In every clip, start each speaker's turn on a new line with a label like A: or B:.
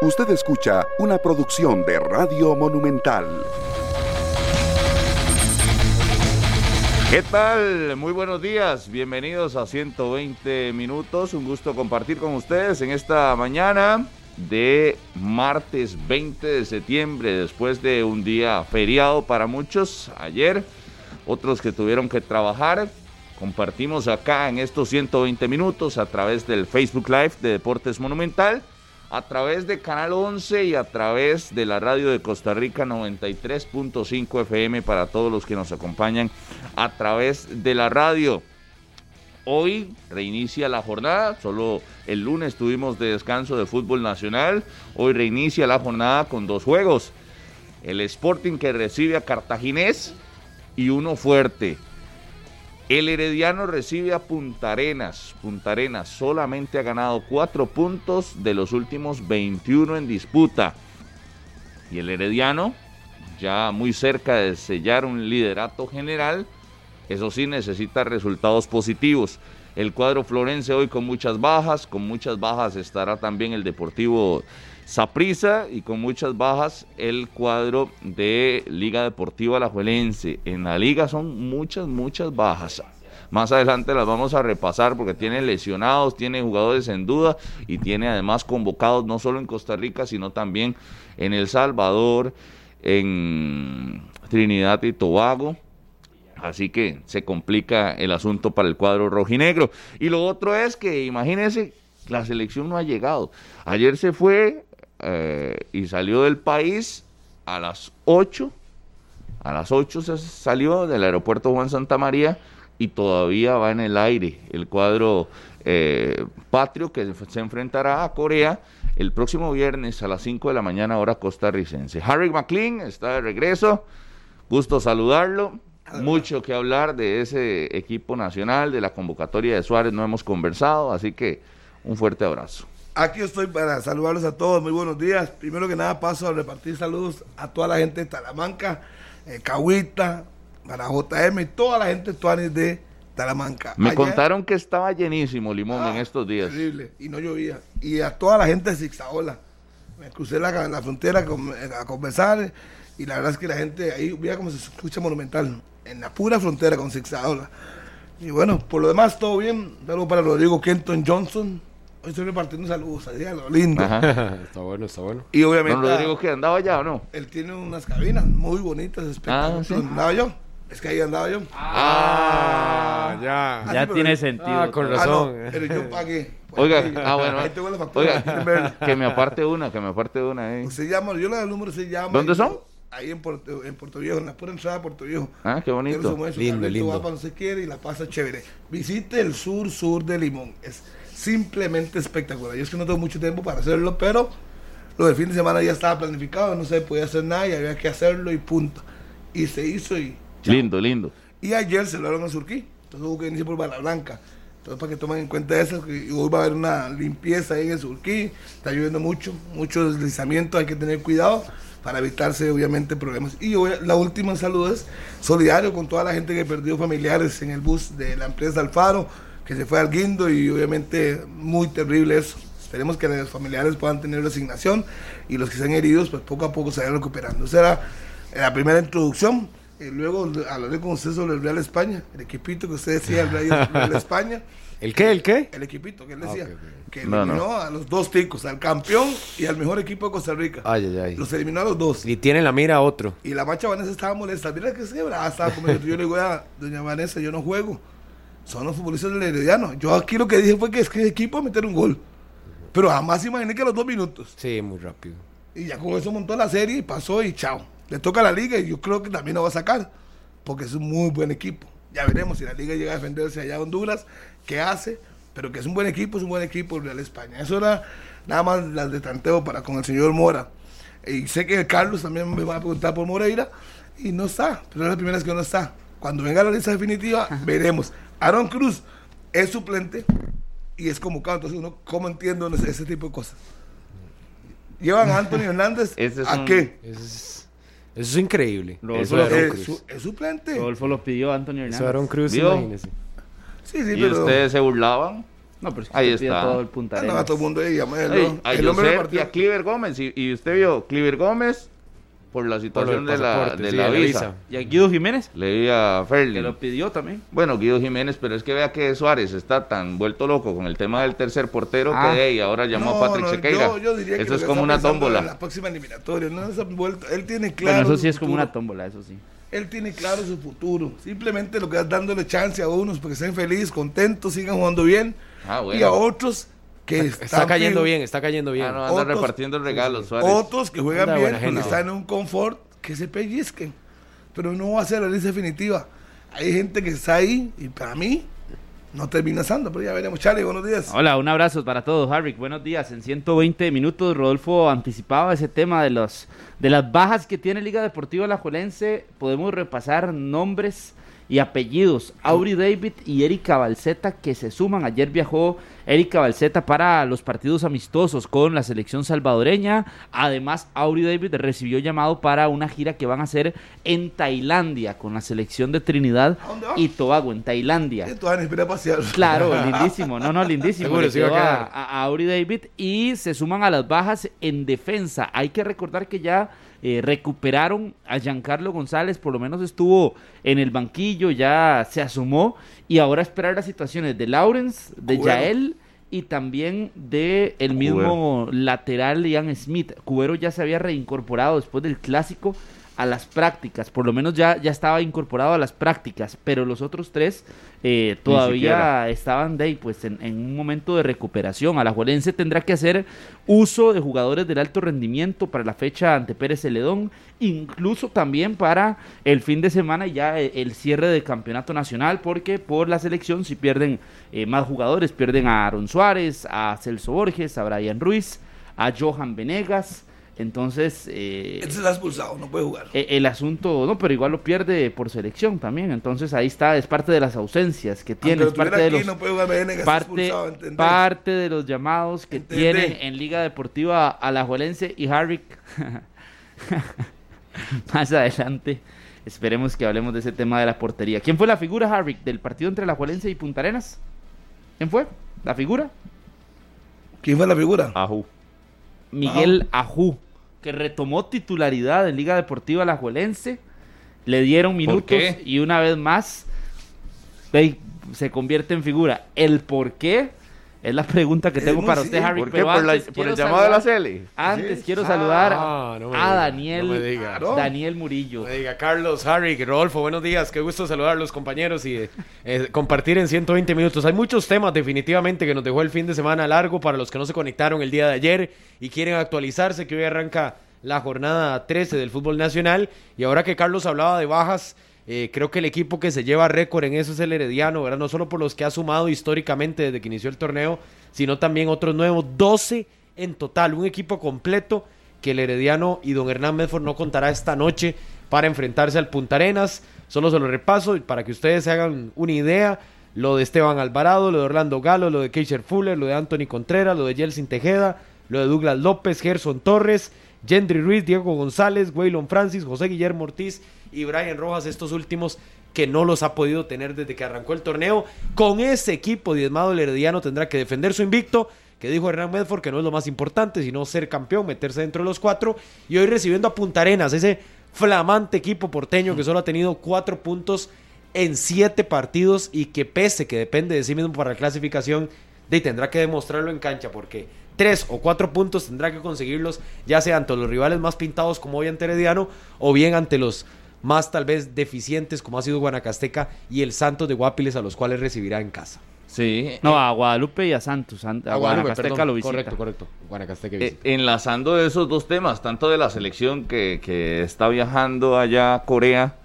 A: Usted escucha una producción de Radio Monumental.
B: ¿Qué tal? Muy buenos días, bienvenidos a 120 minutos, un gusto compartir con ustedes en esta mañana de martes 20 de septiembre, después de un día feriado para muchos, ayer, otros que tuvieron que trabajar, compartimos acá en estos 120 minutos a través del Facebook Live de Deportes Monumental a través de Canal 11 y a través de la radio de Costa Rica 93.5 FM para todos los que nos acompañan a través de la radio. Hoy reinicia la jornada, solo el lunes tuvimos de descanso de fútbol nacional, hoy reinicia la jornada con dos juegos, el Sporting que recibe a Cartaginés y uno fuerte, el Herediano recibe a Punta Arenas. Punta Arenas solamente ha ganado cuatro puntos de los últimos 21 en disputa. Y el Herediano, ya muy cerca de sellar un liderato general, eso sí necesita resultados positivos. El cuadro florense hoy con muchas bajas, con muchas bajas estará también el Deportivo Saprisa y con muchas bajas el cuadro de Liga Deportiva Alajuelense. En la liga son muchas, muchas bajas. Más adelante las vamos a repasar porque tiene lesionados, tiene jugadores en duda y tiene además convocados no solo en Costa Rica, sino también en El Salvador, en Trinidad y Tobago. Así que se complica el asunto para el cuadro rojinegro. Y lo otro es que imagínense, la selección no ha llegado. Ayer se fue eh, y salió del país a las 8. A las 8 se salió del aeropuerto Juan Santa María y todavía va en el aire el cuadro eh, patrio que se enfrentará a Corea el próximo viernes a las 5 de la mañana hora costarricense. Harry McLean está de regreso, gusto saludarlo. Mucho que hablar de ese equipo nacional, de la convocatoria de Suárez, no hemos conversado, así que un fuerte abrazo.
C: Aquí estoy para saludarlos a todos. Muy buenos días. Primero que nada paso a repartir saludos a toda la gente de Talamanca, eh, Cahuita, para JM y toda la gente tuanis de Talamanca.
B: Me Ayer, contaron que estaba llenísimo Limón
C: ah,
B: en estos días.
C: Terrible, y no llovía. Y a toda la gente de Zigzaola. Me crucé la, la frontera con, a conversar y la verdad es que la gente ahí, mira cómo se escucha monumental, en la pura frontera con Zigzaola. Y bueno, por lo demás todo bien. Saludos para Rodrigo Kenton Johnson, Hoy estoy repartiendo saludos, así a lo lindo.
D: está bueno, está bueno.
C: Y obviamente.
B: ¿No lo digo que andaba allá o no?
C: Él tiene unas cabinas muy bonitas, espectaculares.
B: Ah, sí.
C: andaba yo? Es que ahí andaba yo.
D: Ah, ya.
C: Ah,
E: Ya
C: sí,
E: tiene
C: pero-
E: sentido.
D: Ah, con
E: todo.
C: Ah, no,
D: razón.
C: pero yo pagué. Por
B: Oiga,
C: ahí.
B: ah, bueno.
C: Ahí tengo la factura. quieren
B: Oiga,
C: verla.
B: que me aparte una, que me aparte una. Eh.
C: Usted llama, yo le doy el número, usted llama.
B: ¿Dónde
C: y-
B: son?
C: Ahí en Puerto, en Puerto Viejo, en la pura entrada de Puerto Viejo.
B: Ah, qué
C: Quiero
B: bonito.
C: sumar su
D: Lindo,
C: carrito,
D: lindo.
C: va para donde se quiere y la pasa chévere. Visite el sur, sur de Limón. Es simplemente espectacular. Yo es que no tengo mucho tiempo para hacerlo, pero lo del fin de semana ya estaba planificado, no se podía hacer nada y había que hacerlo y punto. Y se hizo y,
B: Lindo, lindo.
C: y ayer se lo dieron a Surquí. Entonces hubo que iniciar por Bala Blanca. Entonces para que tomen en cuenta eso, que hoy va a haber una limpieza ahí en el Surquí. Está lloviendo mucho, mucho deslizamiento, hay que tener cuidado para evitarse obviamente problemas. Y hoy, la última salud es solidario con toda la gente que perdió familiares en el bus de la empresa Alfaro, que se fue al Guindo y obviamente muy terrible eso. Esperemos que los familiares puedan tener resignación y los que están heridos pues poco a poco se vayan recuperando. Esa era en la primera introducción. Y luego hablaré con usted sobre el Real España, el equipito que usted decía, el Real, Real España,
D: ¿El qué? ¿El qué? Ah,
C: el equipito que él decía,
D: ok, ok.
C: que
B: No,
C: eliminó a los dos ticos, al campeón y al mejor equipo de Costa Rica.
D: Ay, ay, ay.
C: Los eliminó a los dos.
D: Y tiene la mira a otro.
C: Y la macha Vanessa estaba molesta. Mira que se quebraba, estaba como yo le digo a doña Vanessa, yo no juego. Son los futbolistas del Herediano. Yo aquí lo que dije fue que es que el equipo va a meter un gol. Pero jamás imaginé que a los dos minutos.
D: Sí, muy rápido.
C: Y ya con eso montó la serie y pasó y chao. Le toca a la liga y yo creo que también lo va a sacar, porque es un muy buen equipo. Ya veremos si la liga llega a defenderse allá a Honduras, qué hace, pero que es un buen equipo, es un buen equipo el Real España. Eso era nada más las de tanteo para con el señor Mora. Y sé que Carlos también me va a preguntar por Moreira y no está, pero es la primera vez que no está. Cuando venga la lista definitiva, veremos. Aaron Cruz es suplente y es convocado, entonces uno, ¿cómo entiendo ese- ese tipo de cosas? Llevan a Anthony Hernández
B: Ese es
C: a
B: un-
C: qué?
D: Eso es, eso es increíble. eso
E: Rodolfo
D: de Aaron
C: Eh,
E: Aaron
D: Cruz.
C: su- ¿Es suplente?
E: Rodolfo lo pidió a Antonio
D: Eso de
E: Hernández.
D: Aaron Cruz,
B: ¿Vio?
D: imagínese.
C: Sí, sí,
B: ¿Y
C: pero
B: ustedes se burlaban?
E: No, pero es que
B: Ahí
E: usted
B: está.
E: tiene todo el punta
C: Andaba
E: arenas.
C: Ah, todo el mundo ahí, digamos, el,
B: Ey, a
C: el hombre del
B: Yosef y a
C: partido.
B: Cliver Gómez. Y, y usted vio, Cliver Gómez, por
D: Por
B: la
D: lo
B: situación
D: del
B: de, la,
D: pasaporte,
B: de
D: sí, de
B: la
D: la
B: visa.
D: visa.
E: Y a Guido Jiménez,
B: Le vi a
E: que
B: Ferlin.
E: lo pidió también.
B: Bueno, Guido Jiménez, pero es que vea que Suárez está tan vuelto loco con el tema del tercer portero
E: Ah.
B: que ey, ahora llamó
C: No,
B: a Patrick
C: no,
B: Sequeira.
C: yo- yo diría que
B: Eso
C: lo
B: es
C: que
B: como
C: está
B: una
C: pensando en
B: tómbola.
C: La próxima eliminatoria, no esa vuelta. Él tiene
E: Bueno,
C: claro.
E: eso
C: su
E: sí es como
C: futuro.
E: una tómbola, eso sí.
C: Él tiene claro su futuro. Simplemente lo que es dándole chance a unos porque estén felices, contentos, sigan jugando bien.
B: Ah, bueno.
C: Y a otros que
D: Está
C: están
D: cayendo
C: fríos,
D: bien, está cayendo bien.
B: Ah, no, anda
C: Otros-
B: repartiendo regalos, Suárez.
C: Otros que juegan
D: Anda
C: bien,
D: buena
C: porque
D: gente.
C: están en un confort, que se pellizquen. Pero no va a ser la lista definitiva. Hay gente que está ahí y para mí no termina sando, pero ya veremos. Charlie, buenos días.
E: Hola, un abrazo para todos, Harvick. Buenos días. En 120 minutos, Rodolfo anticipaba ese tema de, los, de las bajas que tiene Liga Deportiva Alajuelense. Podemos repasar nombres y apellidos. Auri David y Erika Balseta que se suman. Ayer viajó Erika Balseta para los partidos amistosos con la selección salvadoreña. Además, Auri David recibió llamado para una gira que van a hacer en Tailandia con la selección de Trinidad
C: ¿A dónde va?
E: y Tobago, en Tailandia.
C: Esto van a esperar a pasear.
E: Claro, lindísimo. No, no, lindísimo.
D: Seguro,
E: Le
D: sí va a
E: quedó a,
D: quedar.
E: a- a Auri David y se suman a las bajas en defensa. Hay que recordar que ya eh, recuperaron a Giancarlo González, por lo menos estuvo en el banquillo, ya se asomó. Y ahora esperar las situaciones de Lawrence, de
C: Cubero.
E: Yael y también de el mismo lateral Ian Smith. Cubero ya se había reincorporado después del clásico a las prácticas, por lo menos ya, ya estaba incorporado a las prácticas, pero los otros tres eh, todavía
B: siquiera.
E: estaban de ahí, pues en, en un momento de recuperación. Alajuelense tendrá que hacer uso de jugadores del alto rendimiento para la fecha ante Pérez Celedón, incluso también para el fin de semana y ya eh, el cierre del campeonato nacional, porque por la selección si pierden eh, más jugadores, pierden a Aaron Suárez, a Celso Borges, a Brian Ruiz, a Johan Venegas. Entonces, eh,
C: Este se está expulsado, no puede jugar.
E: e- el asunto, no, pero igual lo pierde por selección también. Entonces ahí está, es parte de las ausencias que tiene,
C: Aunque
E: es
C: lo
E: parte
C: tuviera
E: de
C: aquí,
E: los
C: no puede jugar Venegas, está
E: parte,
C: expulsado, ¿entendés?
E: parte de los llamados que
C: ¿Entendés?
E: tienen en Liga Deportiva Alajuelense y Harvick. Más adelante esperemos que hablemos de ese tema de la portería. ¿Quién fue la figura, Harvick, del partido entre Alajuelense y Punta Arenas? ¿Quién fue? ¿La figura?
C: ¿Quién fue la figura?
B: Ajú.
E: Miguel Ajú, que retomó titularidad en Liga Deportiva Alajuelense. Le dieron minutos
B: qué?
E: y una vez más ey, se convierte en figura. ¿El por qué? Es la pregunta que
C: Es
E: tengo
C: muy
E: para usted,
C: simple.
E: Harry.
B: ¿Por qué? ¿Por, la- por el llamado de la Cele?
E: Antes quiero
D: Ah,
E: saludar
D: no me
E: a
D: diga,
E: Daniel,
D: no me diga.
E: Daniel Murillo.
D: No me diga, Carlos, Harry, Rodolfo, buenos días. Qué gusto saludar a los compañeros y eh, eh, compartir en 120 minutos. Hay muchos temas definitivamente que nos dejó el fin de semana largo para los que no se conectaron el día de ayer y quieren actualizarse, que hoy arranca la jornada 13 del fútbol nacional. Y ahora que Carlos hablaba de bajas, eh, creo que el equipo que se lleva récord en eso es el Herediano, ¿verdad? No solo por los que ha sumado históricamente desde que inició el torneo, sino también otros nuevos, 12 en total, un equipo completo que el Herediano y don Hernán Medford no contará esta noche para enfrentarse al Punta Arenas. Solo se lo repaso y para que ustedes se hagan una idea. Lo de Esteban Alvarado, lo de Orlando Galo, lo de Keisher Fuller, lo de Anthony Contreras, lo de Jelsin Tejeda, lo de Douglas López, Gerson Torres, Gendry Ruiz, Diego González, Waylon Francis, José Guillermo Ortiz y Brian Rojas, estos últimos que no los ha podido tener desde que arrancó el torneo. Con ese equipo diezmado, el Herediano tendrá que defender su invicto, que dijo Hernán Medford que no es lo más importante, sino ser campeón, meterse dentro de los cuatro. Y hoy recibiendo a Punta Arenas, ese flamante equipo porteño que solo ha tenido cuatro puntos en siete partidos y que pese que depende de sí mismo para la clasificación, de ahí tendrá que demostrarlo en cancha porque tres o cuatro puntos tendrá que conseguirlos ya sea ante los rivales más pintados como hoy ante Herediano o bien ante los más tal vez deficientes como ha sido Guanacasteca y el Santos de Guapiles a los cuales recibirá en casa.
B: Sí.
E: No, a Guadalupe y a Santos. an- A,
D: Ah, Guadalupe,
E: Guanacasteca
D: perdón.
E: lo visita.
D: Correcto, correcto. Guanacasteca
B: Eh,
D: visita.
B: enlazando esos dos temas, tanto de la selección que, que está viajando allá a Corea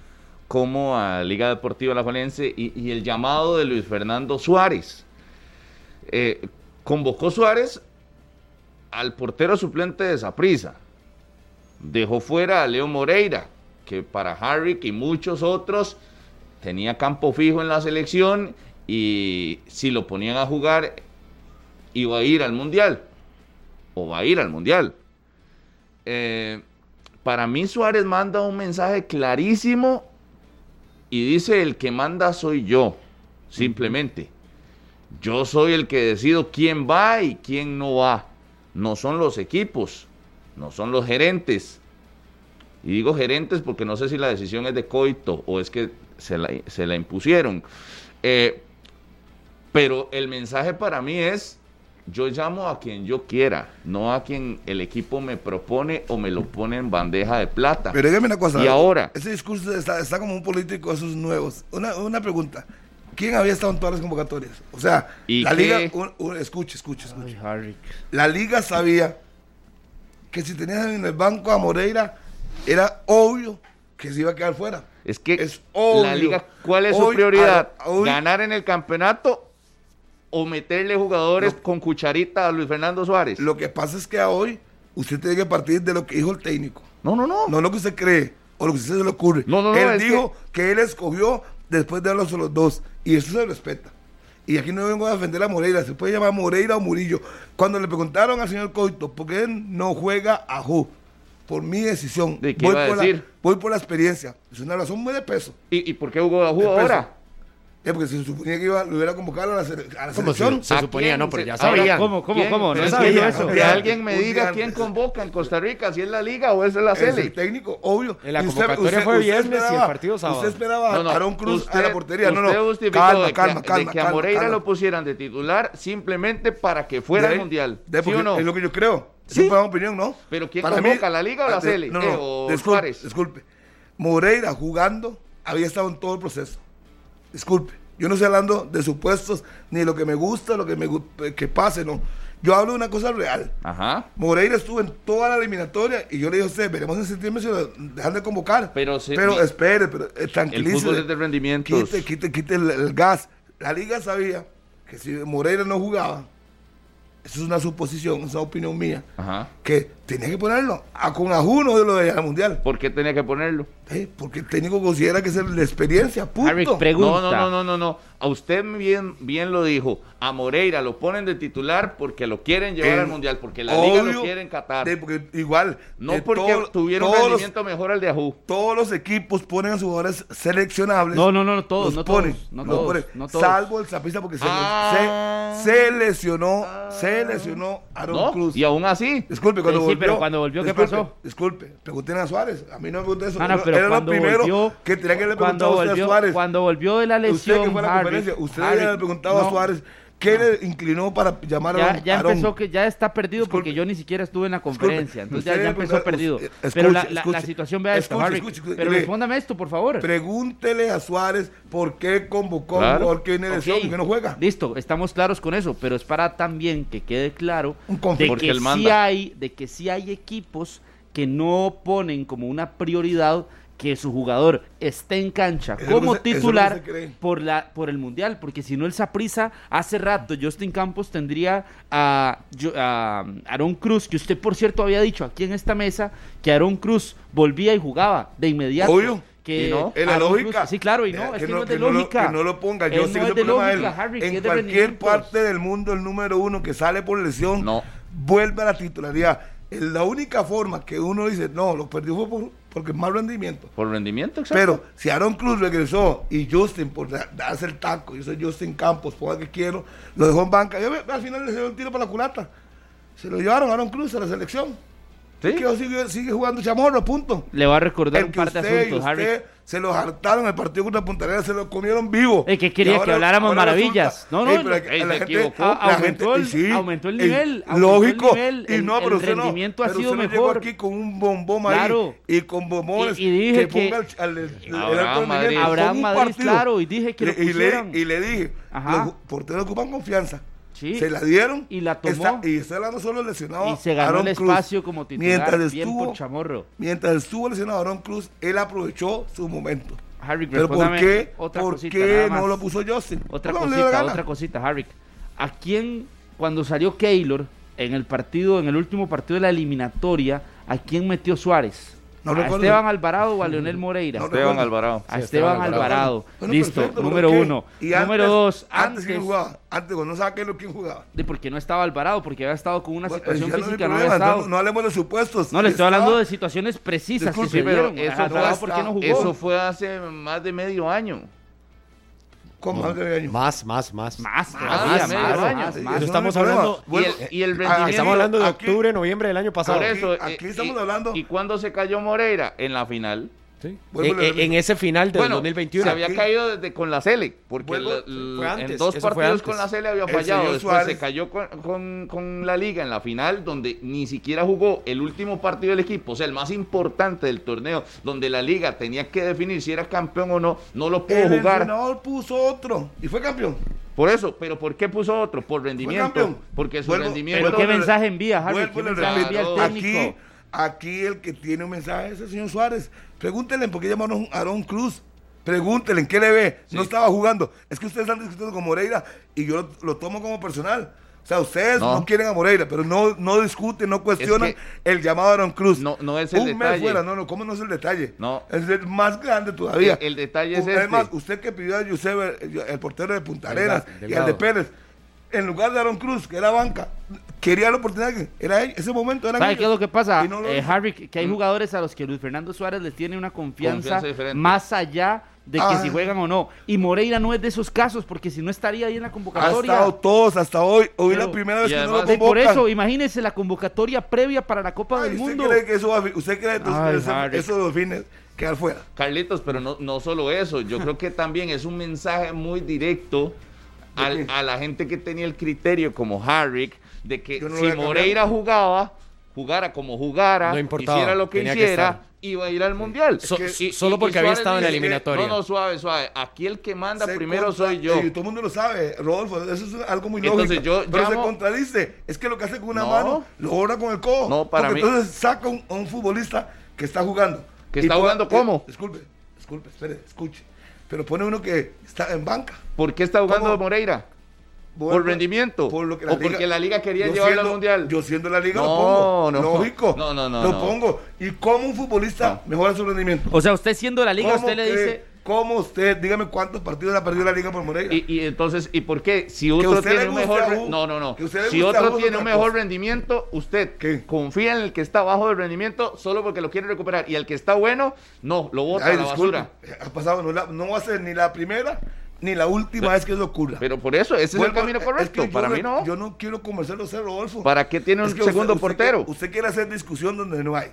B: como a Liga Deportiva La y, y el llamado de Luis Fernando Suárez. Eh, convocó Suárez al portero suplente de Saprisa. Dejó fuera a Leo Moreira, que para Harvick y muchos otros tenía campo fijo en la selección y si lo ponían a jugar iba a ir al Mundial o va a ir al Mundial. Eh, para mí Suárez manda un mensaje clarísimo y dice el que manda soy yo, simplemente. Yo soy el que decido quién va y quién no va. No son los equipos, no son los gerentes. Y digo gerentes porque no sé si la decisión es de coito o es que se la, se la impusieron. Eh, pero el mensaje para mí es, yo llamo a quien yo quiera, no a quien el equipo me propone o me lo pone en bandeja de plata.
C: Pero dígame una cosa.
B: Y ahora-
C: Ese discurso está, está como un político de esos nuevos. Una, una pregunta. ¿Quién había estado en todas las convocatorias? O sea,
B: ¿Y
C: la
B: qué?
C: liga... un- un- escuche, escuche, escuche.
E: Ay, Harry.
C: La liga sabía que si tenías en el banco a Moreira, era obvio que se iba a quedar fuera.
B: Es que
C: Es obvio.
B: la liga, ¿cuál es
C: Hoy,
B: su prioridad?
C: a- hoy-
B: ¿Ganar en el campeonato o meterle jugadores con cucharita a Luis Fernando Suárez?
C: Lo que pasa es que a hoy usted tiene que partir de lo que dijo el técnico.
B: no, no, no,
C: No lo que usted cree o lo que a usted se le ocurre.
B: No, no, no,
C: él
B: es
C: dijo que... él escogió después de hablar a los dos. Y eso se respeta. Y aquí no vengo a defender a Moreira. Se puede llamar Moreira o Murillo. Cuando le preguntaron al señor Coito por qué él no juega a Ju, por mi decisión.
B: ¿De qué iba a
C: por
B: decir?
C: La, voy por la experiencia. Es una razón muy de peso.
B: ¿Y, y por qué jugó, jugó
C: Después-
B: ahora?
C: Eh, porque se suponía que iba, lo hubiera convocado a la, sele- a la
D: ¿Cómo
C: selección.
D: se-
B: ¿A
D: suponía,
B: quién
D: no, pero ya
B: Ahora,
D: sabían.
E: ¿Cómo, cómo,
B: ¿Quién?
E: cómo? No
B: Pero
E: entiendo
D: sabían,
E: eso.
B: Que
C: sabían.
B: alguien me
C: Un
B: diga
C: día
B: quién
C: antes.
B: convoca en Costa Rica, si es la liga o es la
C: Es
B: Sele.
C: el técnico, obvio.
D: En la
C: Y usted-
D: convocatoria
C: usted-
D: fue
C: usted
D: viernes y el
C: esperaba-
D: partido sábado.
C: Usted esperaba
B: No, no,
C: a Aaron Cruz a
B: usted-
C: la portería. No, no.
B: usted justificó
C: Calma,
B: de que,
C: calma,
B: de
C: calma.
B: que a
C: calma,
B: Moreira
C: calma.
B: lo pusieran de titular simplemente para que fuera
C: De
B: al
C: ahí-
B: mundial.
C: de ahí,
B: ¿Sí
C: porque
B: o no?
C: Es lo que yo creo. Es
B: Sí.
C: una opinión, ¿no?
B: Pero ¿quién convoca, la liga o la
C: Ah, de-
B: Sele?
C: No,
B: Eh,
C: no,
B: o
C: disculpe,
B: Suárez.
C: disculpe. Moreira jugando había estado en todo el proceso. Disculpe. Yo no estoy hablando de supuestos ni de lo que me gusta, lo que me gu- que pase, no. Yo hablo de una cosa real.
B: Ajá.
C: Moreira estuvo en toda la eliminatoria y yo le dije a usted, veremos en septiembre si lo dejan de convocar.
B: Pero se- mi-
C: espere, pero eh,
B: El
C: tranquilícese.
B: fútbol es de rendimientos.
C: Quite, quite, quite el, el gas. La liga sabía que si Moreira no jugaba, eso es una suposición, es una opinión mía,
B: Ajá.
C: que tenía que ponerlo a con Ajú no lo dejan al mundial.
B: ¿Por qué tenía que ponerlo?
C: ¿eh? Porque el técnico considera que es el- la experiencia, punto.
E: Harry, pregunta.
B: No, no, no, no, no, no. A usted bien, bien lo dijo. A Moreira lo ponen de titular porque lo quieren llevar
C: Eh,
B: al mundial, porque la liga
C: obvio,
B: lo quiere en Qatar.
C: de- porque igual,
B: no
C: de
B: porque
C: todo-
B: tuvieron un
C: todos los-
B: rendimiento mejor al de Ajú.
C: todos los equipos ponen a sus jugadores seleccionables.
E: No, no, no, no todos,
C: Los
E: no
C: ponen,
E: todos, no
C: los
E: todos,
C: ponen,
E: no todos.
C: Salvo el zapista porque se,
B: Ah.
C: se- se lesionó, se lesionó Aaron
B: ¿No?
C: Cruz.
B: Y aún así.
C: Disculpe, cuando
E: Sí, sí,
C: volvió.
E: pero cuando volvió, ¿qué
C: disculpe,
E: pasó?
C: Disculpe, pregunten a Suárez. A mí no me pregunté eso.
E: No, no,
C: Yo-
E: pero
C: Era lo
E: cuando
C: primero
E: volvió,
C: que tenía que le
E: cuando
C: preguntar a usted a
E: volvió,
C: Suárez.
E: cuando volvió de la lesión,
C: usted que fue a la
E: Harry,
C: conferencia, usted
E: Harry,
C: le había preguntado
E: no,
C: a Suárez. ¿Qué le inclinó para llamar a
E: Ya,
C: Aaron?
E: ya
C: Aaron?
E: empezó que ya está perdido
C: Disculpe.
E: porque yo ni siquiera estuve en la
C: Disculpe,
E: conferencia, entonces ya,
C: usted
E: ya
C: le
E: empezó
C: pregunta-
E: perdido.
C: eh,
E: Pero la,
C: escuche,
E: la- la
C: escuche.
E: situación vea esto,
C: Escuche,
E: Harry.
C: escuche, escuche.
E: pero
C: Mire,
E: respóndame esto, por favor.
C: Pregúntele a Suárez por qué convocó a un
B: Claro.
C: jugador que viene de
E: Ok,
C: lesión y que no juega.
E: Listo, estamos claros con eso, pero es para también que quede claro
C: Un
E: de
C: conflicto.
B: Porque
E: que,
B: él
E: sí
B: manda.
E: hay, de que sí hay equipos que no ponen como una prioridad que su jugador esté en cancha
C: Eso no
E: como
C: se- eso no
E: titular
C: se cree.
E: por la por el mundial, porque si no el Saprisa hace rato Justin Campos tendría a, yo- a Aaron Cruz, que usted por cierto había dicho aquí en esta mesa que Aaron Cruz volvía y jugaba de inmediato.
C: Obvio.
E: Que
B: Y no,
C: Es la
E: Aaron Cruz-
C: lógica.
E: sí, claro, y
C: Eh,
E: no, es
C: que
E: que no, es de
C: que lo-
E: lógica.
C: que no lo ponga.
E: Él
C: Yo sé
E: no
C: que
E: es
C: es
E: de
C: el problema de él.
E: lógica, Harry, que
C: en
E: es de
C: cualquier
E: rendimientos.
C: parte del mundo, el número uno que sale por lesión
B: No.
C: vuelve a la titularidad. Es la única forma que uno dice, no, lo perdió fue por- porque mal rendimiento.
B: Por rendimiento, exacto.
C: Pero si Aaron Cruz regresó y Justin, por da- darse el taco, yo soy Justin Campos, ponga que quiero, lo dejó en banca. Yo, me- al final le dio un tiro para la culata. Se lo llevaron a Aaron Cruz a la selección.
B: ¿Sí?
C: Quedó- sigue, sigue jugando chamorro, punto.
E: Le va a recordar
C: El
E: un
C: que
E: par de
C: usted y
E: asuntos, Harry.
C: usted se los hartaron el partido contra Puntanera, se lo comieron vivo.
E: Eh, que quería
C: Y
E: que habláramos
C: ahora
E: maravillas.
C: resulta-
E: No, no,
C: Ey, pero
E: no.
C: la-
B: Ey,
C: la
B: se
C: gente-
B: equivocó.
C: la
E: A- aumentó
C: gente-
E: el-
C: sí,
E: aumentó el
C: ey,
E: nivel, aumentó
C: Lógico.
E: el nivel,
C: y
E: el-
C: no, pero
E: el
C: usted no-
E: rendimiento ha
C: pero
E: sido
C: usted no
E: mejor.
C: llegó aquí con un bombón ahí
E: Claro.
C: y con bombones
E: Y- y dije que-
C: ponga el- al- el- el
B: Abraham
C: alto nivel.
B: Madrid.
C: Con
E: Abraham
C: un
E: Madrid,
C: partido.
E: claro, y dije que lo
C: Le- y le,
E: pusieran.
C: y le dije,
E: Ajá.
C: los porteros ocupan confianza.
E: Sí.
C: Se la dieron.
E: Y la tomó.
C: Está- y está hablando solo lesionado.
E: Y se ganó
C: Aaron
E: el
C: Cruz.
E: espacio como titular,
C: Mientras
E: bien
C: estuvo-
E: por chamorro.
C: Mientras estuvo lesionado Aaron Cruz, él aprovechó su momento.
E: Harry,
C: Pero ¿por
E: respóndame
C: qué,
E: otra
C: por
E: cosita,
C: qué
E: nada más.
C: no lo puso Justin?
E: Otra
C: No, no le dio la
E: cosita,
C: gana.
E: otra cosita, Harry. ¿A quién, cuando salió Keylor en el partido, en el último partido de la eliminatoria, a quién metió Suárez?
C: No
E: ¿A
C: recuerdo. Mm,
E: Esteban Alvarado o a Leonel Moreira?
C: No
B: Esteban
C: recuerdo.
B: Alvarado.
E: a
D: Sí,
E: Esteban
D: Esteban
E: Alvarado.
C: Bueno,
E: Listo,
C: perfecto, ¿pero
E: número
C: qué?
E: uno.
C: Y
E: número
C: antes-
E: dos,
C: Antes que
E: antes,
C: jugaba, antes cuando no sabía quién quién jugaba.
E: de porque no estaba Alvarado, porque había estado con una
C: Bueno,
E: situación
C: ya no hay
E: física, no, había
C: problema,
E: estado.
C: no, no hablemos de supuestos.
E: No, le estoy
C: Estaba-
E: hablando de situaciones precisas
C: Disculpe,
E: que se Ah,
B: pero
E: dieron.
B: eso
E: Ajá,
B: fue
E: Alvarado, ¿por qué
C: hasta-
E: no jugó?
B: Eso fue hace más de medio año.
C: con más de años.
D: Más, más, más.
E: Más,
D: todavía,
E: más,
D: medio
E: más,
D: año.
E: más,
D: Eso
E: más.
C: no
D: estamos
C: hay problema.
D: hablando.
B: Y el- y el
C: aquí-
B: rendimiento-
D: Estamos hablando de
C: aquí-
D: octubre, noviembre del año pasado.
B: Por eso,
C: aquí
B: eh,
C: estamos
B: y-
C: hablando-
B: ¿Y cuándo se cayó Moreira? En la final.
D: Sí.
C: Vuelvo
D: En,
C: a leer.
D: en- en ese final del
B: bueno, se
D: 2021.
B: había
C: Aquí-
B: caído desde con la Sele, porque
D: Vuelvo-
B: la- la-
D: fue antes,
B: en dos
D: eso fue
B: partidos
D: antes.
B: con la Sele había
C: El
B: fallado.
C: señor
B: Después
C: Suárez-
B: se cayó con, con- con la Liga en la final, donde ni siquiera jugó el último partido del equipo, o sea, el más importante del torneo, donde la Liga tenía que definir si era campeón o no, no lo pudo
C: El
B: jugar.
C: entrenador puso otro y fue campeón.
B: Por eso, pero ¿por qué puso otro? Por rendimiento.
C: campeón.
B: Porque su
C: Vuelvo-
B: rendimiento.
E: Pero qué
C: Vuelvo-
E: mensaje envía, Harry.
C: Vuelvo
E: ¿Qué
C: y le
E: mensaje envía
B: repito,
E: el
C: Aquí,
E: técnico?
C: aquí el que tiene un mensaje es el señor Suárez. Pregúntenle por qué llamaron a Aaron Cruz. Pregúntenle en qué le ve. No estaba jugando. Es que ustedes están discutiendo con Moreira y yo lo, lo tomo como personal. O sea, ustedes no,
B: No.
C: quieren a Moreira, pero no, no discuten, no cuestionan
B: Es
C: el llamado a Aaron Cruz.
B: No- no es el
C: Un mes
B: detalle.
C: fuera, no, no, ¿cómo no es el detalle?
B: No.
C: Es el más grande todavía.
B: El- el detalle es
C: Además,
B: este.
C: usted que pidió a Josep, el, el portero de Punta
D: Delgado,
C: Arenas y al de
D: Delgado.
C: Pérez, en lugar de Aaron Cruz, que era banca, quería la oportunidad que era él, ese momento era
E: ¿Sabe qué es lo que pasa,
C: Y no lo
E: eh,
C: hizo. Mm.
E: Harry? Que hay jugadores a los que Luis Fernando Suárez les tiene una confianza,
B: Confianza diferente.
E: más allá de que
C: Ah.
E: si juegan o no. Y Moreira no es de esos casos, porque si no estaría ahí en la
C: Ha
E: convocatoria.
C: estado todos hasta hoy. Hoy es la
E: Pero-
C: primera vez
B: y
C: que no lo
B: además-
E: Y
C: convocan.
E: por eso, imagínese la convocatoria previa para la
C: Ay,
E: Copa del
C: ¿usted
E: Mundo.
C: cree que eso va a fi- ¿Usted cree que
E: Ay,
C: eso-
E: Harry.
C: esos delfines quedar fuera?
B: Carlitos, pero no, no solo eso, yo creo que también es un mensaje muy directo al- a la gente que tenía el criterio como Harrick de que
C: Yo no lo voy
B: si
C: a cambiar.
B: Moreira jugaba, jugara como jugara,
D: No importaba,
B: hiciera lo que
D: tenía que
B: hiciera,
D: estar.
B: iba a ir al Mundial.
D: So- solo porque había
B: Suárez
D: estado en la
B: dice,
D: eliminatoria.
B: No, no, suave, suave. Aquí el que manda
C: Se
B: primero
C: contra-
B: soy yo.
C: Y todo el mundo lo sabe, Rodolfo. Eso es algo muy lógico.
B: Entonces, yo
C: pero
B: llamo-
C: se contradice. Es que lo que hace con una
B: No.
C: mano lo obra con el codo.
B: No, para
C: Porque
B: mí-
C: Entonces saca un, a un futbolista que está jugando. Y
B: ¿Que está
C: pone-
B: jugando cómo?
C: eh, disculpe, disculpe, espere, escuche. Pero pone uno que está en banca.
B: ¿Por qué está jugando
C: ¿Cómo?
B: Moreira?
C: Bueno,
B: ¿Por rendimiento?
C: por lo que
B: ¿O porque la liga quería llevarlo al
C: siendo-
B: Mundial?
C: Yo siendo la liga lo
B: No,
C: pongo.
B: no.
C: Lógico.
B: No, no, no,
C: Lo
B: no.
C: pongo. ¿Y cómo un futbolista mejora su rendimiento?
E: O sea, usted siendo la liga,
C: ¿Cómo
E: usted le
C: cree-
E: dice.
C: ¿Cómo usted? Dígame cuántos partidos ha perdido la liga por Moreira.
B: Y, y entonces, ¿y por qué? Si otro
C: usted le
B: tiene un
C: guste
B: mejor.
C: a
B: re-
C: Hugo,
B: No, no, no.
C: que usted le
B: Si
C: guste a
B: otro
C: Hugo es
B: tiene un
C: otra
B: mejor
C: cosa.
B: rendimiento, usted
C: ¿Qué?
B: confía en el que está abajo del rendimiento solo porque lo quiere recuperar. Y el que está bueno, no, lo bota
C: Ay,
B: a la
C: disculpe,
B: basura.
C: Ha pasado, no, la- no va a ser ni la primera ni la última vez que eso ocurra.
B: Pero por eso, ese
C: Vuelvo-
B: es el camino
C: es
B: correcto.
C: que yo
B: Para
C: re-
B: mí no.
C: Yo no quiero conversarlo, usted, Rodolfo.
B: ¿Para qué tiene un
C: usted-
B: segundo
C: usted
B: portero?
C: quiere- usted quiere hacer discusión donde no hay.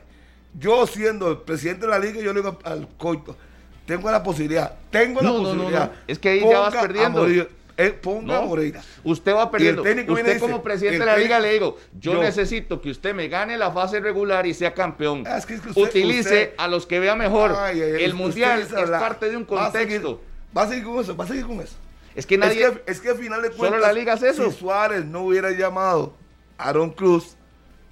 C: Yo siendo el presidente de la liga, yo le digo al coito, tengo la posibilidad, tengo la
B: No, no, no,
C: posibilidad.
B: no. Es que ahí ya vas
C: Ponga a
B: perdiendo.
C: Moreira, eh, ponga a
B: No.
C: Moreira.
B: Usted va perdiendo.
C: Y el técnico viene y
B: Usted
C: dice,
B: como presidente
C: el
B: de la
C: técnico-
B: liga le digo, yo,
C: yo-
B: necesito que usted me gane la fase regular y sea campeón.
C: Ah, es que- es que usted-
B: Utilice
C: usted-
B: a los que vea mejor.
C: Ay, ay, ay,
B: el
C: usted
B: mundial es
C: esa la-
B: parte de un
C: va a seguir-
B: contexto.
C: Va a seguir con eso, va a seguir con eso.
B: Es que nadie...
C: Es que, es que al final de
B: Solo
C: cuentas,
B: la liga hace eso.
C: si Suárez no hubiera llamado a Aaron Cruz,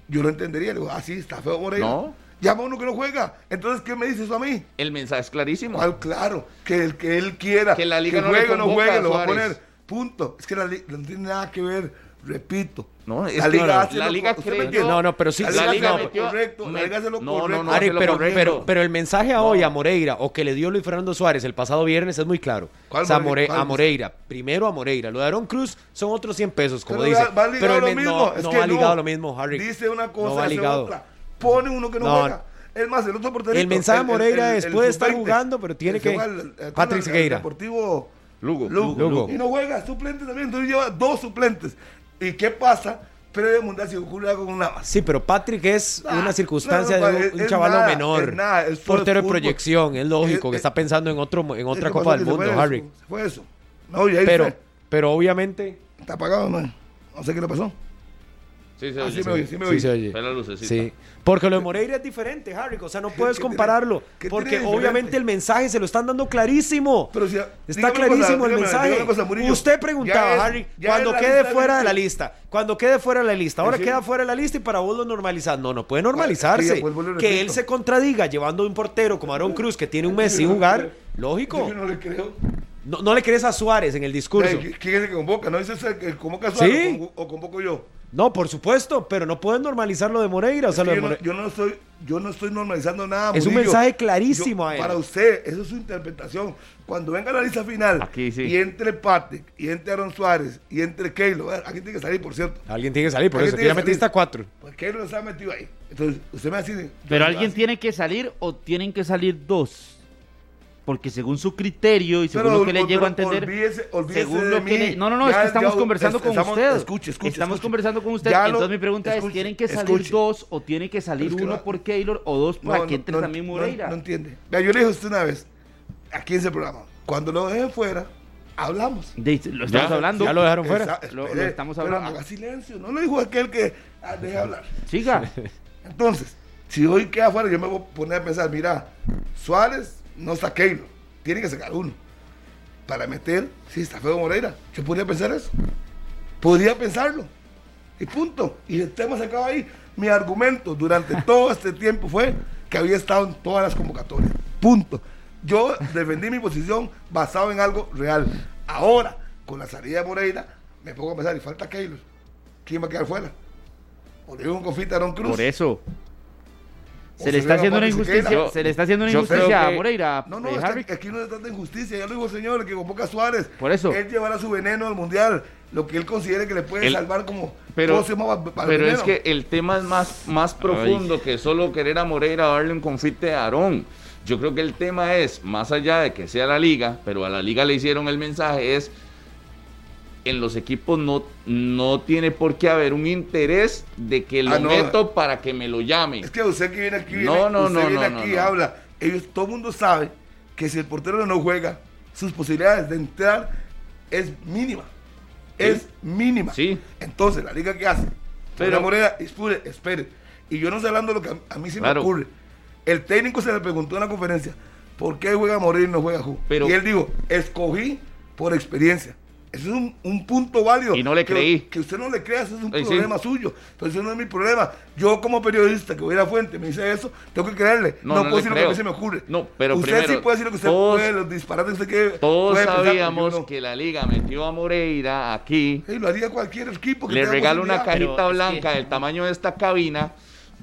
C: yo lo entendería. Le digo, así está feo Moreira.
B: No.
C: Llama a uno que no juega. Entonces, ¿qué me dice eso a mí?
B: El mensaje es clarísimo.
C: ¿Cuál? Ah, claro, que el que él quiera,
B: Que la liga no le
C: juegue o no
B: convoca
C: juegue,
B: a
C: lo va a
B: Suárez.
C: poner. Punto. Es que la liga no tiene nada que ver, repito.
B: No, es
C: la
B: que
C: liga
B: no,
C: hace
B: la
C: lo-
B: liga
C: ¿usted me
B: creyó-
C: entiende?
D: No, no, pero sí-
C: La
D: la
C: liga,
D: liga
C: hace lo
B: metió-
C: correcto, la
B: me-
C: liga hace lo
B: no, no,
C: correcto.
B: no,
D: Ari,
B: hace lo
D: pero,
B: correcto.
D: pero, pero el mensaje a hoy a Moreira o que le dio Luis Fernando Suárez el pasado viernes es muy claro.
C: ¿Cuál
D: O sea, a
C: Moreira?
D: More-
C: ¿Cuál?
D: a Moreira, primero a Moreira. Lo de Aaron Cruz son otros 100 pesos, como
C: Pero
D: dice.
C: va- va ligado
D: pero el
C: lo
D: men-
C: mismo.
D: no,
C: es
D: no
C: que
D: va
C: no.
D: ligado lo mismo, Harry.
C: Dice una cosa,
D: no va
C: hace
D: ligado.
C: otra. Pone uno que no,
D: No.
C: juega. Es más, el otro portero.
D: El mensaje a Moreira es, puede estar jugando, pero tiene que- Patrick Segueira.
C: Deportivo
B: Lugo.
C: Lugo.
D: Lugo.
C: Y no juega, suplente también. Entonces lleva dos suplentes. ¿Y qué pasa? Previo mundial si ocurre algo con una base.
D: Sí, pero Patrick es
C: Ah,
D: una circunstancia
C: claro,
D: de
C: es-
D: un,
C: es
D: chaval
C: nada,
D: menor.
C: es nada, es solo
D: portero de
C: fútbol.
D: proyección, es lógico
C: Es-
D: que está pensando en otro en otra
C: ¿Qué
D: Copa
C: pasó?
D: del
C: Que se
D: Mundo,
C: fue
D: Harry.
C: eso, se Fue eso. No, y ahí
D: Pero,
C: fue.
D: pero obviamente
C: Está apagado, no. No sé qué le pasó.
B: Sí, se
C: Ah,
B: oye.
C: sí me oye, sí me
D: Sí,
C: oye.
D: se oye.
B: Fue la lucecita.
D: Sí. Este, Porque lo de Moreira es diferente, Harry. O sea, no puedes
C: qué tiene-
D: compararlo.
C: qué tiene
D: Porque
C: diferente?
D: obviamente el mensaje se lo están dando clarísimo.
C: Pero si- dígame
D: Está
C: una cosa,
D: clarísimo el
C: dígame- dígame
D: mensaje.
C: una cosa, Murillo.
D: Usted
C: Ya
D: preguntaba,
C: es-
D: Harry,
C: ya
D: cuando
C: es la
D: quede
C: lista
D: fuera de la
C: limpia.
D: lista. Cuando quede fuera de la lista. Ahora
C: Sí.
D: queda fuera de la lista y para vos lo normalizás. No, no puede
C: Ah,
D: normalizarse.
C: sí, pues, vuelvo y
D: que
C: repito.
D: él se contradiga llevando a un portero como Aaron Cruz que tiene un mes sin jugar. Lógico.
C: Yo no le creo.
D: No, no le crees a Suárez en el discurso.
C: Ey, ¿Quién es el que convoca? ¿No dice el que convoca a Suárez
D: Sí.
C: o convo- o convoco yo?
D: No, por supuesto, pero no puedes normalizar lo de Moreira. O sea,
C: Es
D: lo
C: que
D: de
C: yo, no, yo
D: Moreira.
C: no estoy, yo no estoy normalizando nada.
D: Es un mensaje clarísimo a él.
C: Para usted, eso es su interpretación. Cuando venga la lista final
E: Aquí sí.
C: y entre Patrick, y entre Aaron Suárez, y entre Keilo, eh, aquí tiene que salir, por cierto.
D: Alguien tiene que salir, por
C: Alguien
D: eso. Que
C: tiene
D: ya
C: que
D: metiste
C: salir.
D: a cuatro.
C: Pues Keilo está metido ahí. Entonces, usted me va a decir. yo
E: Pero
C: no
E: alguien
C: lo voy
E: tiene que salir o tienen que salir dos.
C: a
E: porque según su criterio y según
C: Pero,
E: lo que le
C: ol-
E: llego a
C: pero
E: entender,
C: olvídese- olvídese
E: según
C: de
E: lo que
C: mí.
E: le- no, no, no, es
C: Ya,
E: que estamos
C: ya,
E: conversando
C: es-
E: con
C: estamos-
E: usted.
C: escuche, escuche,
E: estamos
C: escuche.
E: conversando con usted.
C: Ya lo-
E: Entonces mi pregunta es,
C: escuche,
E: ¿tienen que salir
C: escuche.
E: dos o tiene que salir
C: Pero es que
E: uno
C: no-
E: por Keylor o dos para
C: No,
E: que
C: no,
E: entre
C: no,
E: también
C: no,
E: Moreira?
C: No, entiende. Vea, yo le dije a usted una vez, aquí en ese programa, cuando lo deje fuera, hablamos.
E: De- lo estamos
D: Ya,
E: hablando.
D: ya lo dejaron fuera.
C: Esa-
E: Lo- lo
C: espere,
E: estamos
C: pero
E: hablando.
C: haga silencio, no le dijo aquel que ah, deje hablar.
E: Siga.
C: Entonces, si hoy queda fuera, yo me voy a poner a pensar, mira, Suárez no está Keylor, tiene que sacar uno. Para meter, si está Feo Moreira, yo podría pensar eso. Podría pensarlo. Y punto. Y el tema se acaba ahí. Mi argumento durante todo este tiempo fue que había estado en todas las convocatorias. Punto. Yo defendí mi posición basado en algo real. Ahora, con la salida de Moreira, me pongo a pensar, y falta Keylor. ¿Quién va a quedar fuera? O le digo un confite a Aaron Cruz.
E: Por eso.
C: O
E: Se le está
C: Serena
E: haciendo una
C: Pati
E: injusticia,
C: Siqueira.
E: se le está haciendo una
D: Yo creo
E: injusticia a
D: que-
E: Moreira.
C: No, no,
E: eh,
C: es que
E: Harry.
C: aquí no se trata de injusticia, ya lo dijo el señor, el que convoca a Suárez.
E: Por eso.
C: Él llevará su veneno al mundial, lo que él considere que le puede
B: El-
C: salvar como
B: Pero,
C: próximo pa- pa-
B: pero es
C: veneno.
B: que el tema es más, más profundo que solo querer a Moreira darle un confite a Aarón. Yo creo que el tema es, más allá de que sea la liga, pero a la liga le hicieron el mensaje, es en los equipos no, no tiene por qué haber un interés de que lo
C: Ah, no.
B: meto para que me lo llame.
C: Es que usted que viene aquí,
B: No,
C: viene-
B: no,
C: usted
B: no,
C: viene
B: no,
C: aquí
B: no,
C: y
B: no.
C: habla. Ellos, todo el mundo sabe que si el portero no juega, sus posibilidades de entrar es mínima. Es mínima.
B: Sí.
C: Entonces, ¿la liga qué hace?
B: Pero-
C: Pero Morera, espere, espere. Y yo no estoy hablando de lo que a, a mí se
B: Claro.
C: me ocurre. El técnico se le preguntó en la conferencia, ¿por qué juega Morera y no juega Ju?
B: Pero-
C: y él dijo, escogí por experiencia. Eso es un, un punto válido.
B: Y no le
C: que-
B: creí.
C: Que usted no le crea, eso es un
B: Ey, sí.
C: problema suyo. Entonces eso no es mi problema. Yo como periodista que voy a la fuente, me dice eso, tengo que creerle.
B: No,
C: No,
B: no le
C: puedo decir lo que a
B: creo.
C: mí se me ocurre.
B: No, pero
C: usted
B: primero,
C: sí puede decir lo que usted
B: todos-
C: puede, los disparates que usted quiere.
B: Todos
C: puede pensar, pero yo
B: sabíamos
C: no.
B: que la liga metió a Moreira aquí,
C: Ey, lo haría cualquier equipo que
B: le
C: tenga
B: regala una
C: posibilidad.
B: cajita
E: Pero es
B: blanca
E: que-
B: del tamaño de esta cabina,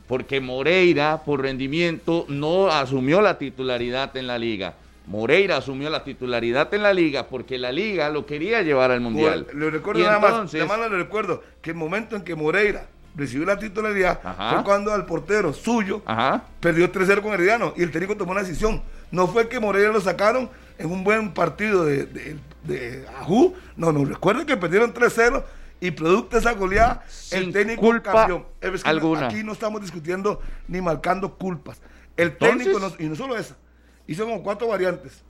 B: porque Moreira, por rendimiento, no asumió la titularidad en la liga. Moreira asumió la titularidad en la liga porque la liga lo quería llevar al mundial.
C: Le recuerdo
B: Y
C: nada más,
B: entonces-
C: nada más le recuerdo que el momento en que Moreira recibió la titularidad
B: Ajá.
C: fue cuando al portero suyo
B: Ajá.
C: perdió 3-0 con Herediano y el técnico tomó una decisión. No fue que Moreira lo sacaron en un buen partido de, de, de Ajú. No, no, recuerden que perdieron 3-0 y producto de esa goleada,
B: Sin
C: el técnico
B: culpa
C: cambió. Es que
B: alguna.
C: Aquí no estamos discutiendo ni marcando culpas. El
B: Entonces-
C: técnico, nos- y no solo esa, hizo como cuatro variantes.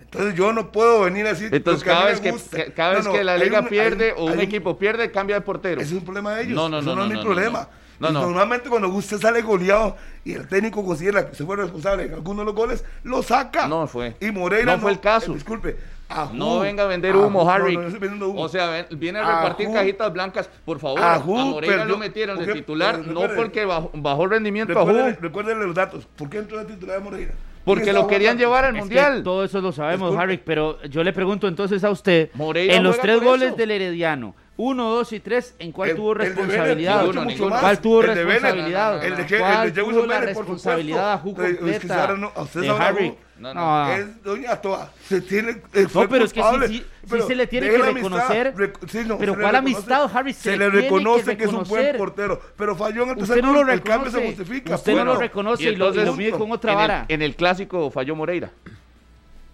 C: Entonces yo no puedo venir a decir
B: Entonces
C: lo a
B: cada
C: mí
B: vez
C: me
B: que,
C: gusta.
B: que- cada
C: No,
B: vez
C: no,
B: que la
C: hay
B: liga
C: un- hay
B: pierde o un
C: hay
B: equipo pierde, cambia de portero.
C: ese es un problema de ellos.
B: No, no,
C: Eso
B: no,
C: no,
B: no,
C: es
B: no,
C: mi
B: no,
C: problema.
B: no. No,
C: Y
B: no.
C: Normalmente cuando usted sale goleado y el técnico considera que se fue responsable de alguno de los goles, lo saca.
B: No fue.
C: Y Moreira
B: No fue el caso.
C: eh, disculpe. Ajú,
B: No venga a vender humo,
C: Ajú,
B: Harry.
C: no, no estoy vendiendo humo.
B: O sea, ven- viene a repartir
C: Ajú.
B: cajitas blancas. Por favor,
C: Ajú,
B: a Moreira
C: perdió-
B: lo metieron de
C: porque-
B: titular,
C: pero
B: no
C: recuerde-
B: porque bajó, bajó el rendimiento a
C: recuerde,
B: Ju,
C: recuerde los datos. ¿Por qué entró la titular de Moreira?
B: porque
C: ¿Quién
B: lo
C: estaba
B: querían
C: jugando?
B: llevar al
E: Es que
B: mundial.
E: todo eso lo sabemos,
C: Disculpe.
E: Harry, pero yo le pregunto entonces a usted,
B: Moreira
E: en los
B: juega
E: tres
B: por
E: goles
B: eso.
E: del Herediano, uno, dos y tres, ¿en cuál
C: El-
E: tuvo
C: el de Vélez,
E: responsabilidad?
B: mucho, mucho más.
E: ¿Cuál tuvo
C: El de Vélez,
E: responsabilidad?
C: el de que- el de
E: ¿Cuál
C: Jefferson
E: tuvo la
C: Vélez, por
E: responsabilidad a
C: supuesto? Es que
E: completa
C: ahora no- a usted
E: de
C: sabrá,
E: Harry?
C: Ju.
B: No,
E: No.
C: Es doña Toa. Se tiene. eh,
E: No,
C: fue
E: pero es que sí,
C: culpable.
E: sí- sí
C: Pero
E: se le tiene
C: deje
E: que
C: la amistad,
E: reconocer.
C: rec- sí, no,
E: Pero
C: se le
E: ¿cuál
C: reconoce.
E: amistad, Harry? Se
C: Se,
E: le
C: le
E: tiene que
C: reconoce que, es un buen
E: reconocer.
C: portero. Pero falló en el
E: Usted
C: tercer
E: no lo
C: gol, el cambio se
E: reconoce.
C: justifica.
E: Usted no lo
C: punto.
E: reconoce y lo- y lo
B: entonces,
E: mide con otra
B: en el-
E: vara.
B: En el, clásico falló Moreira.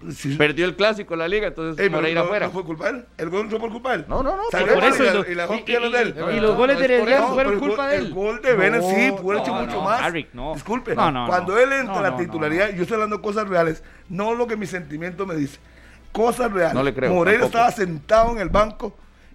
C: Pues Sí.
B: Perdió el clásico la liga, entonces
C: Ey, pero
B: Moreira
C: no,
B: fuera.
C: no fue culpa de él. El gol no fue por culpa de él.
B: No, no, no,
C: Salió
E: pero por
C: mal
E: eso
C: y
E: el
C: la-
E: do-
C: y la
E: y-
C: dejó
E: y-
C: pierna de él.
E: y- y los goles
B: No,
E: de
B: es por
E: Herediano
B: eso,
E: fueron
C: pero el
E: culpa
C: gol-
E: de él.
C: El gol de Vélez
E: No,
C: sí, pudo haber
E: no,
C: hecho mucho
E: no,
C: más.
E: Harry, no.
C: Disculpe,
E: No, no,
C: cuando
E: no.
C: él entra
E: No,
C: a la
E: no,
C: titularidad, yo estoy hablando cosas reales, no lo que mi sentimiento me dice. Cosas reales.
B: No le creo,
C: Moreira
B: tampoco.
C: estaba sentado en el banco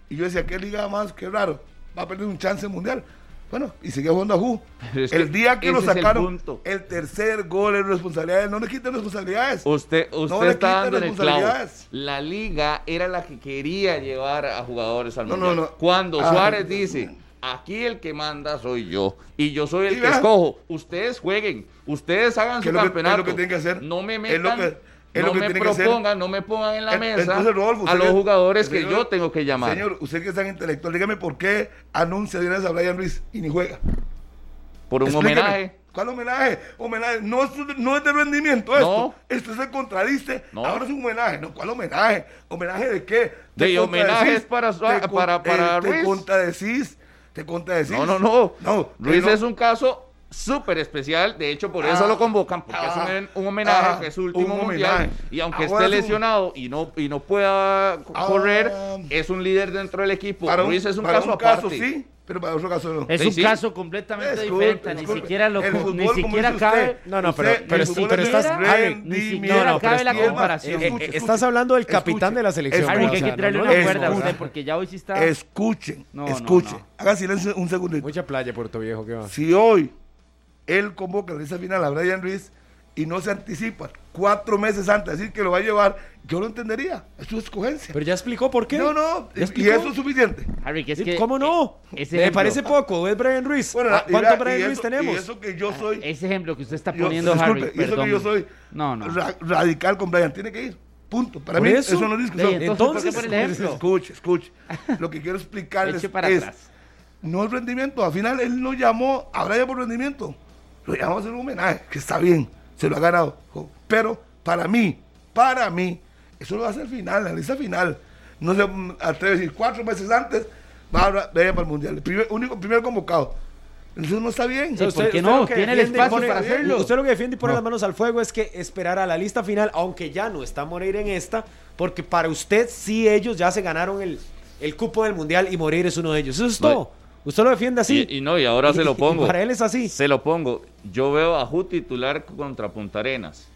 C: y yo decía, qué liga más, qué raro, va a perder un chance mundial. Bueno, y sigue jugando a Ju.
B: Pero es que
C: el día que lo
B: ese es el
C: sacaron,
B: punto.
C: el, tercer gol es responsabilidad de él. No le quiten responsabilidades.
B: Usted, usted
C: le
B: está
C: quiten
B: dando en el clavo.
C: responsabilidades.
B: La liga era la que quería llevar a jugadores al
C: No,
B: mundial.
C: no, no.
B: Cuando
C: Ah,
B: Suárez
C: no.
B: dice, aquí el que manda soy yo y yo soy el
C: Y
B: que
C: vea.
B: escojo. Ustedes jueguen, ustedes hagan
C: Que
B: su
C: es lo que- es lo
B: campeonato.
C: que tienen que hacer.
B: No me
C: Es lo
B: metan,
C: que- es
B: no
C: lo que
B: me
C: tienen que hacer.
B: propongan, no me pongan en la
C: En-
B: mesa
C: entonces, Rodolfo,
B: a
C: usted
B: los
C: que-
B: jugadores que
C: señor-
B: yo tengo que llamar.
C: Señor, usted que es tan intelectual, dígame por qué anuncia de una vez a Brian Ruiz y ni juega.
B: por un
C: Explíqueme,
B: homenaje.
C: ¿Cuál homenaje? Homenaje. No es, no es de rendimiento esto.
B: No.
C: Esto se contradice.
B: No.
C: Ahora es un homenaje. No, ¿cuál homenaje? ¿Homenaje de qué?
B: De
C: Te
B: homenajes
C: contradecís,
B: para Sua-
C: te con-
B: para- para
C: eh, Te
B: Ruiz.
C: contradecís. Te contradecís.
B: No, no, no.
C: No.
B: Ruiz
C: que no-
B: es un caso súper especial. De hecho, por eso
C: Ah.
B: lo convocan, porque
C: Ah.
B: es un, un homenaje,
C: Ah.
B: que es su último
C: Un
B: mundial.
C: homenaje.
B: Y aunque
C: Ahora es
B: esté
C: un-
B: lesionado y no, y no pueda co-
C: Ah.
B: correr, es un líder dentro del equipo.
C: Para un,
B: Ruiz es un
C: para
B: caso
C: un
B: aparte.
C: caso sí, pero para otro caso no.
E: Es
B: Sí,
E: un
B: sí.
E: caso completamente
C: Disculpe,
E: diferente. Ni
C: disculpe.
E: siquiera lo
C: El fútbol,
E: ni
C: como
E: siquiera
C: dice
E: cabe.
C: usted,
D: No, no, pero-
C: usted-
D: pero
C: el
D: es-
C: fútbol
D: pero
C: es
D: estás- Harry,
E: ni
C: rendimiento.
E: siquiera
D: no, pero
E: cabe la
D: escucha,
E: comparación.
D: Eh, eh,
C: Escuche,
D: estás hablando del
C: escuche.
D: capitán de la selección.
C: Escuche.
E: Harry,
D: güey,
E: que hay
D: o
E: que
D: sea,
E: traerle
D: no,
E: una
D: no,
E: cuerda a
D: no,
C: excusa.
E: usted porque ya hoy sí está.
C: Escuchen,
E: No, no,
C: escuchen.
E: no.
C: Hagan silencio un segundito.
D: Mucha playa, Puerto Viejo, que va.
C: Si hoy él convoca en esa final a Brian Ruiz y no se anticipa cuatro meses antes a decir que lo va a llevar, yo lo entendería. Es su escogencia.
D: Pero ya explicó por qué.
C: No, no, y-
D: ¿Ya
C: y,
D: explicó?
C: eso es suficiente.
E: Harry, que es
D: ¿Y
E: que.
D: ¿Cómo no?
E: eh, ese
D: Me
E: ejemplo.
D: parece poco. ¿Es Brian Ruiz?
C: Bueno,
D: Ah,
C: y
D: ¿Cuánto
C: la- y
D: Brian Ruiz
C: eso-
D: tenemos?
C: Y eso que yo soy.
E: Ah, Ese ejemplo que usted está
C: yo-
E: poniendo, Harry.
C: disculpe, y eso
E: perdón.
C: que yo soy
E: No, no.
C: ra- radical con Brian. Tiene que ir. Punto. Para
D: ¿Por
C: mí,
D: eso?
C: eso, no es discusión.
E: Ley,
D: Entonces,
E: entonces, ¿por qué pone el ejemplo?
C: escuche, escuche. Lo que quiero explicarles
E: Eche para
C: es.
E: atrás.
C: no es rendimiento. Al final él no llamó a Brian por rendimiento. Lo llamó a hacer un homenaje, que está bien, se lo ha ganado. jo. Pero para mí, para mí, eso lo hace al final, la lista final. No se mm, atreve a decir cuatro meses antes, va a Bra- Brian para el mundial. El primer- único primer convocado. Eso no está bien.
E: Sí, ¿por qué no?
D: lo que
E: Tiene el
D: defiende y
E: espacio
D: pone-
E: para hacerlo.
D: Usted lo que defiende y pone
C: No.
D: las manos al fuego es que esperar a la lista final, aunque ya no está Moreira en esta, porque para usted sí ellos ya se ganaron el, el cupo del Mundial y Moreira es uno de ellos. Eso es todo. Usted lo defiende así.
B: Y, y no, y ahora se lo pongo.
D: Para él es así.
B: Se lo pongo. Yo veo a Ju titular contra Punta Arenas.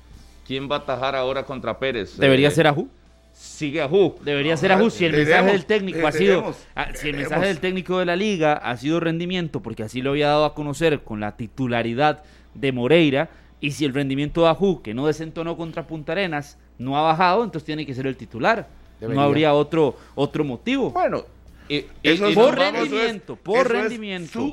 B: ¿Quién va a atajar ahora contra Pérez?
E: Debería
B: Eh,
E: ser Aju.
B: Sigue a Ju.
E: Debería
C: No,
E: ser Aju si el
C: veremos, eh,
E: mensaje del técnico ha sido
C: veremos,
E: ah, si el
C: veremos.
E: mensaje del técnico de la liga ha sido rendimiento porque así lo había dado a conocer con la titularidad de Moreira y si el rendimiento de Aju que no desentonó contra Punta Arenas no ha bajado entonces tiene que ser el titular
D: Debería.
E: no habría otro otro motivo Eh,
B: Bueno, y- y-
C: Eso
B: y
C: es
B: nos
E: por
C: vamos,
B: vamos-
C: eso
E: rendimiento
C: es-
E: por
C: eso es
E: rendimiento
C: su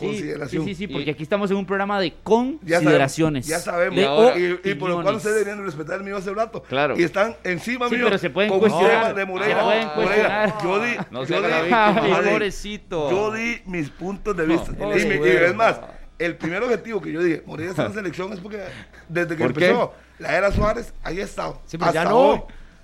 E: Sí,
C: consideración.
E: sí sí, sí,
B: Y-
E: porque aquí estamos en un programa de
C: Ya sabemos,
E: consideraciones
C: Ya sabemos.
E: de
C: Y,
B: ahora-
C: y- y por lo cual
E: opiniones.
C: ustedes deberían respetar el mío hace rato.
B: Claro.
C: Y están encima
E: Sí,
C: mío.
E: pero se pueden
C: con
E: cuestionar,
C: temas de Moreira.
B: se pueden
C: Moreira,
E: cuestionar.
C: Yo di,
B: No se
C: yo,
B: haga la
C: di,
B: víctima,
E: Ay,
C: yo di-
E: pobrecito.
C: yo di mis puntos de vista.
B: No,
C: y, mi- y
B: pobrecito.
C: es más, el primer objetivo que yo dije, Moreira está en selección es porque desde que
B: ¿Por qué?
C: empezó la era Suárez, ahí ha estado.
D: Sí, pero ya
C: Hasta
D: no.
C: hoy.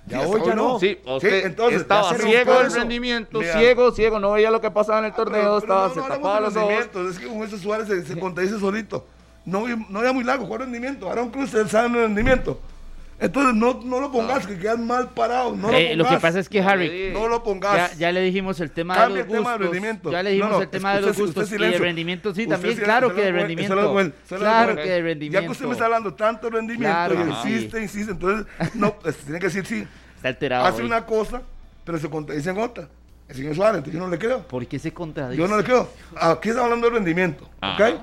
D: Ya
C: Sí, hasta
D: hoy ya no.
B: Sí, usted estaba
C: ya se
B: ciego el
C: rompió.
B: rendimiento,
C: Mira, Ah,
B: ciego, ciego, no veía lo que pasaba en el
C: pero-
B: torneo,
C: pero
B: estaba,
C: no,
B: se
C: no hablamos
B: tapaba
C: de
B: los ojos.
C: rendimiento, Es que con eso Suárez se, se contradice solito. No, no era muy largo, ¿cuál rendimiento? Aaron Cruz se sabe el rendimiento. Entonces no, no lo pongas, que quedan mal parados. No
E: Eh,
C: lo,
E: lo que
C: pongas.
E: pasa es que Harry
B: Sí.
C: No lo
E: Ya,
C: pongas.
E: ya le dijimos el tema
C: Cambia
E: de
C: el
E: los
C: tema del
E: gustos.
C: rendimiento.
E: ya le dijimos
C: No, no,
E: el tema de
C: usted-
E: los
C: usted
E: gustos. y de
C: silencio.
E: rendimiento, sí,
C: Usted
E: también,
C: silencio,
E: claro
C: solo
E: que de
C: Joel,
E: rendimiento.
C: solo Joel, solo
E: claro
C: Joel.
E: que de
C: Ya que
E: rendimiento.
C: usted me está hablando tanto de rendimiento
E: Claro,
C: y
E: ajá.
C: insiste, insiste, entonces no, pues, tiene que decir sí.
E: Está alterado.
C: Hace
E: hoy.
C: una cosa, pero se contradice en otra. El señor Suárez, entonces yo no le creo.
E: ¿Por qué se contradice?
C: Yo no le creo. Aquí estamos hablando de rendimiento,
D: Ah,
C: ¿ok?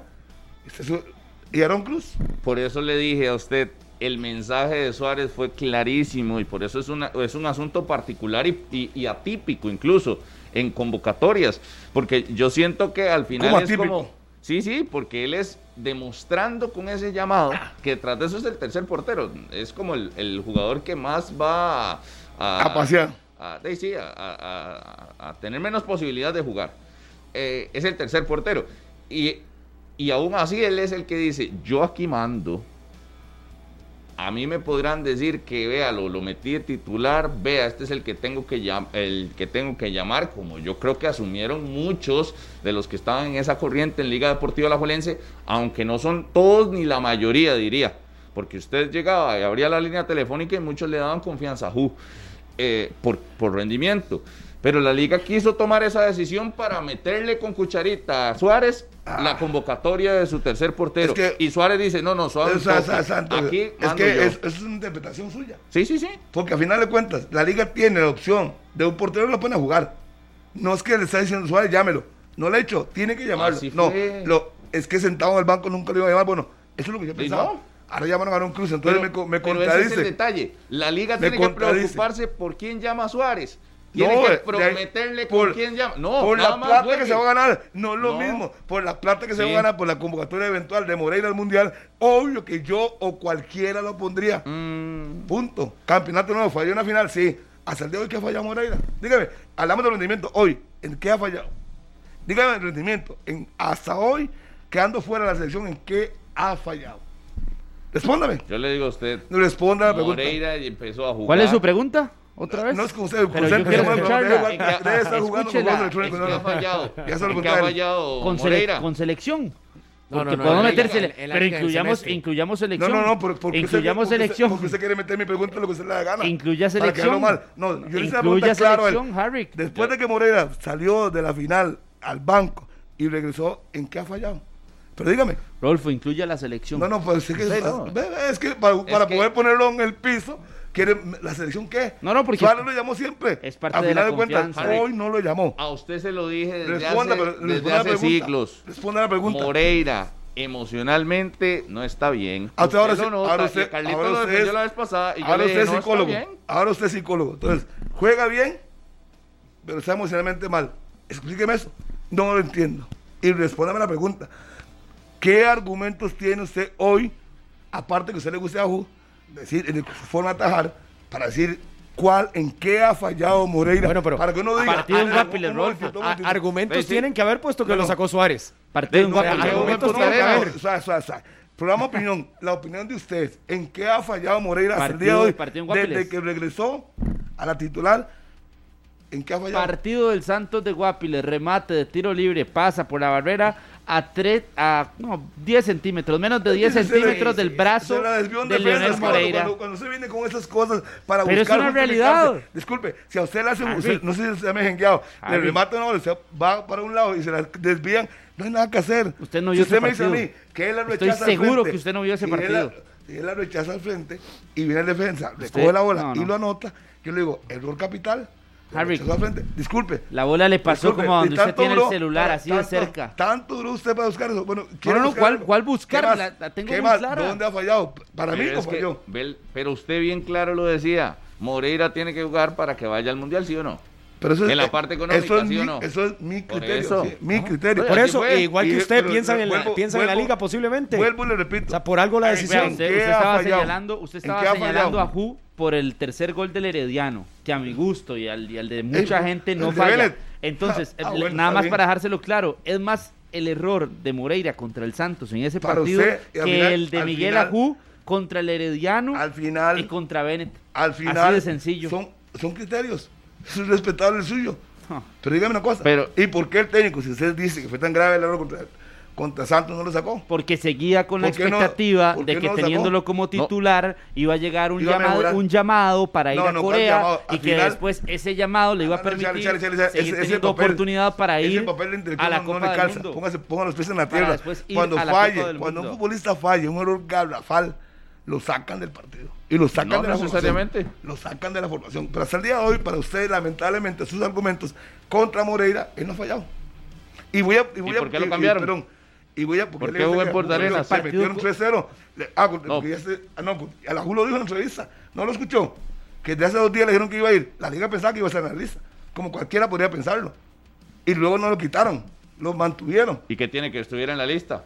C: Este es su- y Aaron Cruz.
B: Por eso le dije a usted, el mensaje de Suárez fue clarísimo y por eso es, una, es un asunto particular y, y- y atípico incluso en convocatorias, porque yo siento que al final
C: ¿Cómo
B: es
C: atípico?
B: como... Sí, sí, porque él es demostrando con ese llamado que tras de eso es el tercer portero, es como el, el jugador que más va a...
C: A pasear.
B: a- de- sí, a, a- a- a tener menos posibilidad de jugar. Eh, es el tercer portero. Y, y aún así él es el que dice, yo aquí mando. A mí me podrán decir que véalo, lo metí de titular, vea, este es el que tengo que llam- el que tengo que llamar, como yo creo que asumieron muchos de los que estaban en esa corriente en Liga Deportiva Alajuelense, aunque no son todos ni la mayoría, diría, porque usted llegaba y abría la línea telefónica y muchos le daban confianza a Ju eh, por, por rendimiento. Pero la liga quiso tomar esa decisión para meterle con cucharita a Suárez la convocatoria de su tercer portero.
C: Ah. Es que-
B: y Suárez dice, no, no, Suárez.
C: O sea, o sea, o sea, entonces,
B: Aquí
C: es
B: mando
C: que
B: yo".
C: es, es una interpretación suya.
B: Sí, sí, sí.
C: Porque al final de cuentas, la liga tiene la opción de un portero lo pone a jugar. No es que le está diciendo Suárez, llámelo. No lo ha hecho, tiene que llamarlo.
B: Así
C: no,
B: fue.
C: lo- es que sentado en el banco nunca lo iba a llamar. Bueno, eso es lo que yo pensaba.
B: no.
C: Ahora llamaron a Aaron Cruz, entonces me, co- me
B: pero Ese es el
C: contradice.
B: detalle. La liga
C: Me
B: tiene que
C: contradice.
B: preocuparse por quién llama a Suárez. Tiene
C: No, eh,
B: que
C: de ahí-
B: prometerle con
C: por-
B: quién llama. No,
C: por
B: nada
C: la
B: más
C: plata
B: juegue.
C: que se va a ganar, no es lo
B: No.
C: mismo. Por la plata que se va
B: Sí.
C: a ganar, por la convocatoria eventual de Moreira al Mundial, obvio que yo o cualquiera lo pondría.
B: Mm,
C: Punto. Campeonato nuevo, falló una final, sí. Hasta el día de hoy, ¿qué ha fallado Moreira? Dígame, hablamos de rendimiento hoy, ¿en qué ha fallado? Dígame el rendimiento, en, hasta hoy, quedando fuera de la selección, ¿en qué ha fallado? Respóndame,
B: yo le digo a usted,
C: no responda a la pregunta.
B: Moreira y empezó a jugar.
E: ¿Cuál es su pregunta? ¿Otra vez?
C: No es con usted, con
E: Pero
C: usted
E: yo quiero
C: empezamos la pregunta,
E: escucharla.
C: igual que ustedes están jugando con
E: Escúchela.
C: juegos
B: Es que
C: electrónicos, no,
B: ha
C: no.
B: fallado.
C: Ya se lo
B: Es que
C: conté
B: ha
C: a él.
B: fallado
E: con, sele-
B: Moreira.
E: con selección.
D: No,
E: Porque
D: no, no,
E: podemos
D: el-
E: metérsele.
D: el- el
E: pero
D: área del
E: incluyamos,
D: semestre.
E: incluyamos
C: No,
E: selección.
C: no, no, por- porque, usted- porque
E: incluyamos
C: usted-
E: selección.
C: porque usted quiere meter mi pregunta lo que usted le da gana.
E: Incluya
C: Para quedarlo
E: selección.
C: mal. No, yo le hice la
E: Incluya
C: pregunta claro a él.
E: selección, Harry.
C: Después de que Moreira salió de la final al banco y regresó, ¿en qué ha fallado? Pero dígame.
E: Rolfo, incluya la selección.
C: No, no, pues es que,
B: Sí, no.
C: ve, ve, es que para, para
E: que-
C: poder ponerlo en el piso, quiere, ¿la selección qué?
E: No, no, porque-
C: Suárez lo llamó siempre.
E: Es parte
C: Al
E: de la
C: final cuentas,
E: confianza.
C: hoy no lo llamó.
B: A usted se lo dije desde
C: Responda,
B: hace,
C: pero
B: desde
C: responda la
B: hace
C: pregunta.
B: siglos.
C: Responda la pregunta.
B: Moreira emocionalmente no está bien.
C: Ah, usted ahora
B: lo
C: sí-
B: nota,
C: ahora
B: y
C: usted-
B: a Carlitos
C: ahora
B: lo
C: usted
B: defendió
C: es-
B: la vez pasada y yo
C: Ahora
B: le dije,
C: usted es
B: "No, está
C: psicólogo.
B: bien".
C: Ahora usted es psicólogo. Entonces, juega bien, pero está emocionalmente mal. Explíqueme eso. No lo entiendo. Y respóndame la pregunta. ¿Qué argumentos tiene usted hoy, aparte que a usted le guste a Ju, decir, en su forma de atajar, para decir cuál, en qué ha fallado Moreira?
D: Bueno, pero
C: para que uno diga.
E: partido
C: ah,
E: en
C: no,
E: Guapiles,
C: un momentito,
E: Rolfo.
C: un
D: A-
C: momentito.
D: Ah, argumentos
C: Pues
B: Sí, sí.
D: tienen que haber puesto que lo sacó Suárez.
E: Partido en
D: O sea,
E: Guapiles.
D: argumentos
C: No,
D: tienen que
C: no,
D: haber.
C: o sea, o sea, o sea, Programa opinión, la opinión de ustedes, ¿en qué ha fallado Moreira hasta el
E: Partido-
C: día de hoy?
E: partido en Guápiles.
C: Desde que regresó a la titular, ¿en qué ha fallado?
E: Partido del Santos de Guapiles, remate de tiro libre, pasa por la barrera a tres a no, 10 centímetros, menos de 10
C: Se le-
E: centímetros del
C: se
E: brazo
C: la desvió en
E: de
C: defensa,
E: Leonel
C: es que cuando-
E: Moreira.
C: Cuando, cuando se viene con esas cosas para
E: Pero es
C: buscar
E: una
C: justificarse.
E: realidad. Ah,
C: Disculpe, si a usted le hace,
E: Harry.
C: usted- no sé si usted me ha jengueado, le
E: Harry.
C: remata una bola, usted va para un lado y se la desvían, no hay nada que hacer.
E: Usted no
C: Si
E: vio
C: usted
E: ese
C: me dice a
E: partido.
C: mí que él la
E: Estoy
C: rechaza al
E: seguro
C: frente,
E: que usted no vio ese
C: y él la-
E: partido.
C: y él la rechaza al frente y viene el defensa, le
E: Usted-
C: coge la bola
E: no,
C: y
E: no.
C: lo anota. Yo le digo, error capital. la
E: Harry.
C: rechazó al frente. Disculpe.
E: La bola le pasó
C: disculpe,
E: como a
C: y
E: donde usted
C: Pues tanto
E: tiene el
C: duró-
E: celular, así de
C: tanto-
E: cerca.
C: Tanto duró usted para buscar eso. Bueno, ¿quiere
E: no,
C: buscar
E: ¿cuál-
C: algo?
E: cuál buscar?
C: ¿Qué más?
E: La- la tengo
C: ¿Qué
E: muy
C: más?
E: clara.
C: ¿Dónde ha fallado? Para mí,
B: Pero es que,
C: compañero.
B: Bel- pero usted bien claro lo decía. Moreira tiene que jugar para que vaya al mundial, ¿sí o no?
C: Pero eso
B: En la
C: eh,
B: parte económica,
C: eso es
B: ¿sí o
C: mi,
B: no?
C: Eso es mi
B: Por
C: criterio.
B: eso.
C: sí, mi criterio.
D: Por
B: Así
D: eso,
B: fue.
D: igual
C: Y-
D: que usted,
C: pero-
D: piensan,
C: pero
D: en, la,
C: vuelvo-
D: piensan en la
C: vuelvo-
D: liga
E: pues,
D: posiblemente.
C: Vuelvo y le repito.
D: O sea, por algo la
C: Ay,
D: decisión.
E: Vea,
C: ¿en
E: usted,
C: qué
E: usted
C: ha
E: estaba
C: fallado?
E: señalando, usted
C: ¿En
E: estaba
C: qué ha
E: señalando
C: fallado?
E: a Ju por el tercer gol del Herediano, que a mi gusto y al, y al de mucha
C: el-
E: gente
C: el
E: no
C: de
E: falla.
C: Vélez.
E: Entonces,
C: Ah, ah,
E: eh,
C: bueno,
E: nada
C: está
E: más
C: bien.
E: para dejárselo claro, es más el error de Moreira contra el Santos en ese
C: Para
E: partido
C: usted, y
E: que
C: al final-
E: el de
C: al
E: Miguel
C: final-
E: Ajú contra el Herediano
C: Al final-
E: y contra Bennett.
C: Al final.
E: Así de sencillo.
C: Son, son criterios. Es respetable el suyo.
E: Ah.
C: Pero dígame una cosa.
B: Pero-
C: ¿Y por qué el técnico, si usted dice que fue tan grave el error contra, contra Santos, no lo sacó?
E: Porque seguía con la
C: ¿Por qué no-
E: expectativa
C: por
E: de
C: qué
E: que
C: no lo sacó?
E: teniéndolo como titular iba a llegar un,
C: Iba a
E: llamado,
C: mejorar.
E: un llamado para ir
C: No,
E: a
C: no, ¿cuál
E: Corea
C: llamado?
E: y
C: Al
E: que
C: final-
E: después ese llamado le iba a
C: No, no,
E: permitir
C: chale, chale, chale, ese-
E: seguir
C: ese
E: teniendo
C: papel-
E: oportunidad para
C: ese
E: ir
C: papel del
E: a la
C: director no- no
E: Copa
C: le
E: del
C: calza.
E: Mundo.
C: Póngase, ponga los pies en la
E: Para
C: tierra.
E: después ir
C: Cuando
E: a la Copa
C: falle,
E: del
C: cuando un
E: Mundo.
C: futbolista falle, un error garrafal, lo sacan del partido. Y lo sacan
B: No
C: de la
B: necesariamente.
C: formación. Lo sacan de la formación. Pero hasta el día de hoy, para ustedes, lamentablemente, sus argumentos contra Moreira, él no ha fallado. Y voy a. Y, voy a-
B: por qué lo
C: y- y-
B: cambiaron?
C: perdón. Y voy a.
B: ¿Por
C: le voy
B: qué
C: a
B: jugó
C: decir
B: en Punta
C: que
B: Arenas?
C: Se metieron 3-0. Le- Ah, porque
B: No.
C: ya se- ah, no, porque a la Julio dijo en la entrevista. No lo escuchó. Que desde hace dos días le dijeron que iba a ir. La liga pensaba que iba a estar en la lista. Como cualquiera podría pensarlo. Y luego no lo quitaron. Lo mantuvieron.
B: ¿Y que tiene que estuviera en la lista?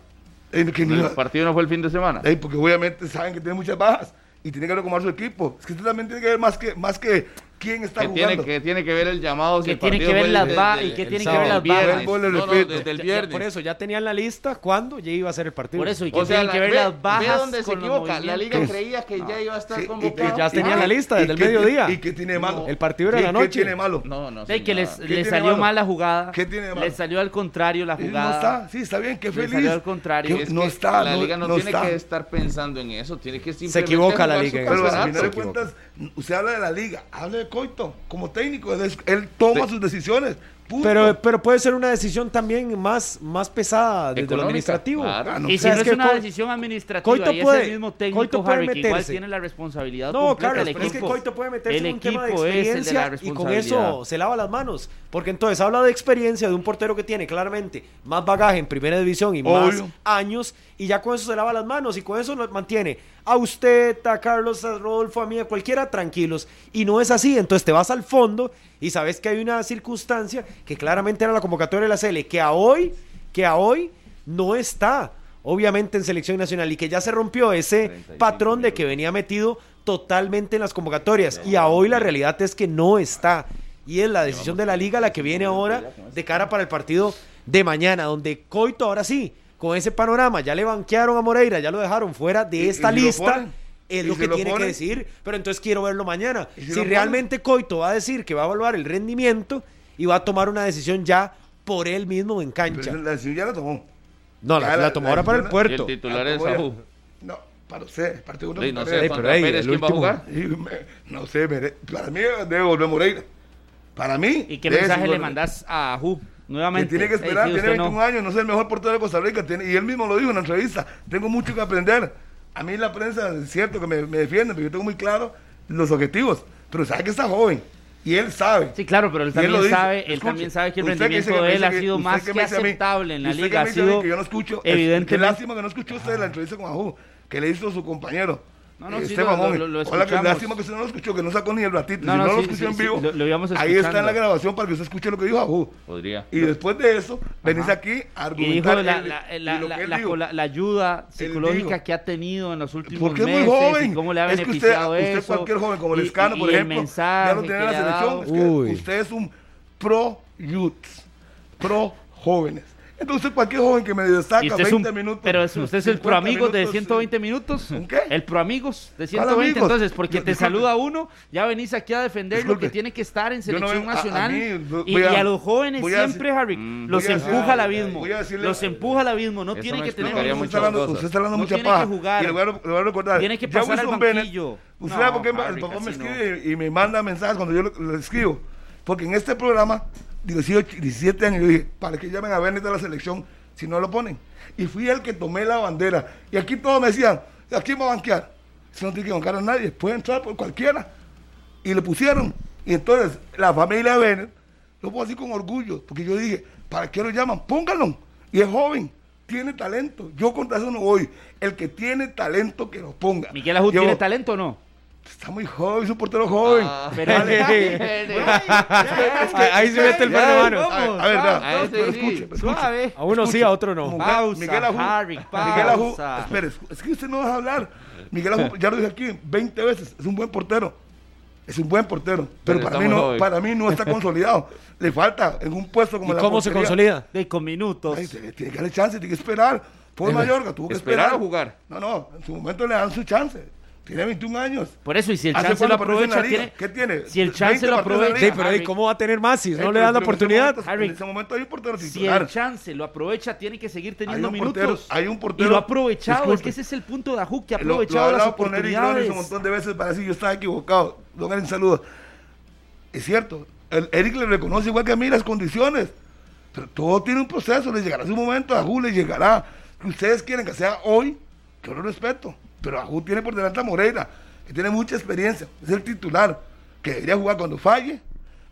C: Eh, que ni-
B: El partido no fue el fin de semana.
C: eh, porque obviamente saben que tiene muchas bajas. Y tiene que recomar su equipo. Es que usted también tiene que ver más que, más que quién está
B: Que tiene,
C: jugando.
B: que tiene que ver el llamado. si
E: Que
B: el
E: tiene
B: partido
E: que ver
B: fue el-
E: las
B: del-
E: va-
B: del-
E: y que
B: el
E: tiene que
B: sábado.
E: ver las
B: Viernes.
E: bajas.
C: Vuelvo y le
B: No, no,
C: repito.
B: desde el
D: Ya- ya-
B: viernes.
D: por eso, ya tenían la lista cuándo ya iba a ser el partido.
E: Por eso, y que
B: O sea,
E: tienen
B: la-
E: que ver
B: ve- ve
E: las bajas
B: dónde se
E: con los
B: equivoca. La liga
E: movimientos.
B: creía que ya iba a estar
C: Sí, y
B: convocado.
C: que-
D: Ya tenía la lista desde
C: ¿Y
D: el
C: qué tiene-
D: mediodía.
C: ¿Y qué tiene de malo?
D: El partido era
C: ¿Y
D: la
C: qué
D: noche.
C: tiene de malo?
B: No, no.
E: Ve que
B: señora.
E: les, les
C: tiene
E: salió
C: malo?
E: mal la jugada.
C: ¿Qué tiene de malo?
E: Les salió al contrario la
C: Él
D: Ah.
E: jugada.
C: No está, sí, está bien, qué
E: Le
C: feliz.
E: salió al contrario.
C: Que
B: Es
C: no
B: que
C: está,
B: La
C: no,
B: liga no,
C: no
B: tiene
C: está.
B: que estar pensando en eso. Tiene que simplemente.
D: equivoca la
B: jugar
D: liga
B: su
D: en
C: Pero
D: Exacto.
C: al final
B: campeonato.
C: de cuentas, usted habla de la liga, habla de Coito, como técnico, él, es- él toma
B: Sí.
C: sus decisiones. punto.
D: Pero, pero puede ser una decisión también más, más pesada desde lo
B: Económica,
D: administrativo.
B: claro.
C: Ah, no, o
E: Y si
C: sea,
E: no
D: es
E: es
D: que
E: una
D: Coito-
E: decisiva administrativa
D: Coito
E: y
D: puede-
E: es el mismo técnico
D: Coito puede
E: Harry, que igual
D: meterse.
E: tiene la responsabilidad
D: No,
E: completa
D: Carlos,
E: del
D: pero es que
E: equipo.
D: Coito puede meterse
E: el
D: en un tema de
E: equipo es el de la
D: experiencia y con eso
E: responsabilidad.
D: se lava las manos. Porque entonces habla de experiencia de un portero que tiene claramente más bagaje en primera división y más
C: Obvio.
D: años, y ya con eso se lava las manos y con eso lo mantiene a usted, a Carlos, a Rodolfo, a mí, a cualquiera tranquilos. Y no es así, entonces te vas al fondo y sabes que hay una circunstancia que claramente era la convocatoria de la Cele, que a hoy, que a hoy no está. Obviamente en selección nacional y que ya se rompió ese
B: 35
D: patrón de que venía metido totalmente en las convocatorias y a hoy la realidad es que no está y es la decisión de la liga la que viene ahora de cara para el partido de mañana donde Coito ahora sí con ese panorama ya le banquearon a Moreira ya lo dejaron fuera
C: ¿Y-
D: de
C: y
D: esta
C: si lo
D: lista
C: ponen?
D: es
C: ¿Y
D: lo
C: si
D: que
C: lo
D: tiene que
C: ponen?
D: decir pero entonces quiero verlo mañana
C: ¿Y si
D: si,
C: lo ponen?
D: realmente Coito va a decir que va a evaluar el rendimiento y va a tomar una decisión ya por él mismo en
C: pero
D: cancha
C: la decisión ya la tomó.
D: No, la,
C: Ya,
D: la,
C: la-
D: tomadora
C: la-
D: para el
C: la-
B: Y el
D: puerto.
B: titular
C: Ah,
B: es
C: voy a-
B: Saúl.
C: No, para usted, partido uno.
B: Ey, No
D: Ey,
B: sé,
D: pero
B: Juan
D: ey,
B: Pérez,
D: el
B: ¿quién va a
D: último.
B: jugar?
C: Y me- no sé, mere- para mí debe volver Moreira. Para mí.
E: ¿Y qué
C: debe
E: mensaje
C: sin
E: le
C: volver.
E: mandás a Ju?
C: Que
E: Nuevamente.
C: tiene que
E: Ey, sí,
C: esperar, tiene
E: usted
C: 21
E: no.
C: años, no es el mejor portero de Costa Rica. tiene- y él mismo lo dijo en la entrevista: tengo mucho que aprender. A mí la prensa, es cierto que me, me defienden, pero yo tengo muy claro los objetivos. Pero sabe que está joven. Y él sabe.
E: Sí, claro, pero él
C: Y él lo
E: también
C: dice.
E: sabe, él
C: Escuche,
E: también sabe que el
C: usted que dice
E: rendimiento
C: que me
E: de él
C: dice
E: ha
C: que-
E: sido
C: usted
E: más
C: que
E: que,
C: me dice a mí-
E: aceptable en la
C: usted que
E: liga.
C: me
E: Ha
C: dice a mí
E: sido
C: que yo no escucho. es- Qué
E: evidentemente.
C: lástima que no escuchó usted la entrevista con Ajú, que le hizo su compañero.
E: No, no,
C: eh,
E: sí,
C: Esteban
E: lo- lo-
C: Gómez.
E: lo- lo
C: Hola, que
E: escuchamos.
C: lástima que usted no lo escuchó, que no sacó ni el ratito.
E: No,
C: si
E: no,
C: no, lo
E: sí,
C: escuchó
E: sí,
C: en
E: sí,
C: vivo,
E: lo- lo íbamos
C: ahí está en
E: escuchando.
C: la grabación para que usted escuche lo que dijo Ajú.
B: Podría.
C: Y después de eso, venís aquí a
E: Y dijo
C: argumentar
E: la,
C: el-
E: la-
C: y
E: la-
C: lo
E: la-
C: que él
E: la-
C: dijo.
E: la- la ayuda psicológica
C: dijo.
E: que ha tenido en los últimos
C: Porque es muy
E: meses
C: joven.
E: y cómo le ha
C: es que usted,
E: beneficiado
C: usted
E: eso.
C: cualquier joven como
E: y-
C: Lescano,
E: y-
C: por
E: y el
C: ejemplo, ya lo
E: mensaje
C: tiene
E: que
C: en la
E: le ha
C: selección.
E: dado.
C: Es que
D: Uy.
C: usted es un pro youth, pro jóvenes. Entonces cualquier joven que me destaca
E: Y
C: 20
E: usted es un-
C: minutos.
E: Pero es- usted es el
C: 50
E: pro amigos de
C: minutos,
E: 120 minutos.
C: ¿Un qué?
E: El pro amigos de
C: ¿Cuál
E: 120.
C: amigos?
E: Entonces, porque
C: Yo-
E: te
C: disculpe.
E: saluda uno, ya venís aquí a defender lo que
C: Disculpe.
E: tiene que estar en
C: Yo no
E: selección
C: vengo- a- a
E: nacional.
C: mí, yo-
E: y,
C: voy a-
E: y a los jóvenes
C: voy a decir-
E: siempre, Harry,
B: Mm.
E: los
C: voy a decir-
E: empuja al abismo.
C: voy a decirle-
E: los empuja al abismo. No
B: Eso
E: tiene
B: me
E: que tener.
C: No,
B: explicaría
C: no,
E: ningún-
B: muchas
C: usted, está hablando,
B: cosas.
C: usted está hablando
E: No
C: mucha
E: tiene que
C: paja.
E: jugar.
C: Y le voy a, le voy a recordar.
E: Tiene que pasar al banquillo.
C: Usted
E: No,
C: sabe por qué
E: Harry,
C: el papá me
E: casi no.
C: escribe y me manda mensajes cuando yo le, le escribo. Porque en este programa, 18, 17 años, yo dije, ¿para qué llamen a Bennett a la selección si no lo ponen? Y fui el que tomé la bandera. Y aquí todos me decían, ¿a quién va a banquear? Si no tiene que bancar a nadie, puede entrar por cualquiera y le pusieron. Y entonces la familia Bennett lo puedo decir con orgullo, porque yo dije, ¿para qué lo llaman? Pónganlo. Y es joven, tiene talento. Yo contra eso no voy. El que tiene talento, que lo ponga.
E: Miguel Ajú tiene
C: Yo,
E: talento o no?
C: Está muy joven, es un portero joven.
B: Ah,
E: Pero-
D: Ahí se mete el
E: Ya,
D: freno mano.
E: vamos,
C: A ver, a ver,
E: vamos,
B: no,
E: sí,
B: pero
E: sí,
C: escuche, pero
E: Suave.
D: A uno sí, a otro no.
C: Mujer,
E: Pausa,
C: Miguel Ajú.
E: Harry,
C: Miguel Ajú.
E: pausa.
C: Espere, es- es que usted no deja hablar. Miguel Ajú, ya lo dije aquí 20 veces, es un buen portero. Es un buen portero, pero,
B: Pero está
C: para, mí
B: muy
C: no,
B: joven.
C: para mí no está consolidado. Le falta en un puesto como
D: ¿Y
C: la
D: cómo se
C: portería.
D: consolida?
E: De con minutos.
C: Ay, se le tiene que darle chance, tiene que esperar. Paul Mayorga tuvo que
B: ¿Esperar
C: esperar.
B: o jugar?
C: No, no, en su momento le dan su chance. Tiene 21 años.
E: Por eso, y si el
C: ¿Hace
E: chance lo
C: cuándo apareció en la
E: aprovecha,
C: liga?
E: tiene,
C: ¿Qué tiene?
E: Si el chance
C: 20
E: lo
C: partidos en la
E: aprovecha,
D: Sí,
C: liga.
D: pero ¿y
E: Harry,
D: cómo va a tener más si
C: Eh,
D: no le
C: pero-
D: dan la
C: pero en ese
D: oportunidad?
C: momento-
E: Harry.
C: En ese momento hay un portero
E: si
C: titular.
E: el chance lo aprovecha, tiene que seguir teniendo
C: un portero-
E: minutos.
C: hay un portero-
E: y lo ha aprovechado, es
C: Disculpe.
E: que ese es el punto de Ajú, que ha
C: Lo-
E: aprovechado
C: lo he
E: las
C: hablado con Eric Lawrence
E: oportunidades.
C: un montón de veces para decir yo estaba equivocado. Don Eric, saludos. Es cierto, el- Eric le reconoce igual que a mí las condiciones. Pero todo tiene un proceso, le llegará su momento, a Ju le llegará. Que ustedes quieren que sea hoy, yo lo respeto. Pero a Ju tiene por delante a Moreira, que tiene mucha experiencia, es el titular, que debería jugar cuando falle,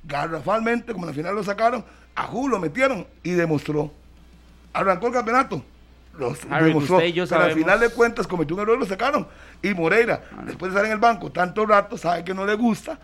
C: garrafalmente, como en la final lo sacaron, a Ju lo metieron y demostró. Arrancó el campeonato. Los
E: Harry,
C: demostró.
E: usted y yo
C: pero al
E: sabemos- Ah.
C: final de cuentas cometió un error, lo sacaron. Y Moreira, después de estar en el banco tanto rato, sabe que no le gusta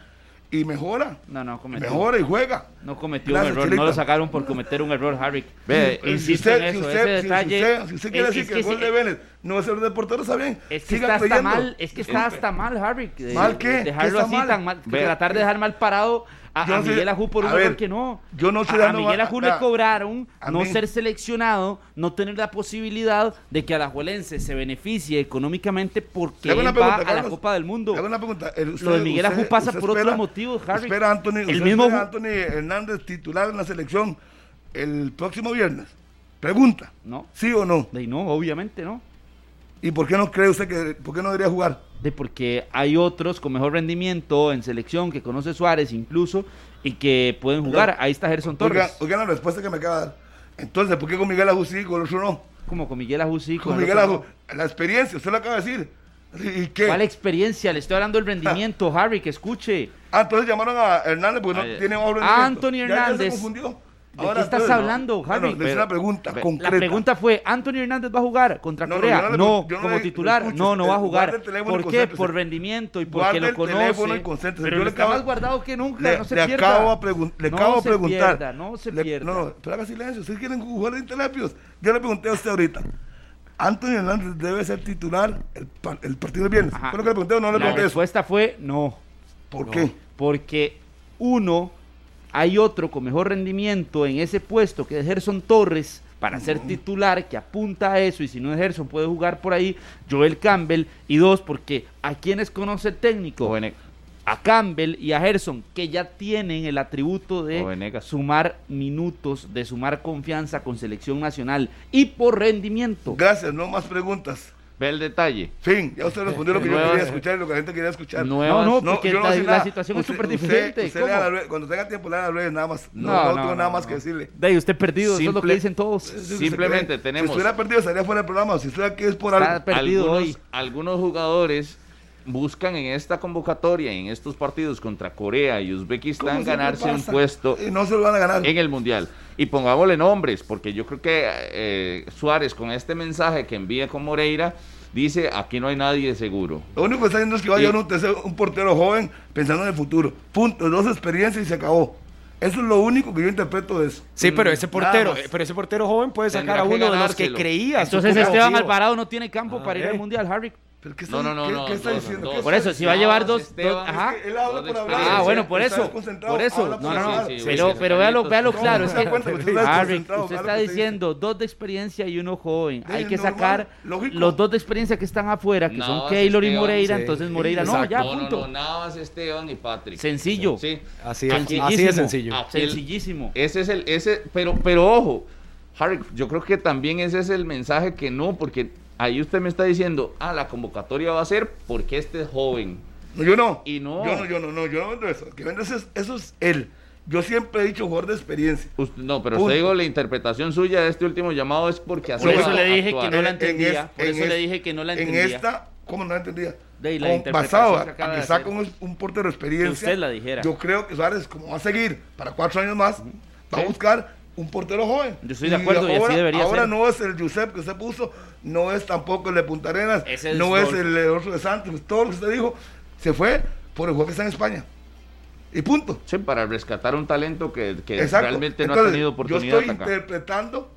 C: y mejora.
E: No, no, cometió.
C: Mejora y juega.
E: No cometió
C: Gracias,
E: un error,
C: Chilito.
E: no lo sacaron por cometer un error, Harry.
B: Ve,
E: Eh, Insisto
C: Si usted,
E: en
C: si
E: eso, ¿eh?
C: usted-
E: ese
C: si
E: detalle.
C: usted- si usted quiere
E: es-
C: decir
E: es
C: que el gol
E: se-
C: de Vélez no es el de portero, está bien.
E: Es que
C: Siga
E: está hasta
C: creyendo.
E: mal, es que está hasta mal, Harry. de-
C: ¿Mal qué?
E: de Dejarlo
C: ¿Qué está
E: así
C: mal? eh,
E: tan mal, que
B: Ve,
E: tratar de dejar mal parado a,
C: yo
E: a
C: no sé-
E: Miguel Ajú por un
C: a
E: error
C: ver,
E: que no.
C: yo no estoy
E: a, a
C: dando-
E: Miguel Ajú
C: a-
E: le
C: a-
E: cobraron
C: a
E: no
C: mí.
E: ser seleccionado, no tener la posibilidad de que Alajuelense se beneficie económicamente porque
C: Le hago
E: él
C: una
E: va
C: pregunta,
E: a la
C: Carlos.
E: Copa del Mundo.
C: Le hago una pregunta. El- usted-
E: Lo de Miguel Ajú
C: usted-
E: pasa
C: usted
E: por
C: espera-
E: otros motivos, Harry.
C: Espera Anthony,
E: el
C: usted
E: mismo
C: espera
E: Ju-
C: Anthony Hernández titular en la selección el próximo viernes. Pregunta.
E: No.
C: ¿Sí o no?
E: De no, obviamente no.
C: ¿Y por qué no cree usted que por qué no debería jugar?
E: de porque hay otros con mejor rendimiento en selección que conoce Suárez incluso y que pueden jugar. Ahí está Gerson
C: Oigan,
E: Torres.
C: oigan la respuesta que me acaba de dar. Entonces, ¿por qué con Miguel Ajú sí y con el otro no?
E: Como con Miguel Ajú sí,
C: Con
E: el
C: Miguel
E: otro
C: Ajú, la experiencia, usted lo acaba de decir. ¿Y y qué?
E: no. ¿Cuál experiencia? Le estoy hablando del rendimiento, Harry, que escuche.
C: Ah, entonces llamaron a Hernández porque
B: Ay,
C: no tiene orden.
E: a Anthony Hernández.
C: se confundió.
E: ¿De qué estás hablando, Harry?
C: Javi? le hice
E: Pero-
C: una pregunta
B: ve, la
C: concreta.
E: La pregunta fue, ¿Anthony Hernández va a jugar contra
C: No, no,
E: Corea?
C: yo
E: No,
C: no le- yo no
E: como
C: le-
E: titular,
C: escuche,
E: no, no va a
C: eh,
E: jugar.
C: guarde el teléfono y
E: ¿Por qué?
C: concéntrese.
E: Por rendimiento y porque
C: Guarde
E: lo
C: el
E: conoce.
C: teléfono y concéntrese.
E: pero
C: Yo
E: él
C: le
E: está
C: acabo-
E: más guardado que nunca,
C: le,
E: no se
C: le
E: pierda.
C: acabo, a pregun- le
E: No
C: acabo de
E: se
C: preguntar.
E: pierda, no se
C: Le-
E: pierda.
C: No, no, pero haga silencio. Ustedes quieren jugar en telepios. Yo le pregunté a usted ahorita. Anthony Hernández debe ser titular el, par- el partido del viernes.
E: Ajá.
C: ¿Fue lo que le pregunté o no le
E: La
C: pregunté eso?
E: respuesta fue no.
C: ¿Por qué?
E: porque uno hay otro con mejor rendimiento en ese puesto que es Gerson Torres para ser titular que apunta a eso y si no es Gerson puede jugar por ahí Joel Campbell y dos porque a quienes conoce el técnico
B: Bueno,
E: a a Campbell y a Gerson, que ya tienen el atributo
B: O
E: de
B: Venegas.
E: sumar minutos, de sumar confianza con selección nacional y por rendimiento.
C: Gracias, no más preguntas.
B: Ve el detalle.
C: Fin, ya usted respondió lo que yo
B: Nueva-
C: quería escuchar y lo que la gente quería escuchar.
E: Nuevas- No, no, porque
C: yo voy a decir
E: la- la
C: nada.
E: situación es
C: Usted-
E: superdiferente,
C: usted- usted lea
E: ¿cómo?
C: la red, cuando tenga tiempo, lea la red, nada más. No, no, tengo nada más que decirle.
E: De ahí, usted perdido, eso es lo
B: Simple-
E: que dicen todos.
C: Es lo que
B: Simplemente
C: se cree.
B: tenemos-
C: Si estuviera perdido, estaría fuera del programa. Si estuviera aquí, es por
E: Está
C: algo.
E: perdido
B: algunos,
E: hoy.
B: algunos jugadores buscan en esta convocatoria, en estos partidos contra Corea y Uzbekistán,
C: ¿Cómo siempre
B: ganarse un
C: pasa?
B: puesto
C: Y no se lo van a ganar.
B: en el Mundial. Y pongámosle nombres, porque yo creo que eh, Suárez con este mensaje que envía con Moreira dice, aquí no hay nadie seguro.
C: Lo único que está haciendo es que va a
B: Sí.
C: llevar un, tercero- un portero joven pensando en el futuro. Punto, dos experiencias y se acabó. Eso es lo único que yo interpreto de eso.
D: Sí, pero ese
C: Nada
D: portero,
C: más.
D: eh, pero ese portero joven puede sacar
B: Tendrá
D: a uno
B: que
D: de los que
B: ganárselo.
D: creía. su
E: Entonces
D: punto
E: Esteban
D: ofensivo.
E: Alvarado no tiene campo
D: Ah,
E: para ir
D: eh.
E: al Mundial, Harry.
C: ¿Pero qué está,
B: No, no, no,
C: qué-
B: no,
C: ¿Qué está
B: no,
C: diciendo?
B: no,
C: ¿Qué
B: no.
C: está
E: Por eso, si va a llevar dos-
B: Esteban,
E: dos-
B: es
E: ajá.
C: que él habla por hablar.
E: Ah,
B: Sí,
E: bueno,
B: sí,
E: por
C: está
E: eso.
C: desconcentrado,
E: Por eso.
C: habla
E: No,
C: por
E: no, no.
C: hablar.
B: Sí, sí,
E: Pero,
B: sí,
E: pero véalo, véalo
B: no,
E: claro.
B: no
E: Es
B: se
E: que,
B: da cuenta,
C: usted está
E: Harry,
C: desconcentrado,
E: usted
C: vea lo
E: está
C: que te
E: diciendo dos de experiencia y uno joven.
C: Sí,
E: Hay
C: es
E: que
C: normal,
E: sacar
C: lógico.
E: los dos de experiencia que están afuera, que
B: Navas,
E: son Keylor y
B: Esteban,
E: Moreira.
D: sí.
E: Entonces Moreira, no,
D: Exacto.
E: ya,
B: No, no, no,
E: punto.
B: Navas, Esteban y Patrick.
E: Sencillo.
B: Sí.
D: Así es,
E: Sencillísimo.
D: así de sencillo.
B: Ah. Aquel-
E: Sencillísimo.
B: Ese es el, ese, pero, pero ojo, Harry, yo creo que también ese es el mensaje que no, porque ahí usted me está diciendo, ah, la convocatoria va a ser porque este es joven.
C: No, yo no.
B: Y no.
C: Yo no, yo no, no, yo no vendo eso. El Que vende eso, es- eso es él. Yo siempre he dicho jugador de experiencia.
B: Us- no, pero
C: Punto.
B: usted digo, la interpretación suya de este último llamado es porque así
E: Por
B: va
E: eso
B: a
E: le dije
B: actuar.
E: que no la
C: En- en
E: entendía.
C: es-
E: Por
C: en
E: eso le
C: es-
E: dije que no la
C: En
E: entendía.
C: esta, ¿cómo no la entendía?
E: De ahí la
C: Con-
E: interpretación
C: basado a,
E: que acaba
C: a
E: de
C: que saca
E: hacer.
C: un, un portero de
E: Que
C: experiencia.
E: usted la dijera.
C: Yo creo que Suárez, como va a seguir para cuatro años más, va a
B: Sí.
C: buscar un portero joven.
E: Yo estoy de acuerdo, y así
C: ahora,
E: debería
C: ahora
E: ser.
C: no es el Giuseppe que se puso, no es tampoco el de Punta Arenas,
E: Ese es
C: no es
E: gol.
C: el de Orso de Santos. Todo lo que usted dijo se fue por el juego que está en España. Y punto.
B: Sí, para rescatar un talento que, que
C: Exacto.
B: realmente no ha
C: Entonces,
B: tenido oportunidad
C: Yo estoy
B: de atacar.
C: interpretando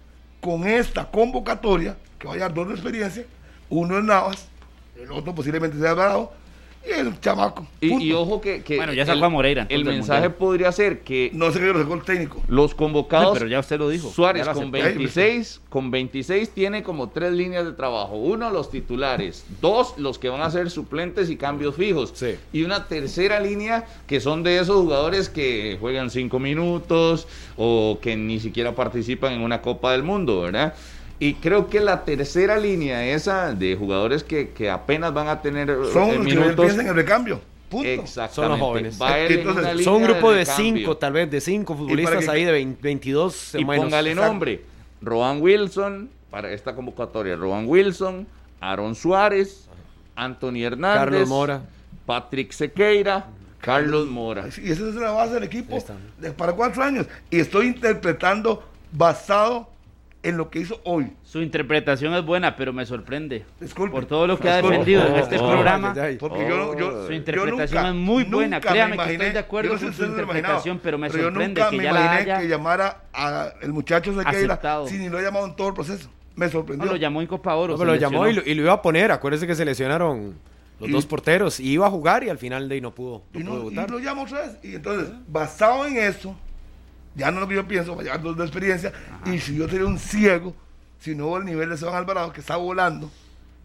C: con esta convocatoria, que vaya a dar dos de experiencia, uno es Navas, el otro posiblemente sea Bravo, y el chamaco.
B: Y,
C: Punto.
B: y ojo que, que
E: Bueno, ya sacó a Moreira, entonces,
B: El
E: del
B: mensaje
E: Mundial.
B: podría ser que
C: No sé qué lo sacó el técnico.
B: los convocados.
E: No, pero ya usted lo dijo,
B: Suárez
E: ya lo
B: con
E: aceptó.
B: 26, con 26 tiene como tres líneas de trabajo. Uno, los titulares. Dos, los que van a ser suplentes y cambios fijos.
D: Sí.
B: Y una tercera línea que son de esos jugadores que juegan cinco minutos o que ni siquiera participan en una Copa del Mundo, ¿verdad? Y creo que la tercera línea esa de jugadores que, que apenas van a tener eh,
C: Son los que
B: minutos.
C: piensan en el recambio. Punto.
B: Exactamente.
D: Son los jóvenes.
B: Va él en
C: Entonces,
B: una
C: son
B: línea
D: Son un grupo de
B: recambio.
D: cinco, tal vez, de cinco futbolistas
C: que-
D: ahí de 20 22
B: Y
D: menos.
B: póngale
D: Exacto.
B: nombre. Roan Wilson, para esta convocatoria, Roan Wilson, Aaron Suárez, Anthony Hernández,
D: Carlos Mora.
B: Patrick Sequeira, Carlos Mora.
C: Y esa es la base del equipo
D: está.
C: de- para cuatro años. Y estoy interpretando basado en lo que hizo hoy.
E: Su interpretación es buena, pero me sorprende.
C: Disculpe.
E: Por todo lo que ha
C: Disculpe.
E: defendido en
D: Oh,
E: este
D: oh,
E: programa.
D: ay, ay, ay.
C: Porque
B: Oh.
C: yo, no- yo-
B: Su
E: Su
C: yo
E: interpretación
C: nunca-
E: es muy
C: nunca
E: buena.
C: me
E: Créame que
C: imaginé-
E: estoy de
C: yo
E: acuerdo
C: no sé
E: con
C: si
E: su
C: ustedes lo imaginaban,
E: interpretación, pero me
C: yo
E: sorprende
C: nunca
E: que
C: me
E: ya la
C: imaginé
E: haya.
C: que llamara a- al muchacho Sequeira
E: aceptado.
C: si ni lo ha llamado en todo el proceso. Me
E: No,
C: sorprendió.
E: lo llamó en Copa Oro.
D: No, pero lo
E: se
D: llamó y
E: lesionó.
D: lo, y lo iba a poner. Acuérdese que se lesionaron los
C: Y-
D: dos porteros. Y iba a jugar y al final de ahí no pudo. No
C: y,
D: pudo
C: no, y
D: debutar.
C: lo llamo otra vez. Y entonces, basado en eso, ya no es lo que yo pienso, va a llegar dos de experiencia. Y si yo sería un ciego, si no veo el nivel de Esteban Alvarado, que está volando,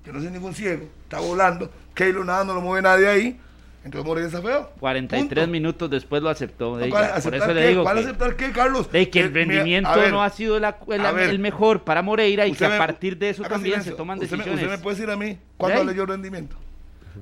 C: yo no soy ningún ciego, está volando, Keylor nada, no lo mueve nadie ahí, entonces Moreira está feo.
E: 43
C: Punto.
E: minutos después lo aceptó. de
C: ¿Cuál
E: ella. Por
C: aceptar
E: eso le
C: qué?
E: digo
C: ¿Cuál
E: que,
C: aceptar qué, Carlos? Eh,
E: de que el
C: mira,
E: rendimiento
C: a ver,
E: no ha sido la- el-
C: a ver.
E: el mejor para Moreira y que
C: usted
E: a
C: me-
E: partir de eso
C: haga
E: también se
C: silencio.
E: toman
C: Usted me-
E: decisiones.
C: ¿Usted me puede decir a mí cuándo
E: Ey.
C: hablé yo de rendimiento?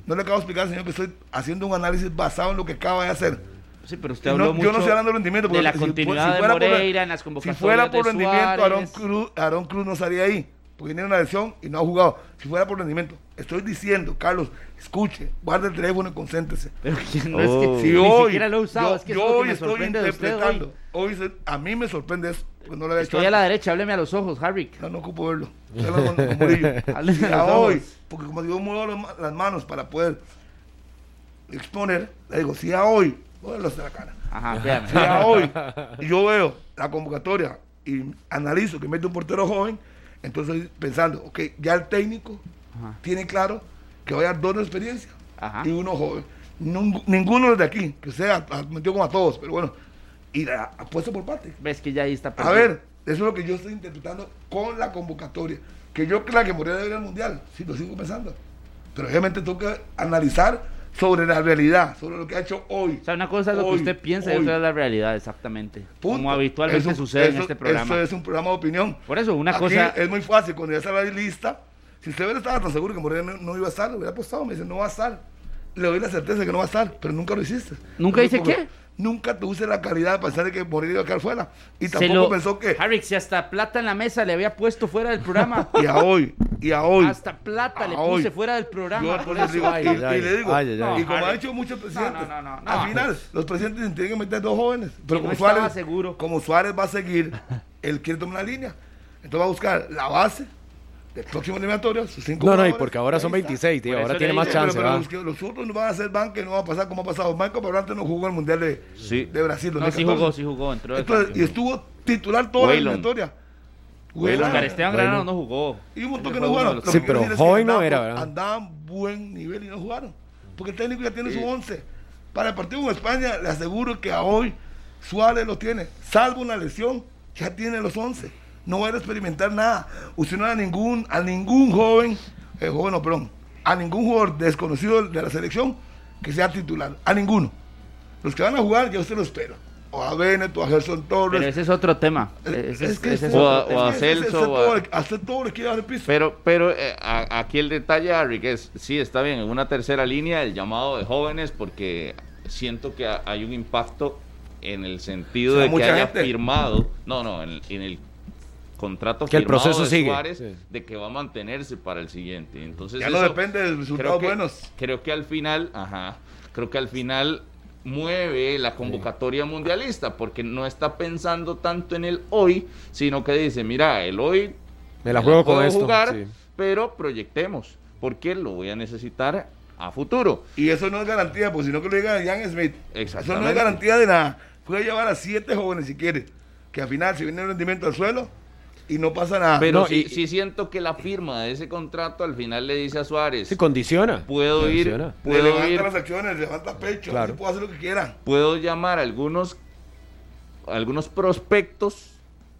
C: No le acabo de explicar, señor, que estoy haciendo un análisis basado en lo que acaba de hacer.
E: Sí, pero usted
C: No,
E: habló
C: yo no
E: mucho
C: estoy hablando de rendimiento, porque
E: la
C: si fu-
E: continuidad
C: si
E: de
C: fuera por-
E: Moreira en las
C: Si
E: convocatorias
C: fuera por
E: de
C: rendimiento, Aaron
E: Suárez.
C: Cruz, Aarón Cruz no estaría ahí, porque tiene una lesión y no ha jugado. Si fuera por rendimiento, estoy diciendo, Carlos, escuche, guarde el teléfono y concéntrese.
E: Pero que no es que
B: Oh.
C: Si
E: ni
C: hoy,
E: siquiera lo he usado.
C: yo,
E: es que
C: yo
E: eso es lo que
C: hoy
E: me
C: estoy
E: sorprende de usted hoy.
C: interpretando, hoy se- a mí me sorprende eso, porque no lo había hecho
E: Estoy a la
C: antes.
E: derecha, hábleme a los ojos, Harry.
C: No, no ocupo verlo. Estoy hablando con- con Murillo.
E: Hazle
C: Ya
E: los ojos.
C: hoy, porque como digo, muevo las ma- las manos para poder exponer, le digo, si a hoy, voy a los de la cara.
E: Ajá,
C: Si
E: véame.
C: a hoy yo veo la convocatoria y analizo que mete un portero joven, entonces estoy pensando, ok, ya el técnico
E: Ajá.
C: tiene claro que va a dar dos de experiencia
E: Ajá.
C: y uno joven. Nun- ninguno de aquí, que sea, a- metió como a todos, pero bueno, y la apuesta por Patrick.
E: Ves que ya ahí está
C: A
E: perdido.
C: ver, eso es lo que yo estoy interpretando con la convocatoria. Que yo creo que Moreira debe ir al mundial, si lo sigo pensando. Pero obviamente tengo que analizar sobre la realidad, sobre lo que ha hecho hoy.
E: O sea, una cosa es lo que
C: Hoy,
E: usted piensa y
C: hoy.
E: otra es la realidad, exactamente.
C: Punto.
E: Como habitualmente
C: Eso-
E: sucede en
C: eso-
E: este programa.
C: Eso es un programa de opinión.
E: Por eso, una
C: Aquí
E: cosa.
C: Es muy fácil, cuando ya está la lista, si usted hubiera estado tan seguro que Morena no, no iba a estar, lo hubiera apostado, me dice, no va a estar. Le doy la certeza de que no va a estar, pero nunca lo hiciste.
E: ¿Nunca hice
C: porque
E: qué?
C: Nunca tuviste la calidad de pensar de que Morena iba a quedar fuera. Y
E: se
C: tampoco
E: lo-
C: pensó que...
E: Harry, si hasta plata en la mesa le había puesto fuera del programa.
C: Y a hoy, y a hoy.
E: hasta plata le
C: a hoy.
E: puse fuera del programa.
C: Yo
D: Ah,
E: por
C: por eso
E: eso.
C: digo,
D: ay,
C: y, y
D: ay,
C: le digo,
D: ay, ay, ay.
C: y como
E: Ah, No, Ah.
C: ha hecho Ah, muchos presidentes,
E: no, no, no, no.
C: al final los presidentes se tienen que meter dos jóvenes, pero
E: no
C: como,
E: estaba
C: Suárez,
E: seguro.
C: como Suárez va a seguir, él quiere tomar una línea, entonces va a buscar la base del próximo eliminatorio, sus cinco
D: No, no, y
C: jugadores,
D: porque ahora son
C: ahí está.
D: 26, tío,
E: Por
D: ahora
E: eso
D: tiene
E: le
D: más
C: Sí,
E: dije,
C: pero-
D: chance,
C: pero
D: ¿va?
C: los, que- los otros no van a ser van que no va a pasar como ha pasado. Marco Peralta no jugó el Mundial de,
B: Sí.
C: de Brasil.
E: No,
C: 2014.
E: sí jugó, sí jugó. Entró de
C: Entonces, y
E: cambio.
C: estuvo titular toda
B: Waylon.
C: la eliminatoria. Jugó
B: Waylon.
E: Oscar
C: nada.
E: Esteban
D: Bueno.
E: Granado no jugó.
C: Y un montón
E: Ese
C: que
E: fue
C: no
E: uno
C: jugaron.
E: de los-
C: Lo
D: Sí,
C: que
D: pero
C: quiero decir es que
D: hoy no
C: andaban
D: era,
C: por-
D: ¿verdad?
C: Andaban buen nivel y no jugaron. Porque el técnico ya tiene
B: Sí.
C: su 11. Para el partido con España, le aseguro que a hoy Suárez lo tiene. Salvo una lesión, ya tiene los 11. No va a ir a experimentar nada. Usted no a ningún, a ningún joven, eh, joven no, perdón, a ningún jugador desconocido de la selección que sea titular. A ninguno. Los que van a jugar, ya usted lo espera. O a Bennett, o a Gerson Torres.
E: Pero ese es otro tema.
C: Es-
E: Ese
C: es
E: es,
C: que
E: ese es
C: fue-
B: o a-
E: otro tema.
B: o a
C: es que ese-
B: Celso,
C: ese
B: o a-
C: todo le- Hacer todo le quiere dar el piso.
B: Pero, pero eh, a- aquí el detalle, Harry, que es, sí, está bien, en una tercera línea el llamado de jóvenes, porque siento que ha- hay un impacto en el sentido
C: O sea,
B: de que
C: mucha
B: haya
C: gente.
B: firmado, no, no, en, en el contrato
D: Que el
B: firmado
D: proceso
B: de
D: sigue.
B: Suárez,
D: Sí.
B: de que va a mantenerse para el siguiente. Entonces
C: Ya no
B: eso
C: depende de
B: creo
C: resultados
B: que,
C: buenos.
B: creo que al final, ajá, creo que al final mueve la convocatoria mundialista, porque no está pensando tanto en el hoy, sino que dice, mira, el hoy
D: Me la juego con
B: puedo
D: esto.
B: jugar,
D: sí.
B: pero proyectemos, porque lo voy a necesitar a futuro.
C: Y eso no es garantía, pues sino que lo diga Jan Smith. Eso no
B: Exactamente.
C: es garantía de nada. Puede llevar a siete jóvenes si quiere. Que al final se viene el rendimiento al suelo y no pasa nada.
B: Pero
D: No,
B: sí,
D: y-
B: sí siento que la firma de ese contrato al final le dice a Suárez,
D: Sí, condiciona.
B: puedo ir,
D: Condiciona.
C: Le
B: puedo
C: levanta
B: ir,
C: las acciones, le levanta pecho,
D: Claro.
C: así puede hacer lo que quiera.
B: puedo llamar a algunos, a algunos prospectos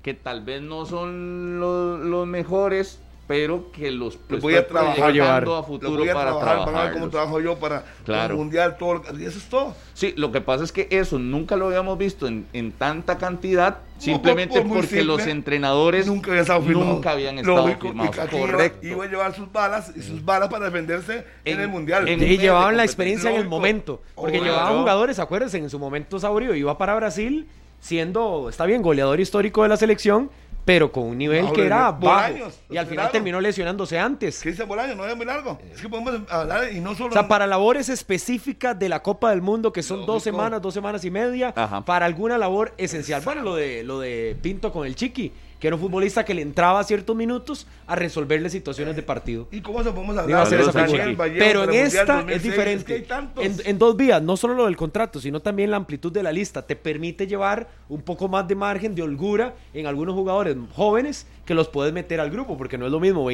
B: que tal vez no son lo- los mejores, pero que los
C: voy a trabajar,
B: estoy proyectando
D: llevar.
B: a
C: Lo
B: futuro
C: voy a
B: para
C: trabajar, van a ver cómo
B: trabajarlos.
C: trabajo yo para
B: Claro.
C: el mundial, todo lo que- y eso es todo.
B: Sí, lo que pasa es que eso nunca lo habíamos visto en, en tanta cantidad, simplemente
C: por muy
B: porque
C: simple,
B: los entrenadores
C: nunca habían estado firmados.
B: nunca habían estado
C: Lógico, y
B: firmados.
C: aquí iba-
B: Correcto.
C: Iba a llevar sus balas y sus balas para defenderse en,
B: En-
C: el mundial.
B: en-
D: Y
B: medio
D: llevaban
B: de
D: la experiencia en el
C: lógico.
D: momento. Porque
C: Obvio,
D: llevaban
B: ¿no?
D: jugadores, acuérdense, en su momento Saurio iba para Brasil siendo, está bien, goleador histórico de la selección, pero con un nivel
C: Ahora,
D: que era
C: por
D: bajo.
C: años,
D: y al final
C: claro.
D: terminó lesionándose antes.
C: Cristian Bolaño, no es muy largo. Es que podemos hablar y no solo.
D: O sea, para labores específicas de la Copa del Mundo, que son
C: Lógico.
D: dos semanas, dos semanas y media,
B: Ajá.
D: para alguna labor esencial. Bueno, lo de, lo de Pinto con el Chiqui, que era un futbolista que le entraba a ciertos minutos a resolverle situaciones de partido.
C: ¿Y cómo se podemos
D: Iba a
C: hablar?
D: hacer esa
B: Saludos,
C: Daniel
B: Sánchez.
D: figura.
C: Vallejo
D: Pero en
C: para el Mundial
D: esta
C: 2006,
D: es diferente.
C: Es que hay tantos.
D: en, en dos vías, no solo lo del contrato, sino también la amplitud de la lista. Te permite llevar un poco más de margen, de holgura en algunos jugadores jóvenes que los puedes meter al grupo, porque no es lo mismo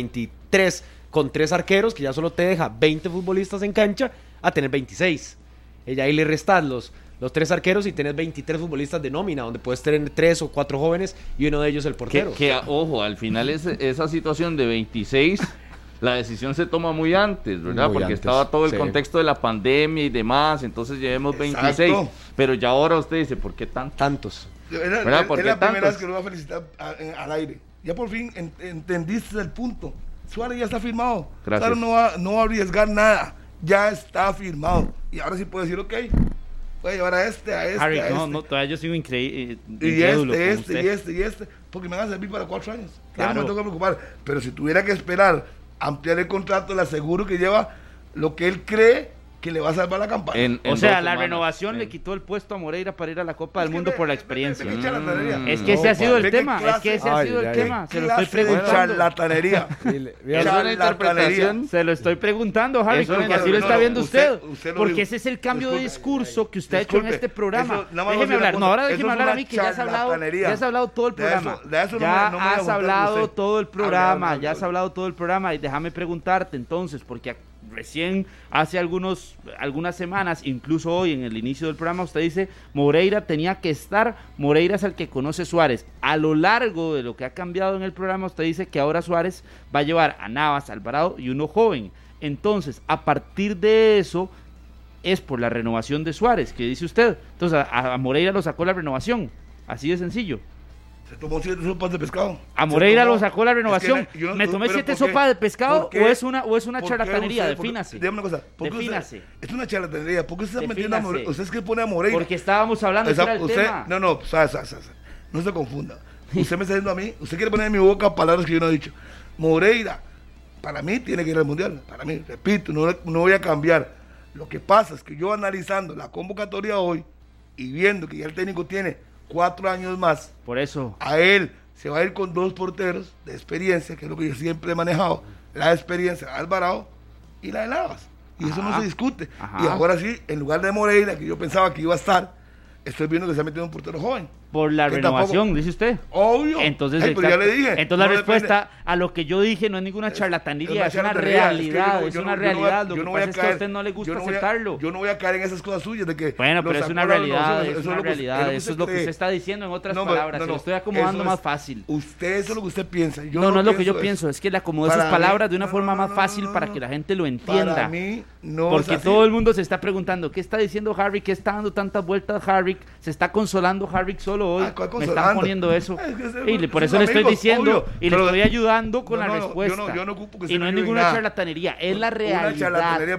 D: 23 con tres arqueros, que ya solo te deja 20 futbolistas en cancha, a tener 26. Y ahí le restas los, los tres arqueros y tenés 23 futbolistas de nómina, donde puedes tener tres o cuatro jóvenes y uno de ellos el
B: Que,
D: portero.
B: que, ojo, al final es, esa situación de 26, la decisión se toma muy antes, ¿verdad?
D: Muy
B: Porque
D: antes,
B: estaba todo el
D: sí.
B: contexto de la pandemia y demás, entonces llevemos 26.
C: Exacto.
B: Pero ya ahora usted dice, ¿por qué tanto?
D: Tantos.
C: Es la-
B: ¿Verdad?
C: es
B: ¿Por qué
C: la primera
B: tantos?
C: vez que lo voy a felicitar a- en- al aire. Ya por fin en- entendiste el punto. Suárez ya está firmado.
B: Gracias.
C: Suárez no va, no va a arriesgar nada. Ya está firmado. Y ahora sí puedo decir, ok, voy a llevar a este, a este,
E: Harry,
C: a
E: no,
C: este.
E: no, todavía yo sigo increíble.
C: y este, este, y este, y este, porque me van a servir para cuatro años. Ya no
E: Claro.
C: me tengo que preocupar. Pero si tuviera que esperar ampliar el contrato, le aseguro que lleva lo que él cree que le va a salvar la campaña.
B: En- en
E: O sea,
B: dos
E: la
B: semanas.
E: renovación le
B: Sí.
E: quitó el puesto a Moreira para ir a la Copa
C: Es
E: del
C: que
E: Mundo
C: ve-
E: por la
C: ve-
E: experiencia.
C: ve- ve qué charlatanería.
E: Mm. Es que ese ha sido
C: padre.
E: el
C: Ve qué
E: tema, es que ese ha
D: clase-
E: sido el
D: Ay, ay,
E: tema.
C: ¿Qué
E: Se lo estoy
C: clase de
E: preguntando.
C: charlatanería.
B: Es una
C: Charlatanería.
B: interpretación.
E: Se lo estoy preguntando, Harry,
B: Eso
E: porque
B: es-
E: así lo
B: no,
E: está
B: no,
E: viendo
C: usted-
E: usted.
C: usted lo
E: porque
C: dijo.
E: ese es el cambio de
C: Disculpe,
E: discurso que usted ha hecho en
C: Disculpe,
E: este programa.
C: eso- nada más voy a
E: Déjeme
C: decir una
E: hablar. No,
C: cosa,
E: ahora
C: eso
E: déjeme
C: es
E: hablar a
C: una
E: mí, que ya has hablado,
C: charlatanería.
E: ya has hablado todo el
C: De eso-
E: programa.
C: de eso no
E: ya
C: me- no me voy a
E: has
C: juntar con
E: hablado
C: usted.
E: todo el
C: Hable, hable,
E: programa,
C: hable,
E: ya has
C: hable.
E: hablado todo el programa. Y déjame preguntarte entonces, porque recién hace algunos, algunas semanas, incluso hoy en el inicio del programa, usted dice, Moreira tenía que estar, Moreira es el que conoce Suárez. A lo largo de lo que ha cambiado en el programa, usted dice que ahora Suárez va a llevar a Navas, Alvarado y uno joven. Entonces, a partir de eso, es por la renovación de Suárez, que dice usted. Entonces a, a Moreira lo sacó la renovación, así de sencillo.
C: Se tomó siete sopas de pescado.
E: A
C: Se
E: Moreira
C: tomó-
E: lo sacó la renovación.
C: Es que yo no-
E: ¿Me tomé
C: pero
E: siete
C: ¿por qué?
E: sopas de pescado
C: ¿Por qué?
E: o es una, o es una
C: ¿Por qué
E: charlatanería?
C: usted- por-
E: Defínase.
C: Dígame una cosa. ¿por qué usted-
E: Defínase.
C: es una charlatanería. ¿Por qué usted está metiendo a
E: Defínase.
C: Moreira? ¿Usted es que pone a Moreira?
E: Porque estábamos hablando
C: Esa-
E: ese era el
C: usted,
E: tema.
C: No, no, sa- sa- sa- sa- no se confunda. Usted me está diciendo a mí, usted quiere poner en mi boca palabras que yo no he dicho. Moreira, para mí tiene que ir al mundial. Para mí, repito, no, no voy a cambiar. Lo que pasa es que yo analizando la convocatoria hoy y viendo que ya el técnico tiene cuatro años más,
E: Por eso.
C: a él se va a ir con dos porteros de experiencia, que es lo que yo siempre he manejado, la experiencia de Alvarado y la de Lavas. Y eso no
E: Ajá.
C: se discute.
E: Ajá.
C: Y ahora sí, en lugar de Moreira, que yo pensaba que iba a estar, estoy viendo que se ha metido un portero joven.
E: Por la
C: Que
E: renovación,
C: tampoco-
E: dice usted.
C: Obvio.
E: Entonces,
C: Ay, pero ya
E: exacto.
C: le dije.
E: Entonces la
C: no depende-
E: respuesta a lo que yo dije no es ninguna charlatanería, es, una,
C: charlatanería, es que yo no-
E: realidad,
C: yo
E: es
C: no- yo
E: una
C: no voy a-
E: realidad.
C: yo
E: Lo que
C: no voy
E: pasa es que a
C: caer-
E: usted no le
C: yo
E: gusta
C: no voy a-
E: aceptarlo.
C: yo no voy a caer en esas cosas suyas de que.
E: Bueno,
C: lo
E: pero es
C: sacó
E: una
C: la renovación,
E: realidad,
C: eso
E: es
C: lo
E: una
C: que-
E: realidad. Eso es lo que
C: cree.
E: usted está diciendo en otras
C: No, pero-
E: palabras.
C: no,
E: se lo
C: no,
E: estoy acomodando
C: eso
E: más
C: es-
E: fácil.
C: Usted, eso es lo que usted piensa. Yo
E: no, no, es lo que yo
C: eso.
E: pienso, es que le acomodó
C: Para
E: esas
C: mí-
E: palabras de una
C: no,
E: forma
C: no,
E: más
C: no,
E: fácil
C: no,
E: para
C: no.
E: que la gente lo entienda.
C: Para mí no
E: Porque
C: es así.
E: todo el mundo se está preguntando, ¿qué está diciendo Harvick? ¿Qué está dando tantas vueltas Harvick? ¿Se está consolando Harvick solo hoy?
C: Ah, ¿cuál
E: Me están
C: consolando?
E: poniendo eso.
C: Es que ese-
E: y le- por
C: esos
E: eso le estoy
C: amigos,
E: diciendo
C: obvio,
E: y le
C: pero-
E: estoy ayudando
C: No,
E: con la
C: no, no, yo no-
E: respuesta.
C: yo no ocupo que se
E: y no
C: me
E: es
C: ayude en
E: ninguna
C: nada.
E: charlatanería, es la
C: Una charlatanería,
E: realidad.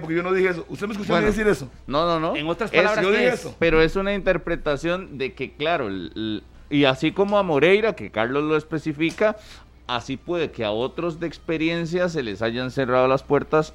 C: porque Pues yo no dije eso. ¿Usted me escuchó a mí
B: Bueno.
C: decir eso?
B: No, no, no.
E: En otras
B: Es-
E: palabras,
C: yo
E: ¿qué
C: dije
E: es?
C: eso.
B: Pero es una interpretación de que, claro, l- l- y así como a Moreira, que Carlos lo especifica, así puede que a otros de experiencia se les hayan cerrado las puertas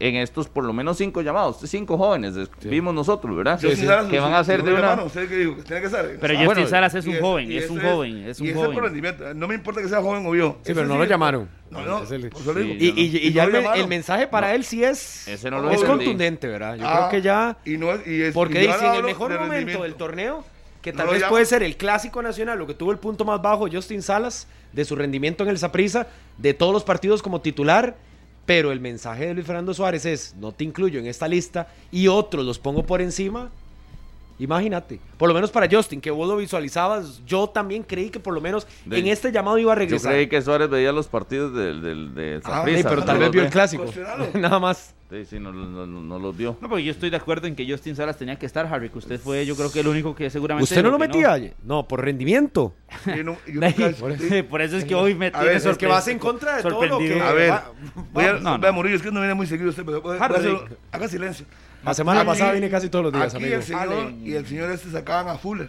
B: en estos por lo menos cinco llamados, cinco jóvenes, es- vimos nosotros,
D: Ah,
B: ¿verdad?
C: Yo sin dar
B: Que van a hacer
C: yo
B: de
C: me
B: una...
C: llamaron, usted que dijo que tiene que ser.
E: Pero
C: Ah,
E: Justin
B: bueno,
E: Salas es
C: y
E: un
C: eso-
E: joven,
C: y
E: es
C: eso
E: un joven, es
C: y
E: un
C: eso por
E: joven.
C: rendimiento. No me importa que sea joven o yo.
D: Sí,
C: Eso
D: pero no lo llamaron.
C: No, no.
D: Es el-
C: por eso le digo.
D: Y, y- y
C: no
D: ya
C: lo
D: el, men-
C: llamaron.
D: el mensaje para él sí es,
B: Ese no lo
D: es
B: entendí.
D: contundente, ¿verdad? Yo
C: Ah,
D: creo que ya...
C: Y no es, y es,
D: Porque
C: y yo
D: dice, en el
C: hablo
D: mejor
C: de
D: momento
C: rendimiento.
D: del torneo, que
C: No
D: tal
C: lo
D: vez
C: llamo.
D: puede ser el clásico nacional, lo que tuvo el punto más bajo Justin Salas, de su rendimiento en el Saprissa, de todos los partidos como titular, pero el mensaje de Luis Fernando Suárez es, no te incluyo en esta lista, y otros los pongo por encima. Imagínate, por lo menos para Justin, que vos lo visualizabas, yo también creí que por lo menos
B: De-
D: en este llamado iba a
B: Yo
D: regresar.
B: creí que Suárez veía los partidos del del de
C: Ah,
D: Sí,
B: Saprissa,
D: pero
B: no
D: tal
B: los
D: vez vio el
B: ve.
D: clásico.
C: Cuestionalo.
D: Nada más.
B: Sí, sí, no, no- no- no los vio.
E: No, porque yo estoy de acuerdo en que Justin Salas tenía que estar, Harry, que usted fue, yo creo que el único que seguramente...
D: ¿Usted no lo
E: opinó.
D: metía? No, por rendimiento.
C: Y no- y yo
E: Ahí,
C: nunca-
E: por, eso, por eso es que hoy me
C: A ver,
E: tiene
C: es
D: que vas en
E: sorpre-
D: contra de todo lo
E: sorprendido.
D: que-
C: A ver,
D: Va-
C: voy a,
E: no,
C: voy
E: no.
C: a morir, es que no viene muy seguido usted, pero voy a- voy a
D: Harry.
C: hacerlo- haga silencio.
D: La semana
C: Aquí-
D: pasada vine casi todos los días,
C: aquí
D: amigo.
C: el señor
E: Allen.
C: y el señor este sacaban a Fuller.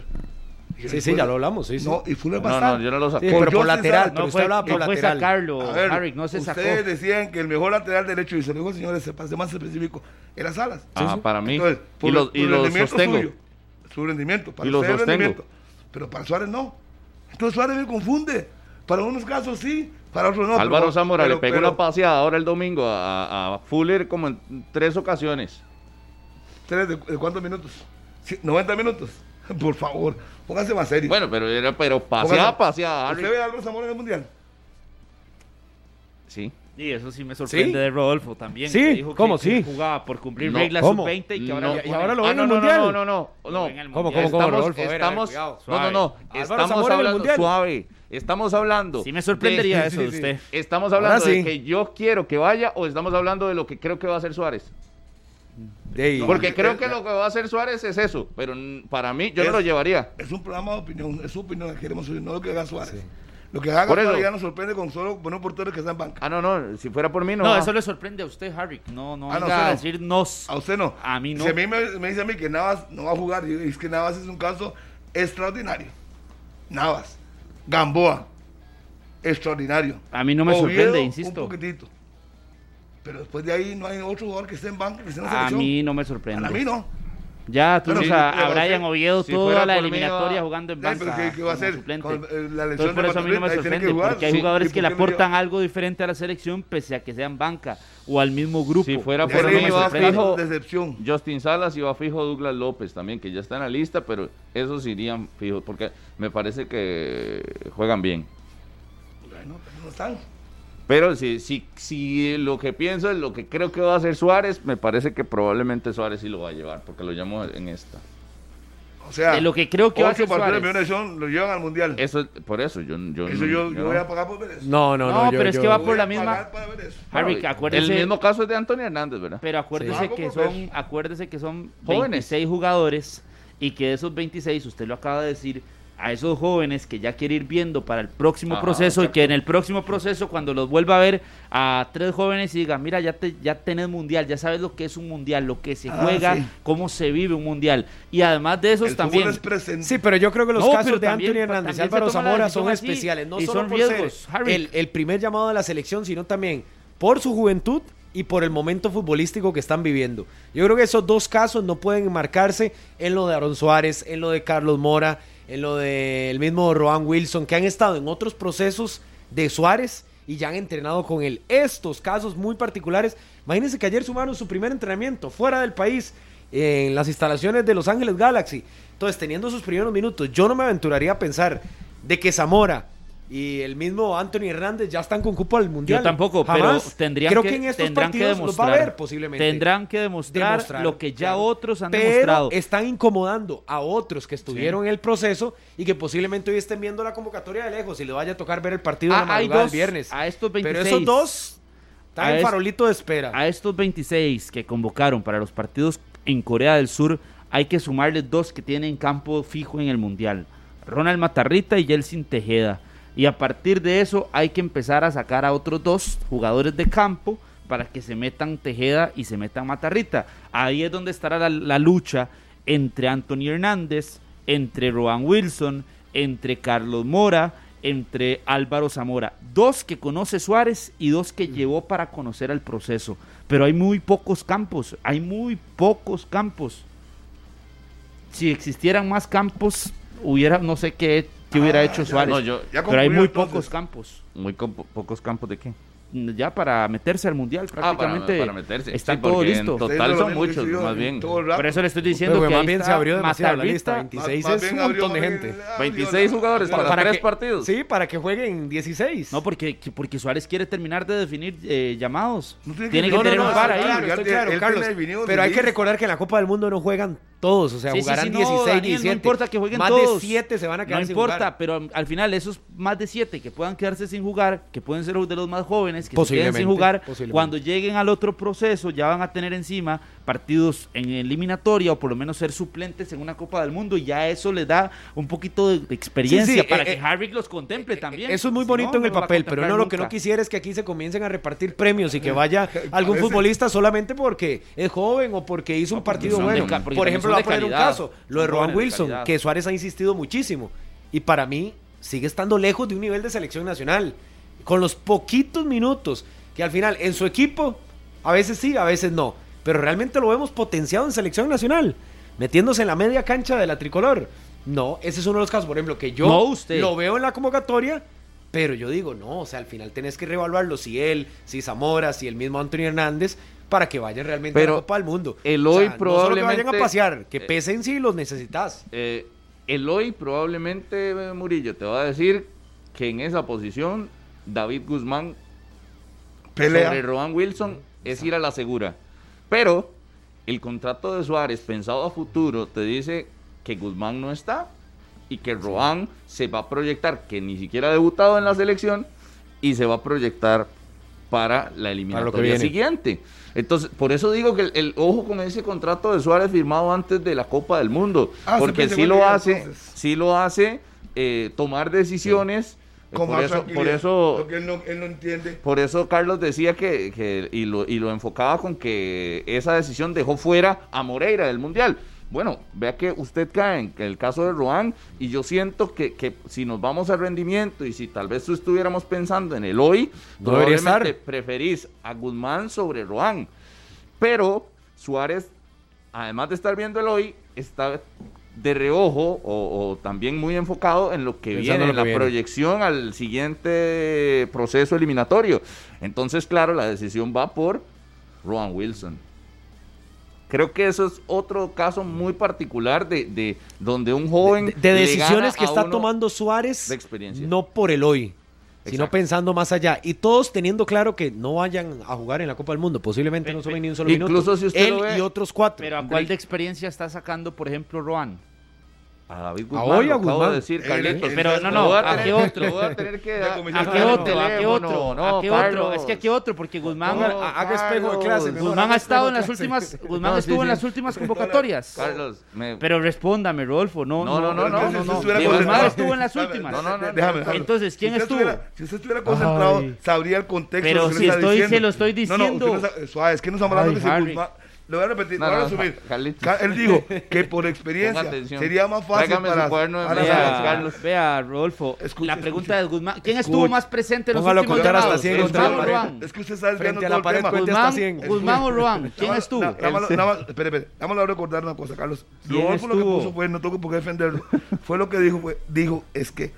C: Y yo,
D: Sí,
C: ¿y
D: sí, ya
C: Fuller?
D: lo hablamos, sí, sí.
C: No, y Fuller va a
B: No,
C: estar.
B: no, yo no lo
D: Sí,
B: saqué.
D: pero por
C: Justin
D: lateral,
C: Salas.
D: pero
E: No
D: usted
E: fue,
D: hablaba por
E: no fue
D: lateral.
E: sacarlo,
C: A ver,
E: Harry, no se sacó.
C: Ustedes decían que el mejor lateral derecho, y se lo dijo el señor ese, para ser más específico, era Salas.
B: Ah, para mí.
C: Entonces,
B: y
C: por
B: lo,
C: por
B: y lo
C: rendimiento
B: sostengo.
C: suyo, su rendimiento, para
B: Y lo
C: usted el
B: sostengo.
C: rendimiento. Pero para Suárez no. Entonces Suárez me confunde. Para unos casos sí, para otros no.
B: Álvaro
C: pero-
B: Zamora
C: pero-
B: le pegó
C: pero
B: una paseada ahora el domingo a, a Fuller como en tres ocasiones.
C: ¿Tres de, de cuántos minutos? Sí, 90 minutos. Por favor, póngase más serio.
B: Bueno, pero era pero
C: Póngase-
B: paseada, paseada. Harry.
C: ¿Usted ve a Álvaro Zamora en el Mundial?
B: Sí.
E: Y eso sí me sorprende
D: ¿Sí?
E: de Rodolfo también.
D: Sí,
E: que dijo que-
D: ¿cómo sí?
E: que jugaba por cumplir
B: No,
E: reglas
D: ¿cómo?
E: sub-20 y que ahora,
B: No.
E: lo
D: Y
E: ponen.
D: ahora lo
B: Ah,
D: ven
B: no,
D: en
B: no,
D: el mundial.
B: no, no, no,
E: Lo
B: no.
E: ven en el
D: ¿Cómo,
E: Mundial.
D: cómo, cómo,
B: estamos,
D: Rodolfo? A ver, a ver,
B: estamos-
D: cuidado,
B: no, no,
D: suave.
B: no,
D: Álvaro
B: estamos
D: Zamora en el
B: hablando
D: Mundial.
B: suave, estamos hablando.
E: Sí me sorprendería
B: de-
E: eso de usted.
B: Estamos hablando
D: Ahora sí.
B: de que yo quiero que vaya o estamos hablando de lo que creo que va a hacer Suárez.
D: De-
B: Porque
C: eh,
B: creo
C: eh,
B: que lo que va a hacer Suárez es eso, pero mm, para mí yo no
C: Es-
B: lo llevaría.
C: Es un programa de opinión, es su opinión que queremos subir, no lo que haga Suárez. Lo que haga
B: Por eso.
C: Suárez ya nos sorprende con solo buenos porteros que están en banca.
B: Ah, no, no, si fuera por mí no.
E: No,
B: va.
E: eso le sorprende a usted, Harry. No, no
C: Ah, no,
E: venga
C: usted
E: a
C: no.
E: decir nos.
C: A usted no.
E: A mí no.
C: Si a mí me, me dice a mí que Navas no va a jugar, yo- es que Navas es un caso extraordinario. Navas, Gamboa, extraordinario.
E: A mí no me sorprende, insisto.
C: Un poquitito. Pero después de ahí no hay otro jugador que esté en banca, que esté en la
E: A
C: selección.
E: mí no me
C: A mí
E: sorprende.
C: no.
E: Ya tuvimos
C: Bueno,
E: a,
C: sí, pero
E: a Brian
C: sí,
E: Oviedo
B: si
E: toda
B: fuera
E: la
B: por mí,
E: eliminatoria
B: va-
E: jugando en
C: Ya, Eh, pero
E: banca.
C: ¿qué- qué va a
E: como
C: hacer?
E: suplente.
C: Con, eh, la lesión
E: Entonces,
C: de
E: por eso a mí
C: Patrick, ahí
E: no me
C: tiene que
E: sorprende,
C: jugar.
E: porque hay
C: Sí.
E: jugadores
C: ¿Y
E: que
C: por
E: le
C: qué no lleva?
E: aportan algo diferente a la selección, pese a que sean banca o al mismo grupo.
B: Si fuera
E: Por
B: por
E: eso
B: mí,
E: no me
B: iba
E: sorprende.
B: fijo.
C: Decepción.
B: Justin Salas iba fijo Douglas López también, que ya está en la lista, pero esos irían fijos, porque me parece que juegan bien.
C: Bueno, pero no están.
B: Pero si, si, si lo que pienso es lo que creo que va a hacer Suárez, me parece que probablemente Suárez sí lo va a llevar, porque lo llamo en esta.
C: O sea,
E: De lo que creo que va a
C: ocho
E: ser
C: partidos de
E: Suárez.
C: primera división lo llevan al mundial.
B: Eso, por eso, yo, yo,
C: Eso yo, yo
B: no.
C: voy a pagar por ver eso.
D: No, no, no.
E: No,
D: yo-
E: pero es
D: yo-
E: que va
C: Voy
E: por la
C: a
E: misma-
C: pagar para ver eso.
E: Harry,
B: Bueno,
E: acuérdese.
B: El mismo caso es de Antonio Hernández, ¿verdad?
E: Pero acuérdese
C: Sí.
E: que
C: Vamos por
E: son, acuérdese que son
B: Jóvenes.
E: 26 jugadores y que de esos 26, usted lo acaba de decir, a esos jóvenes que ya quiere ir viendo para el próximo
B: Ajá,
E: proceso y que en el próximo proceso cuando los vuelva a ver a tres jóvenes y diga, mira, ya te, ya tenés mundial, ya sabes lo que es un mundial, lo que se
C: Ah,
E: juega,
C: sí.
E: cómo se vive un mundial y además de esos
C: El
E: también.
C: fútbol es presente.
D: Sí, pero yo creo que los
E: No, pero
D: casos de
E: también-
D: Anthony Hernández y
E: también se
D: Álvaro
E: toma la
D: Zamora son
E: decisión así,
D: especiales. No
E: y
D: solo
E: son
D: por
E: riesgos,
D: ser
E: Harry.
D: el, el primer llamado de la selección, sino también por su juventud y por el momento futbolístico que están viviendo. Yo creo que esos dos casos no pueden enmarcarse en lo de Aaron Suárez, en lo de Carlos Mora, en lo del mismo Roan Wilson, que han estado en otros procesos de Suárez y ya han entrenado con él. Estos casos muy particulares, imagínense que ayer sumaron su primer entrenamiento fuera del país, en las instalaciones de Los Ángeles Galaxy. Entonces, teniendo sus primeros minutos, yo no me aventuraría a pensar de que Zamora y el mismo Anthony Hernández ya están con cupo al Mundial.
E: Yo tampoco,
D: Jamás.
E: pero tendrían
D: Creo que,
E: que,
D: en estos
E: tendrán que
D: partidos los va
E: demostrar.
D: a ver posiblemente.
E: Tendrán que demostrar,
D: Demostrar,
E: lo que ya
D: claro.
E: otros han
D: Pero
E: demostrado.
D: están incomodando a otros que estuvieron en el proceso y que posiblemente hoy estén viendo la convocatoria de lejos y le vaya a tocar ver el partido
E: Ah,
D: de la
E: hay
D: madrugada del
E: dos,
D: viernes.
E: a estos
D: Pero
E: 26.
D: esos dos
E: A
D: están en
E: es-
D: farolito de espera.
E: A estos 26 que convocaron para los partidos en Corea del Sur, hay que sumarle dos que tienen campo fijo en el Mundial. Ronald Matarrita y Jelsin Tejeda. Y a partir de eso hay que empezar a sacar a otros dos jugadores de campo para que se metan Tejeda y se metan Matarrita. Ahí es donde estará la, la lucha entre Anthony Hernández, entre Roan Wilson, entre Carlos Mora, entre Álvaro Zamora. Dos que conoce Suárez y dos que llevó para conocer al proceso. Pero hay muy pocos campos, hay muy pocos campos. Si existieran más campos, hubiera, no sé qué, qué hubiera
C: Ah,
E: hecho
C: ya,
E: Suárez.
B: no, yo-
C: ya
E: pero hay
C: concluyó,
E: muy
C: entonces.
E: pocos campos.
B: Muy con po- pocos campos de qué.
E: Ya para meterse al mundial
B: Ah, para-
E: prácticamente
B: para meterse.
E: está
B: Sí,
E: todo
B: porque en
E: listo.
B: to-
C: Ustedes
B: Total
C: lo
B: son
C: ven que
B: muchos,
C: yo
B: más
C: en
B: bien.
C: todo el rato.
E: Por eso le estoy
D: Pero,
E: diciendo que ahí
D: más bien se
E: está
D: abrió demasiado la lista.
E: Matarrita,
D: 26
C: Más
D: es
C: bien
D: un
C: abrió
D: montón de
C: más
D: gente.
C: bien la-
B: 26 jugadores para,
D: Para
B: tres
D: que-
B: partidos.
D: Sí, para que jueguen 16.
E: No, porque, que- porque Suárez quiere terminar de definir eh, llamados.
C: No
E: tiene
C: tiene
E: que,
C: que-
D: No, no,
E: tener
D: no,
E: un
D: estoy
E: par
C: no,
E: ahí.
D: claro,
C: Él
D: estoy
C: tiene-
D: claro,
C: él
D: Carlos.
C: tiene definido
D: Pero hay que
C: 16.
D: recordar que en la Copa del Mundo no juegan todos, o sea,
E: Sí, sí,
D: jugarán
E: sí, no,
D: 16,
E: Daniel,
D: 17.
E: No importa que jueguen
D: más
E: todos.
D: de 7 se van a quedar
E: No
D: sin
E: importa,
D: jugar.
E: pero al final esos más de 7 que puedan quedarse sin jugar, que pueden ser de los más jóvenes, que se queden sin
D: Posiblemente,
E: jugar,
D: posiblemente.
E: cuando lleguen al otro proceso ya van a tener encima partidos en eliminatoria o por lo menos ser suplentes en una Copa del Mundo y ya eso les da un poquito de, de experiencia
D: Sí, sí,
E: para
D: eh,
E: que
D: eh,
E: Harvick los contemple también.
D: Eso es muy
E: Si
D: bonito
E: no,
D: en el
E: no lo va a
D: papel, pero no,
E: contemplar
D: lo que no
E: nunca.
D: quisiera es que aquí se comiencen a repartir premios y que vaya algún
C: Parece.
D: futbolista solamente porque es joven o porque hizo un
B: porque
D: partido
B: son de
D: bueno.
E: ca- porque
D: Por
E: también
D: ejemplo,
E: son
D: le voy a
E: de
D: poner un
E: calidad.
D: caso, lo de
E: Son
D: Roan
E: jóvenes de
D: Wilson,
E: calidad.
D: que Suárez ha insistido muchísimo y para mí sigue estando lejos de un nivel de selección nacional, con los poquitos minutos que al final en su equipo a veces sí, a veces no, pero realmente lo vemos potenciado en selección nacional, metiéndose en la media cancha de la tricolor. No, ese es uno de los casos, por ejemplo, que yo
E: No, usted.
D: lo veo en la convocatoria, pero yo digo, no, o sea, al final tenés que reevaluarlo si él, si Zamora, si el mismo Anthony Hernández, para que vaya realmente a
B: Pero
D: la Copa del Mundo.
B: el
D: O sea,
B: hoy
D: No solo que vayan
B: probablemente-
D: a pasear, que
B: eh,
D: pesen si los necesitas.
B: Eh, el hoy probablemente, eh, Murillo, te va a decir que en esa posición David Guzmán sobre
C: Pelea.
B: Roan Wilson es ir a la segura. Pero el contrato de Suárez pensado a futuro te dice que Guzmán no está y que Roan se va a proyectar, que ni siquiera ha debutado en la selección, y se va a proyectar para la eliminatoria
D: viene.
B: siguiente. Entonces, por eso digo que el, el- ojo con ese contrato de Suárez firmado antes de la Copa del Mundo,
C: Ah, se
B: porque
C: pensó
B: si
C: en
B: lo,
C: él,
B: hace,
C: entonces.
B: si lo hace eh, tomar decisiones. eh,
C: Con
B: por,
C: más
B: eso, por
C: tranquilidad,
B: eso
C: Porque él no, él no entiende.
B: por eso Carlos decía que, que- y, lo, y lo enfocaba con que esa decisión dejó fuera a Moreira del Mundial. Bueno, vea que usted cae en el caso de Roan y yo siento que, que si nos vamos al rendimiento y si tal vez estuviéramos pensando en el hoy,
D: No debería estar.
B: probablemente preferís a Guzmán sobre Roan. Pero Suárez, además de estar viendo el hoy, está de reojo o, o también muy enfocado en lo que
D: Pensando
B: viene,
D: en lo
B: en
D: que
B: la
D: viene.
B: proyección al siguiente proceso eliminatorio. Entonces, claro, la decisión va por Rowan Wilson. Creo que eso es otro caso muy particular de, de donde un joven...
D: De, de
B: le gana
D: decisiones que
B: a
D: está
B: uno-
D: tomando Suárez,
B: de experiencia.
D: no por el hoy, sino
B: Exacto.
D: pensando más allá. Y todos teniendo claro que no vayan a jugar en la Copa del Mundo. Posiblemente no sumen ni un solo
B: Incluso
D: minuto.
B: si usted
D: él
B: lo ve-
D: y otros cuatro.
E: Pero ¿a cuál de experiencia está sacando, por ejemplo, Roan?
B: a David
D: A
B: Guzmán.
D: hoy a
B: lo acabo
D: Guzmán.
B: de decir,
C: Eh,
B: Carlitos.
C: eh,
E: Pero
C: Exacto.
E: no,
B: Lo
E: no,
B: voy a
E: ¿a
B: tener-
E: qué otro?
B: lo voy a tener que
C: La
B: a-
C: comisión
E: ¿A qué otro? ¿A qué
B: teléfono,
E: otro?
B: no,
E: ¿A qué otro?
B: Carlos.
E: Es que a qué otro, porque Guzmán,
D: Ponga- a- haga espejo de clase, mejor.
E: Guzmán ha estado en las
C: Clase.
E: últimas, Guzmán
B: No, sí,
E: estuvo en
B: sí.
E: las últimas convocatorias.
B: Carlos, me-
E: Pero respóndame, Rodolfo, no,
B: No, no, no, no, no, no.
E: Guzmán
B: Déjame.
E: estuvo en las últimas.
B: No, no, no,
C: Déjame, déjame.
E: Entonces, ¿quién
C: si usted
E: estuvo?
C: estuviera- si usted estuviera concentrado,
E: Ay.
C: sabría el contexto. de lo
E: Pero
C: que
E: si
C: le está
E: estoy-
C: diciendo.
E: se lo estoy
C: No, no, usted
E: diciendo.
C: no sabe- suave, es que no estamos hablando
E: Ay,
C: de si
E: Harry.
C: Guzmán. Lo voy a repetir,
B: No,
C: lo voy a
B: no,
C: resumir.
B: Carlitos.
C: Ca- Él dijo que por
B: Ponga
C: experiencia
B: atención.
C: sería más fácil
B: Tráigame su
C: para,
B: cuaderno de
C: para
B: memoria,
C: saber-
E: Vea,
B: Carlos.
E: vea, Rodolfo,
C: Escuche,
E: la pregunta de Guzmán, ¿quién estuvo
D: Escuche.
E: más presente en los
D: Póngalo a
E: últimos
D: contar hasta
E: llamados?
D: cien
B: contra la
E: ¿Guzmán o
B: pared.
E: Rohan?
C: Es que usted está desviando
D: Frente
C: todo
D: a la
C: el
D: pared,
C: tema.
D: cuente hasta cien. Este-
E: Guzmán, Guzmán o Rohan, ¿quién
C: Nada más-
E: estuvo?
C: na- Nada más,
D: El-
C: nada más, espere, espere, nada más le voy a recordar una cosa, Carlos.
E: ¿Quién
C: Rodolfo lo que
E: estuvo?
C: puso fue, no tengo por qué defenderlo. fue lo que dijo, fue, dijo, es que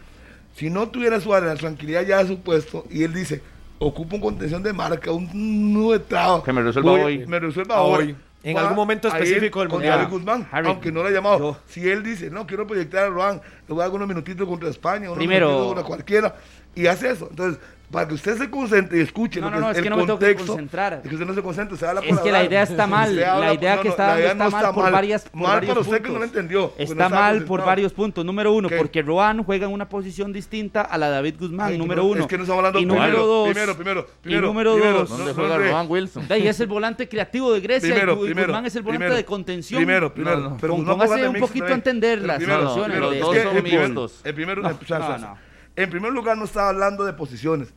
C: si no tuviera Suárez la tranquilidad ya de su puesto, y él dice, ocupa un contención de marca, un nudo de trabajo.
B: Que me resuelva
C: Voy-
B: hoy.
C: Me resuelva
D: A
C: hoy.
D: hoy. En
C: Va
D: algún momento
C: a ir
D: específico del
C: contra
D: Mundial.
C: David Guzmán,
E: Harry,
C: aunque no lo ha llamado.
E: yo-
C: Si él dice, no, quiero proyectar a Roan, le voy a dar unos minutitos contra España, unos
E: Primero-
C: minutitos contra cualquiera, y hace eso. Entonces, para que usted se concentre y escuche
E: No,
C: lo
E: no, no, es
C: el
E: que no me tengo que
C: contexto,
E: concentrar.
C: Es que usted no se concentra, usted habla
E: Es que la
C: hablar.
E: idea está mal,
C: Usted
E: la idea que está
C: la
E: dando
C: idea
E: está mal por varias- por
C: mal
E: varios
C: para usted que no
E: puntos.
C: lo entendió. porque no
E: Está
C: estaba
E: mal por
C: concentrado.
E: varios puntos. Número uno,
C: ¿Qué?
E: porque Rohan juega en una posición distinta a la de David Guzmán.
C: Ay,
E: número
C: no,
E: uno.
C: Es que no estamos hablando
E: y número
C: primero,
E: dos.
C: Primero, primero, primero.
E: y número
C: primero,
E: dos.
C: no,
B: ¿Dónde
C: no,
B: juega
C: hombre.
B: Rohan Wilson?
E: De ahí es el volante creativo de Grecia.
C: Primero,
E: y Gu-
C: primero,
E: Guzmán es el volante
C: primero,
E: de contención.
C: Primero, primero.
B: no.
C: pero
E: Pon-
C: Guzmán
E: póngase
C: juega
E: un
C: mix
E: poquito a
C: también.
E: entender
C: eh. Pero
E: las
C: primero,
E: situaciones
C: primero,
E: de-
C: es
E: este
B: Los
C: que
B: dos son
C: el primer-
B: mixtos.
C: el primero-
E: No,
C: el- o sea,
E: no,
C: o sea,
E: no.
C: En primer lugar, no está hablando de posiciones.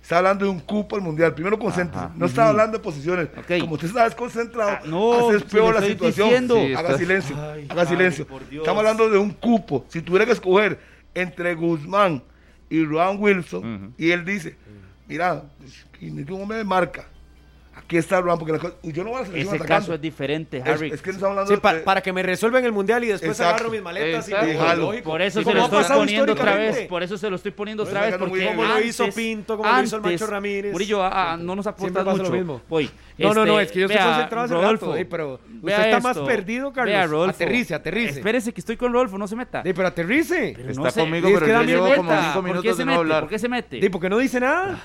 C: Está hablando de un cupo al mundial. Primero concéntrese. No está hablando de posiciones.
E: Ok.
C: Como usted está desconcentrado,
E: Ah, no,
C: haces
E: si le
C: peor la
E: estoy
C: situación.
E: diciendo.
B: Sí,
C: haga
B: está-
C: silencio. haga
E: Ay,
C: silencio.
E: por Dios.
C: Estamos hablando de un cupo. Si tuviera que escoger entre Guzmán y Juan Wilson, y él dice: Mira, necesito un hombre de marca. Aquí está Juan, porque la cosa- yo no voy a la selección
E: Ese
C: atacando.
E: caso es diferente,
C: Es,
E: Harry.
C: es que no estamos hablando
D: Sí, pa-
C: de-
D: para que me resuelvan el mundial y después
C: Exacto.
D: agarro mis maletas
B: Exacto.
D: y
C: Y
D: me
C: jalo.
D: lógico.
E: Por eso
D: ¿Y
E: se
D: cómo
E: lo
D: ha
E: estoy
D: pasado
E: poniendo otra vez.
D: históricamente?
E: Por eso se lo estoy poniendo
D: Pues
E: otra
C: Bueno,
E: vez.
C: ganó muy
E: Porque
C: bien.
D: Como lo
E: antes-
D: hizo Pinto, como lo hizo el Macho
E: antes-
D: Ramírez.
E: Murillo, ah, ah, no nos
D: Siempre
E: aportas
D: pasa lo
E: mucho.
D: mismo.
E: Voy,
D: No, no,
E: este,
D: no, es que yo estoy
E: vea,
D: concentrado hace
E: Rodolfo,
D: rato, eh, pero
E: vea
D: usted está más
E: esto,
D: perdido,
E: vea,
D: Carlos.
E: Rodolfo.
D: Aterrice, aterrice.
E: Espérese que estoy con Rodolfo, no se meta.
D: Di, pero aterrice.
E: Pero
B: Está
E: no sé.
B: conmigo,
D: Es
B: pero
D: que
B: yo
D: dame
B: llevo como
D: meta.
B: cinco
E: ¿Por qué
B: minutos
E: se
B: de no
E: mete?
B: hablar.
E: ¿Por qué se mete?
D: Di, porque no dice nada.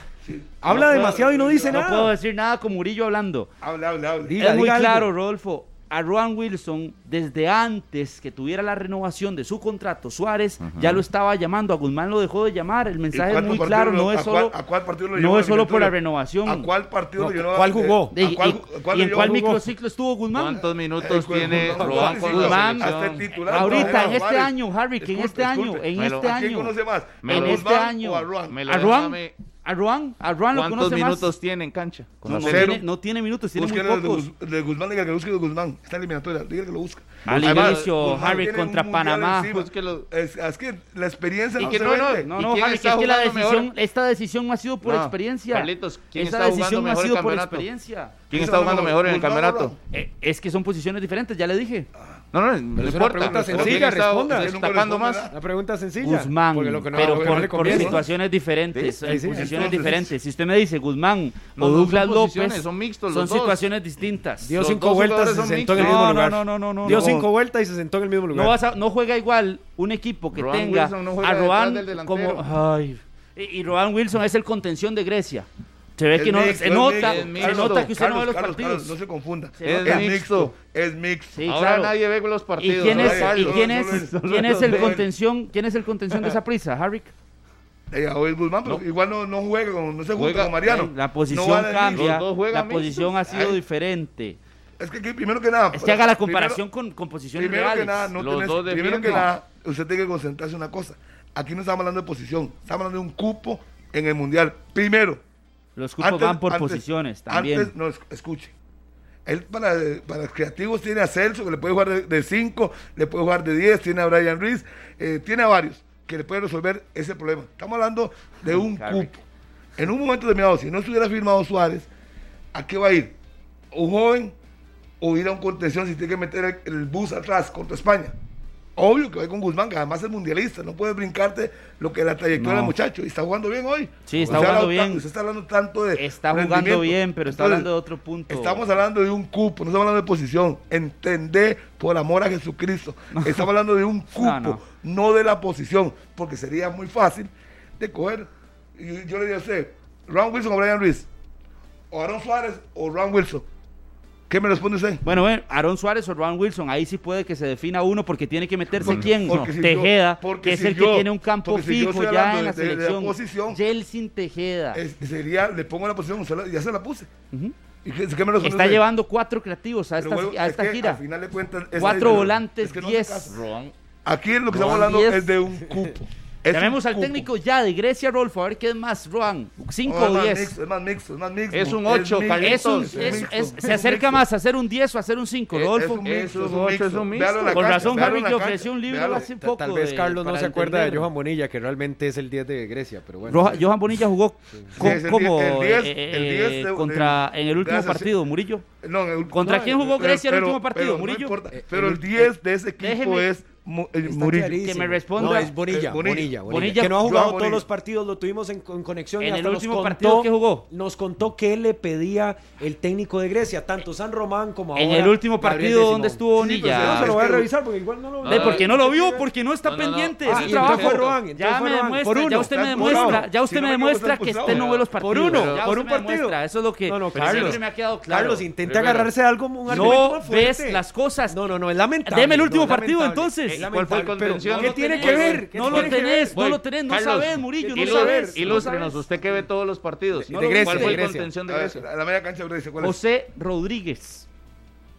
C: No
D: Habla
C: puedo,
D: demasiado y no dice
E: no
D: nada.
E: puedo decir nada con Murillo hablando.
C: Hable, hable, hable.
D: Diga,
E: es muy
D: diga algo.
E: claro, Rodolfo. A Juan Wilson, desde antes que tuviera la renovación de su contrato, Suárez ya lo estaba llamando. A Guzmán lo dejó de llamar. El
C: ¿Y
E: mensaje es
C: cuántos
E: muy
C: partidos
E: claro.
C: lo-
E: No es
C: a cuál-
E: solo,
C: ¿A cuál partido lo
E: no
C: llevó
E: es solo por la
C: Ventura?
E: renovación.
C: ¿A cuál partido
D: No,
C: lo llevó?
D: ¿cuál jugó?
E: De-
C: ¿A
E: y,
C: cuál,
E: y-
C: a cuál
E: y
C: lo
E: en
C: llevó?
E: cuál
C: Jugó.
E: microciclo estuvo Guzmán?
B: ¿Cuántos
C: Eh,
B: minutos
C: Guzmán,
B: tiene
C: Guzmán,
B: Rohan
C: sí,
B: con la
E: Guzmán,
C: hasta el
B: selección?
C: titular,
E: ahorita, en
C: Juárez.
E: este año, Harry, que en
C: Disculpe,
E: este año,
C: disculpe.
E: en
B: Me lo-
E: este
C: ¿A quién
E: año,
C: conoce más?
B: Me
C: ¿A
E: en
B: lo-
E: este
C: Guzmán
E: año,
C: o a Ruan?
B: Me lo
E: a Ruan,
B: déjame-
E: a Ruan, a Ruan lo
B: ¿Cuántos
E: conoce más.
B: minutos tiene en cancha? Con
E: No,
B: la
E: no
B: selección?
E: tiene, no tiene minutos, tiene muy
C: Busquen el de,
E: pocos.
C: Guz- de Guzmán, diga que busque de Guzmán. Está eliminatoria, diga que lo busca.
E: Al
C: Además,
E: inicio,
C: Guzmán
E: Harry
C: tiene
E: contra
C: un mundial
E: Panamá.
C: encima.
B: Búsquelo.
C: Es, es que la experiencia
B: Y
C: no
B: que
C: se
B: no, no,
C: vende.
E: No,
B: ¿Y
E: no,
B: quién
E: Harry, que
B: está
E: es que la
B: jugando mejor?
E: decisión, esta decisión no ha sido por
B: No,
E: experiencia.
B: Carlitos, ¿quién
E: Esta
B: está jugando
E: decisión no ha
B: mejor el
E: sido por
B: campeonato?
E: experiencia.
B: ¿Quién está jugando mejor en el
C: Guzmán o
B: campeonato?
C: Ruan?
E: Eh, es que son posiciones diferentes, ya le dije.
B: No, no, no
D: es una
B: importa.
D: pregunta
B: Pero
D: sencilla,
B: ¿quién está
D: responda.
B: pues, Destacando más.
D: La pregunta es sencilla.
E: Guzmán,
D: Porque lo que no-
E: pero
D: lo que no le
E: por, por
D: conviene.
E: situaciones diferentes,
D: Sí,
E: en
D: sí,
E: posiciones
C: entonces-
E: diferentes. Si usted me dice Guzmán
B: No,
E: o
B: no,
E: Douglas
B: son posiciones,
E: López,
B: son mixtos los
E: son
B: dos.
E: situaciones distintas.
D: Dio
B: Los
D: cinco
B: dos
D: vueltas y
B: jugadores
D: se
B: son
D: sentó en el
B: mixtos.
D: mismo
E: No,
D: lugar.
E: no, no, no, no,
D: Dio
E: no.
D: cinco vueltas y se sentó en el mismo lugar.
E: No, vas a- no juega igual un equipo que
B: Roan
E: tenga
B: Wilson no juega
E: a
B: detrás
E: Roan
B: del delantero.
E: como... Ay, y, y Roan Wilson es el contención de Grecia. Se ve
C: Es
E: que no,
C: mixto,
E: se
C: es
E: nota,
B: mixto.
E: se
B: Carlos,
E: nota que usted no
C: Carlos,
E: ve los
C: Carlos,
E: partidos.
C: Carlos, no se confunda.
E: Se
B: nota.
C: Es mixto. Es mixto.
E: Sí,
B: Ahora
E: claro.
B: nadie ve los partidos.
E: ¿Y quién
B: ahora
E: es,
C: Carlos,
E: y
B: Carlos.
E: quién
C: solo
E: es,
C: él, solo él.
E: quién es el
C: Solo él.
E: contención, quién es el contención de esa prisa, Harry?
C: Eh, hoy es Guzmán, pero igual no, no juega, con, no se junta
B: Juega-
C: con Mariano.
E: La posición
C: No va a la línea.
E: cambia,
B: Los dos juegan
E: la posición ha
B: mixtos.
E: sido
C: Ay.
E: diferente.
C: Es que, aquí, primero que nada.
E: Es que haga la comparación con, con posiciones
C: Primero, primero
E: reales.
C: que nada, no
B: Los
C: tenés-
B: dos
C: primero que
B: defienden.
C: nada, usted tiene que concentrarse en una cosa. Aquí no estamos hablando de posición, estamos hablando de un cupo en el mundial. Primero.
E: Los cupos
C: Antes-
E: van por
C: antes-
E: posiciones también.
C: Antes, no, es- escuche. Él para, para creativos tiene a Celso, que le puede jugar de 5, le puede jugar de 10, tiene a Brian Ruiz, eh, tiene a varios que le puede resolver ese problema. Estamos hablando de un
E: Carrick.
C: cupo. En un momento determinado, si no estuviera firmado Suárez, ¿a qué va a ir? ¿Un joven o ir a un contención si tiene que meter el, el bus atrás contra España? Obvio que va a ir con Guzmán, que además es mundialista, no puedes brincarte lo que es la trayectoria
E: No.
C: del muchacho. Y está jugando bien hoy.
E: Sí,
C: Usted
E: está
C: ha
E: jugando
C: hablado tan-
E: bien.
C: usted está hablando tanto de
E: Está jugando
C: rendimiento.
E: bien, pero está
C: Entonces,
E: hablando de otro punto.
C: Estamos hablando de un cupo, no estamos hablando de posición. Entendé por amor a Jesucristo. Estamos hablando de un cupo,
E: No,
C: no,
E: no.
C: de la posición, porque sería muy fácil de coger. y Yo, yo le digo a usted, Ron Wilson o Brian Ruiz, o Aaron Suárez o Ron Wilson. ¿Qué me responde usted?
E: Bueno, bueno, Aaron Suárez o Ron Wilson, ahí sí puede que se defina uno porque tiene que meterse
C: Porque-
E: quién.
C: porque si
E: Tejeda,
C: yo- porque
E: que es
C: si
E: el
C: yo-
E: que tiene un campo
C: porque si yo
E: fijo
C: estoy
E: ya
C: hablando
E: en la
C: de- de- de la
E: selección.
C: posición.
E: Jelsin Tejeda.
C: Es- sería, le pongo la posición, usted la- ya se la puse.
E: Ujú.
C: ¿Y qué, qué me responde
E: Está
C: usted?
E: llevando cuatro creativos a
C: Pero
E: esta,
C: vuelvo-
E: a
C: es
E: esta
C: que
E: gira.
C: al final de cuentas, esta
E: Cuatro
C: es-
E: volantes,
C: es que no hace
E: diez.
C: caso.
B: Ron-
C: Aquí lo que estamos
B: Roban
C: hablando
E: 10.
C: es de un cupo. Es
E: Llamemos
C: un
E: al
C: cupo.
E: técnico ya de Grecia, Rolfo, a ver qué es más, Roan. Cinco
C: No,
E: o
C: es más
E: diez.
C: mixto, Es más mixto, es más mixto.
B: Es un ocho,
C: mixto,
B: Carlitos.
E: Es un-
B: Es
E: es-
C: mixto,
E: es-
C: es
E: se
C: un
E: acerca
C: mixto.
E: más a hacer un 10 o a hacer un 5,
B: Es-
E: Rodolfo.
B: es un mixto, es un ocho, es un mixto.
C: Véalo en la
E: Con
C: cancha,
E: razón,
C: véalo
E: Harvick
C: en la
E: le
C: cancha,
E: ofreció un libro
C: véalo.
E: hace
D: Ta-
E: poco.
D: Tal vez
E: de-
D: Carlos no
E: para
D: se acuerda de
E: entender.
D: Johan Bonilla, que realmente es el 10 de Grecia, pero bueno.
E: Roja- Johan Bonilla jugó co-
C: es el
E: como
C: diez- el diez-
E: eh,
C: el diez de-
E: eh, contra
C: de-
E: en el último
C: gracias,
E: partido, Murillo.
C: No, en el-
E: ¿Contra
C: no,
E: quién jugó
C: pero-
E: Grecia en el
C: pero-
E: último partido,
C: pero no
E: Murillo?
C: importa,
D: Eh,
C: pero
D: eh,
C: el 10 de ese equipo
E: déjeme-
C: es Mu- el
F: Está
C: Murillo.
F: clarísimo.
E: Que me responda.
D: Eh,
F: No, es Bonilla,
C: Es
F: Bonilla,
C: Bonilla.
F: Bonilla,
E: Bonilla.
F: Que no ha
C: Joao
F: jugado
C: Bonilla.
F: todos los partidos, lo tuvimos en, en conexión. y
E: En
F: hasta
E: el
F: nos
E: último
F: contó-
E: partido que jugó.
F: Nos contó qué le pedía el técnico de Grecia, tanto San Román como ahora.
E: En el último
F: Gabriel
E: partido
F: de
E: donde
F: Simón.
E: estuvo
C: Sí, pues,
F: Yo no
E: Bonilla.
F: se lo voy a
C: Es que-
F: revisar porque igual no lo
E: De porque no lo vio,
F: Porque
E: porque no está
B: No, no, no.
E: pendiente. es
B: Ah, y
E: un
B: entonces
E: trabajo.
F: fue Roan, entonces
E: ya
F: fue
E: me
F: Roan.
E: demuestra,
F: Por
E: ya
F: uno.
E: usted me
C: Está
E: demuestra,
C: expulsado.
E: ya usted
C: Si no
E: me
C: me equivoco,
E: demuestra
C: está
E: que usted
C: expulsado.
E: no ve los
F: Por
E: partidos.
F: uno,
E: Ya
F: por
E: usted
F: un
E: me
F: partido.
E: demuestra, Eso es lo que
F: No, no,
E: siempre
F: Carlos.
E: me ha quedado claro.
F: Carlos intenta
B: Primero.
F: agarrarse a algo, un argumento
E: no
F: más
E: ves
F: fuerte.
E: las cosas.
F: No, no, no, es lamentable.
E: Deme el último
F: No, es
E: partido,
F: lamentable,
E: entonces.
F: es
E: ¿Y
B: cuál fue el
F: lamentable, pero
B: contención?
F: ¿Qué
B: No
F: tiene
B: lo
F: que
B: tenés.
F: ver? ¿Qué
E: No
F: tiene
E: lo
F: que ver?
E: tenés, no
B: Voy.
E: lo tenés, no
B: Carlos,
E: sabes, Murillo, no
B: ilú-
E: sabes.
B: Ilústrenos, usted que ve todos los partidos.
D: de Grecia,
B: ¿Cuál fue
D: de
B: el
D: Grecia.
B: contención de
C: A ver,
B: Grecia?
C: a la media cancha, Grecia, ¿cuál es?
E: José Rodríguez.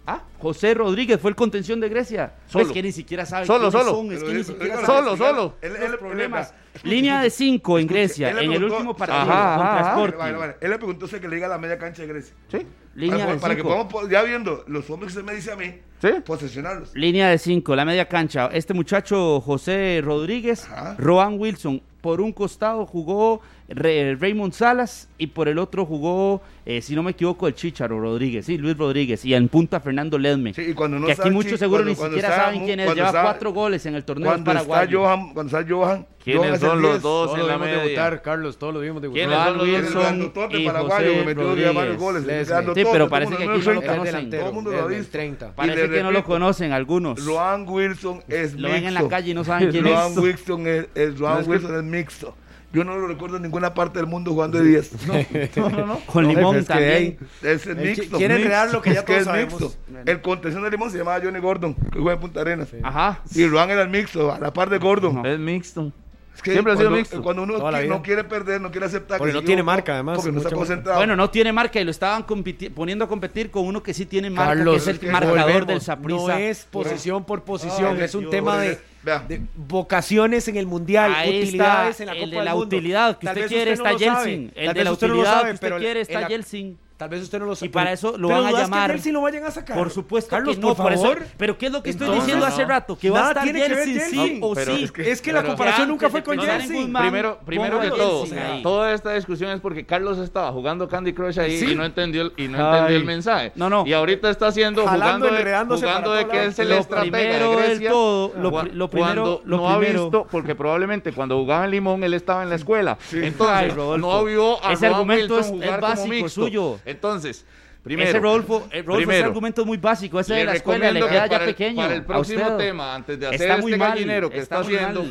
E: Ah, José Rodríguez fue el contención de Grecia.
B: Solo.
E: Es pues, que ni siquiera sabe
B: Solo,
E: quiénes
B: solo.
E: son, es
C: Pero
E: que ni
C: eso-
E: siquiera
C: eso-
E: sabe
B: Solo,
C: él-
B: solo.
C: Él, él-
E: los
C: él-
E: problemas.
C: él-
E: Línea de 5 en Grecia,
C: él le
E: en el
C: preguntó-
E: último partido
B: Ajá,
E: contra
B: ajá, ajá.
E: Sporting.
C: Vale, vale. Él le preguntó a usted que le diga la media cancha de Grecia.
B: Sí.
E: Línea
C: para,
E: de
C: para que
E: 5.
C: podamos, po- ya viendo los hombres que usted me dice a mí,
B: ¿Sí?
C: posesionarlos.
E: Línea de 5, la media cancha. Este muchacho José Rodríguez,
C: Ajá.
E: Roan Wilson. Por un costado jugó Re- Raymond Salas y por el otro jugó, eh, si no me equivoco, el Chicharo Rodríguez, sí, Luis Rodríguez. Y en punta Fernando Ledme.
C: Sí, y cuando no
E: que
C: está
E: aquí
C: el
E: muchos
C: Chi-
E: seguro
C: cuando-
E: ni
C: cuando
E: siquiera
C: está
E: saben
C: Mu-
E: quién es.
C: cuando
E: Lleva
C: está-
E: cuatro goles en el torneo
C: Cuando está
E: paraguayo.
C: Johan, cuando está Johan,
B: ¿Quiénes
C: Johan es el
B: son los
C: 10.
B: dos?
D: Todos
B: en
D: lo
B: la
D: vimos
B: media.
D: debutar, Carlos, todos lo vimos debutar.
B: ¿Quiénes
E: Roan
B: son los
C: El
E: Wilson
C: grandotote
E: y
C: paraguayo que
E: José
C: metió ya varios
E: Rodríguez.
C: goles. el
D: Leslie.
C: grandotote,
E: Sí, pero
C: todo
E: parece
C: el
E: que
C: mundo
E: aquí
C: lo
E: no lo
C: conoce.
E: conocen.
C: Todo el mundo lo ha
D: del
C: visto.
D: 30.
C: Y
E: Parece
C: le
E: que no lo
C: repito,
E: conocen algunos.
C: Roan Wilson es
E: Lo ven en la
C: mixto.
E: calle y no saben quién
C: Roan
E: es.
C: Wilson es, es- Roan
E: No, es que-
C: Wilson es mixto. Yo no lo recuerdo en ninguna parte del mundo jugando de 10.
E: No, no, no. Con
D: No,
E: limón
D: pero es que de ahí-
E: también.
C: Es el mixto.
F: quiere
C: mixto.
F: crear lo que ya
C: Es
F: todos
C: es
F: sabemos.
C: mixto. El contención de limón se llamaba Johnny Gordon, que juega en Punta Arenas.
E: Ajá.
C: Y Roan era el mixto, a la par de Gordon.
B: Es mixto.
C: Es que
B: Siempre ha sido
C: cuando-
B: mixto.
C: Cuando uno
D: Toda la
C: qui-
D: vida.
C: no quiere perder, no quiere aceptar.
D: Porque
C: que
D: no
C: se
D: tiene
C: equivocó,
D: marca, además,
C: Porque no está
D: mucha marca.
C: concentrado.
E: Bueno, no tiene marca y lo estaban compiti- poniendo a competir con uno que sí tiene marca,
D: Carlos,
E: que es el
C: que
E: marcador
D: volvemos.
E: del Saprissa.
F: No es posición por posición,
C: Ay,
F: es un
C: Dios.
F: tema de,
C: Vea.
F: de vocaciones en el mundial,
E: Ahí
F: utilidades
E: está
F: en la
E: el
F: Copa
E: de
F: del
E: la
F: Mundo.
E: utilidad que
F: Tal
E: usted
F: vez usted
E: quiere
F: no
E: está
F: lo
E: Yeltsin.
F: sabe,
E: El
F: tal
E: de
F: vez
E: la
F: usted no lo
E: utilidad
F: sabe,
E: que usted
F: pero
E: quiere está
F: en la-
E: Yeltsin.
F: Tal vez usted no lo sabe.
E: Y para eso lo
F: pero
E: van a
F: dudas
E: llamar.
F: Que Nelson lo vayan a sacar.
E: Por supuesto
F: Carlos,
E: que no,
F: por
E: eso.
F: favor.
E: Pero ¿qué es lo que estoy
F: Entonces,
E: diciendo
F: no.
E: hace rato? Que va a
F: Nada
E: estar
F: tiene que ver
E: Yeltsin sí
F: Jeltsin.
E: o
B: Pero
E: sí.
B: es
F: Es que la
B: Pero-
F: comparación
E: Ya
F: nunca fue
E: antes de
F: con
E: pensar en
F: Jensen.
E: Guzmán,
B: Primero, primero
E: ponga
B: que
E: a
B: todo,
E: Yeltsin ahí.
B: toda esta discusión es porque Carlos estaba jugando Candy Crush ahí y no entendió el, y no entendió el mensaje.
E: No, no.
B: Y ahorita está haciendo
F: Jalando,
B: jugando de,
F: enredándose
B: jugando
F: para
B: de
F: todo
B: que
F: lado.
B: es el
E: Lo
B: estratega
E: primero
B: de
E: del
B: Grecia.
E: todo, lo
B: cua-
E: pri- lo primero-
B: cuando
E: lo
B: no
E: primero.
B: ha visto porque probablemente cuando jugaba en Limón él estaba en la escuela. Entonces
E: Ay, Rodolfo.
B: no vio a
E: Ese
B: Ron
E: argumento
B: Wilson
E: es- es
B: jugar como
E: básico
B: mixto.
E: suyo.
B: Entonces, primero
E: ese Rodolfo, el Rodolfo ese
B: primero,
E: argumento es muy básico, ese de
B: le
E: la escuela, le
B: recomiendo
E: queda
B: que
E: ya
B: para el-
E: pequeño.
B: Para el
E: a
B: próximo
E: usted.
B: tema, antes de hacer
E: Está muy
B: este
E: mal,
B: gallinero que está,
E: está muy
B: haciendo,